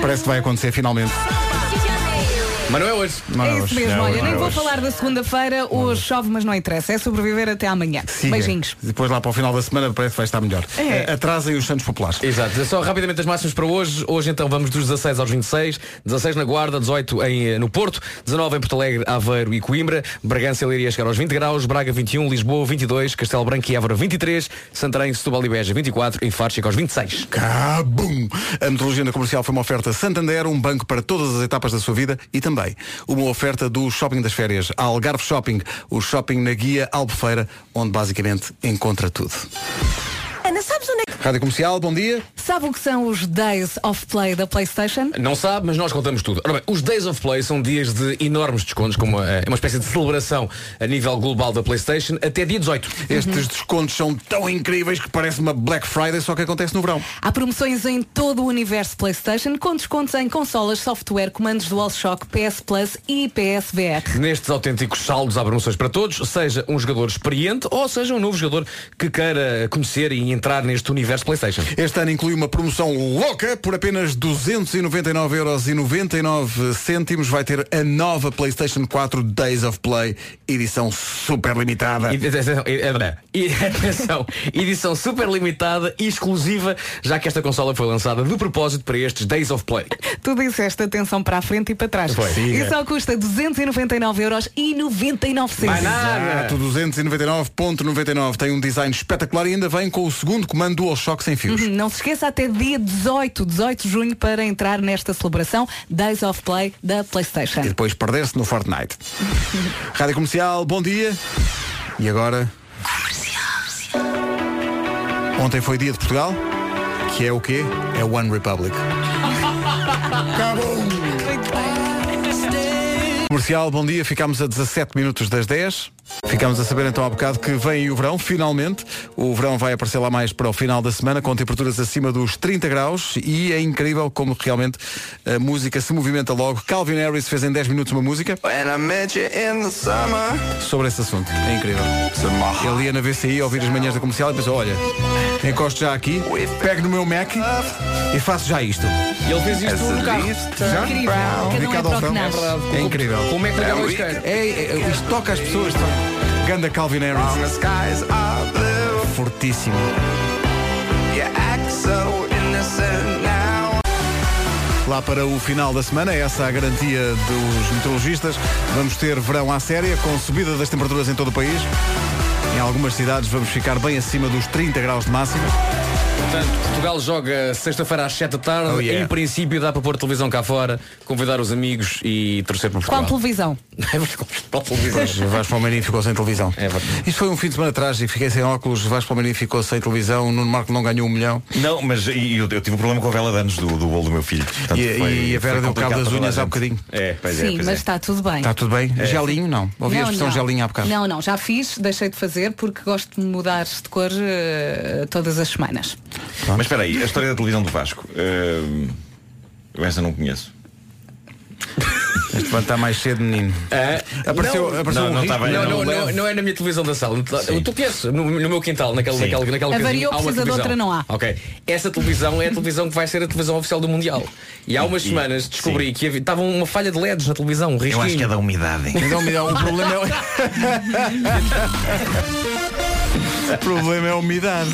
Speaker 8: Parece que vai acontecer finalmente.
Speaker 7: Mas não é hoje.
Speaker 3: é isso mesmo. Olha, nem vou falar da segunda-feira, hoje chove, mas não interessa. É sobreviver até amanhã.
Speaker 8: Siga.
Speaker 3: Beijinhos.
Speaker 8: Depois lá para o final da semana parece que vai estar melhor.
Speaker 3: É.
Speaker 8: Eh, Atrasem os Santos Populares.
Speaker 7: Exato. É Só rapidamente as máximas para hoje. Hoje então vamos dos 16 aos 26, 16 na Guarda, 18 em, eh, no Porto, 19 em Porto Alegre, Aveiro e Coimbra, Bragança e Leiria chegar aos 20 graus, Braga 21, Lisboa 22, Castelo Branco e Évora 23, Santarém, Setúbal e Beja 24 e Faro chega aos 26.
Speaker 8: Cabum! A metodologia na comercial foi uma oferta Santander, um banco para todas as etapas da sua vida e também uma oferta do Shopping das Férias, a Algarve Shopping, o shopping na guia Albufeira, onde basicamente encontra tudo.
Speaker 3: Ana, sabes onde é que.
Speaker 8: Rádio Comercial, bom dia.
Speaker 3: Sabe o que são os Days of Play da PlayStation?
Speaker 7: Não sabe, mas nós contamos tudo. Ora bem, os Days of Play são dias de enormes descontos, como eh, é uma espécie de celebração a nível global da PlayStation, até dia 18.
Speaker 8: Estes descontos são tão incríveis que parece uma Black Friday, só que acontece no verão.
Speaker 3: Há promoções em todo o universo PlayStation, com descontos em consolas, software, comandos DualShock, PS Plus e PSVR.
Speaker 7: Nestes autênticos saldos há promoções para todos, seja um jogador experiente ou seja um novo jogador que queira conhecer e entrar neste universo PlayStation.
Speaker 8: Este ano inclui uma promoção louca por apenas 299,99€. Vai ter a nova PlayStation 4 Days of Play, edição super limitada.
Speaker 7: E, atenção, e- é, e- atenção, edição super limitada e exclusiva, já que esta consola foi lançada de propósito para estes Days of Play.
Speaker 3: Tu disseste atenção é para a frente e para trás.
Speaker 7: Foi.
Speaker 3: E só custa 299 euros e 99
Speaker 8: Exato, 299.99 tem um design espetacular e ainda vem com o segundo comando DualShock sem fios.
Speaker 3: Uhum, Não se esqueça até dia 18, 18 de junho para entrar nesta celebração Days of Play da PlayStation.
Speaker 8: E depois perder-se no Fortnite. Rádio Comercial, bom dia. E agora? Ontem foi dia de Portugal, que é o quê? É One Republic. Comercial, bom dia. Ficámos a 17 minutos das 10. Ficámos a saber então há bocado que vem aí o verão, finalmente. O verão vai aparecer lá mais para o final da semana, com temperaturas acima dos 30 graus e é incrível como realmente a música se movimenta logo. Calvin Harris fez em 10 minutos uma música sobre esse assunto. É incrível. Ele ia na VCI ouvir as manhãs da comercial e pensou, olha, encosto já aqui, pego no meu Mac e faço já isto.
Speaker 7: E ele fez isto
Speaker 8: As
Speaker 7: no
Speaker 8: a
Speaker 7: carro.
Speaker 8: leaf turns
Speaker 7: Já?
Speaker 8: É
Speaker 7: um
Speaker 8: Incrível. brown. Dedicado ao verão. É verdade. É incrível.
Speaker 7: Como é que
Speaker 8: É
Speaker 7: pegava
Speaker 8: o
Speaker 7: isto?
Speaker 8: Ica. É, é, isto toca às pessoas. toca. Ganda Calvin Harris. Fortíssimo. Lá para o final da semana, essa é a garantia dos meteorologistas. Vamos ter verão à séria, com subida das temperaturas em todo o país. Em algumas cidades vamos ficar bem acima dos 30 graus de máxima.
Speaker 7: Portanto, Portugal joga sexta-feira às 7 da tarde.
Speaker 8: Oh, yeah.
Speaker 7: Em princípio dá para pôr televisão cá fora, convidar os amigos e torcer por
Speaker 3: Qual
Speaker 7: Portugal.
Speaker 3: televisão?
Speaker 12: É
Speaker 7: Qual
Speaker 8: Pois,
Speaker 7: televisão?
Speaker 8: Vasco Palmeirinho ficou sem televisão. Isto foi um fim de semana atrás e fiquei sem óculos. Vasco Palmeirinho ficou sem televisão. Nuno Marco não ganhou um milhão.
Speaker 12: Não, mas e eu, eu tive um problema com a vela de anos do, do bolo do meu filho. Portanto,
Speaker 8: E- e a Vera
Speaker 12: foi
Speaker 8: deu
Speaker 12: complicado
Speaker 8: cabo das
Speaker 12: para toda a
Speaker 8: unhas há
Speaker 12: gente.
Speaker 8: bocadinho.
Speaker 12: É, pois é,
Speaker 3: Sim,
Speaker 12: pois
Speaker 3: mas
Speaker 12: é.
Speaker 3: está tudo bem.
Speaker 8: Está tudo bem?
Speaker 12: É.
Speaker 8: Gelinho não. Ouvi a expressão gelinho há bocado.
Speaker 3: Não, não, já fiz, deixei de fazer porque gosto de mudar de cor eh, todas as semanas.
Speaker 12: Mas espera aí, a história da televisão do Vasco. hum, eu essa não conheço.
Speaker 8: Este pano está mais cedo, menino.
Speaker 12: Ah,
Speaker 8: Apareceu-
Speaker 7: não,
Speaker 8: apareceu
Speaker 7: não,
Speaker 8: um
Speaker 7: não,
Speaker 8: rico.
Speaker 7: tá bem, não,
Speaker 8: Não,
Speaker 7: não,
Speaker 8: não,
Speaker 7: não, não é na minha televisão da sala. Eu Tu conheces, no, no meu quintal, naquele,
Speaker 8: Sim.
Speaker 7: naquele, naquela
Speaker 3: Avariou,
Speaker 7: casinha, há uma
Speaker 3: precisa de
Speaker 7: televisão.
Speaker 3: outra, não há.
Speaker 7: Ok. Essa televisão é a televisão que vai ser a televisão oficial do Mundial. E há umas
Speaker 12: E-
Speaker 7: semanas descobri que havia- estava uma falha de LEDs na televisão, um risquinho.
Speaker 12: acho que é da umidade, hein?
Speaker 8: É da umidade, o problema O problema é a umidade.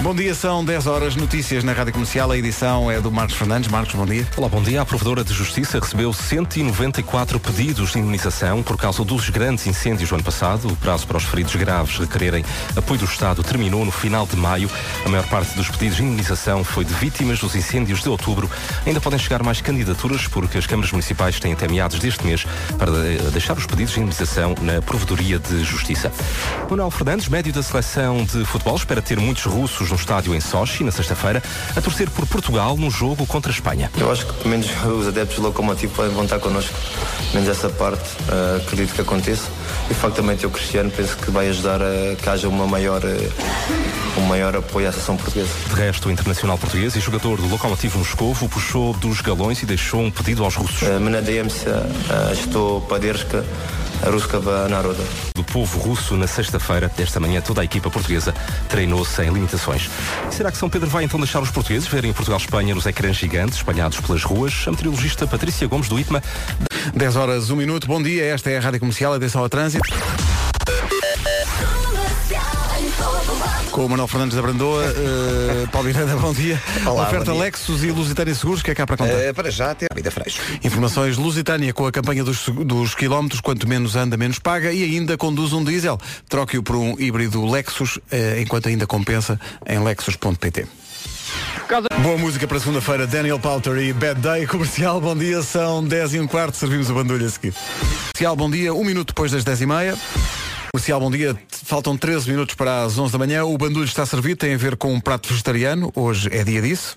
Speaker 8: Bom dia, são 10 horas, notícias na Rádio Comercial. A edição é do Marcos Fernandes. Marcos, bom dia.
Speaker 1: Olá, bom dia. A Provedora de Justiça recebeu 194 pedidos de indemnização por causa dos grandes incêndios do ano passado. O prazo para os feridos graves requererem apoio do Estado terminou no final de maio. A maior parte dos pedidos de indemnização foi de vítimas dos incêndios de outubro. Ainda podem chegar mais candidaturas porque as câmaras municipais têm até meados deste mês para eh, deixar os pedidos de indemnização na Provedoria de Justiça. Manuel Fernandes, médio da seleção de futebol, espera ter muitos russos no estádio em Sochi na sexta-feira a torcer por Portugal no jogo contra a Espanha.
Speaker 13: Eu acho que pelo menos os adeptos do Locomotivo podem- vão estar connosco, pelo menos essa parte, eh, acredito que aconteça. E factamente eu, Cristiano, penso que vai ajudar a que haja uma maior, eh, um maior apoio à seleção portuguesa.
Speaker 1: De resto, o internacional português e jogador do Locomotivo Moscovo puxou dos galões e deixou um pedido aos russos.
Speaker 13: Мы надеемся, э, что поддержка русского народа.
Speaker 1: do povo russo na sexta-feira. Desta manhã, toda a equipa portuguesa treinou sem limitações. E será que São Pedro vai então deixar os portugueses verem Portugal-Espanha nos ecrãs gigantes espalhados pelas ruas? A meteorologista Patrícia Gomes do IPMA
Speaker 8: 10 horas, 1 minuto. Bom dia, esta é a Rádio Comercial. Atenção ao trânsito. Com o Manuel Fernandes da Brandoa, eh, Paulo Miranda, bom dia.
Speaker 4: Olá,
Speaker 8: Oferta
Speaker 4: bom dia.
Speaker 8: Lexus e Lusitânia Seguros, o que é cá para contar?
Speaker 4: Eh, para já, até a vida freixo.
Speaker 8: Informações Lusitânia com a campanha dos, seg- dos quilómetros, quanto menos anda, menos paga e ainda conduz um diesel. Troque-o por um híbrido Lexus, eh, enquanto ainda compensa em lexus.pt. Boa música para segunda-feira, Daniel Palter e Bad Day Comercial. Bom dia, são 10 e um quarto, servimos o bandulho a seguir. Comercial, bom dia, um minuto depois das 10 e meia. Comercial, bom dia. Faltam 13 minutos para as 11 da manhã. O bandulho está servido, tem a ver com um prato vegetariano. Hoje é dia disso.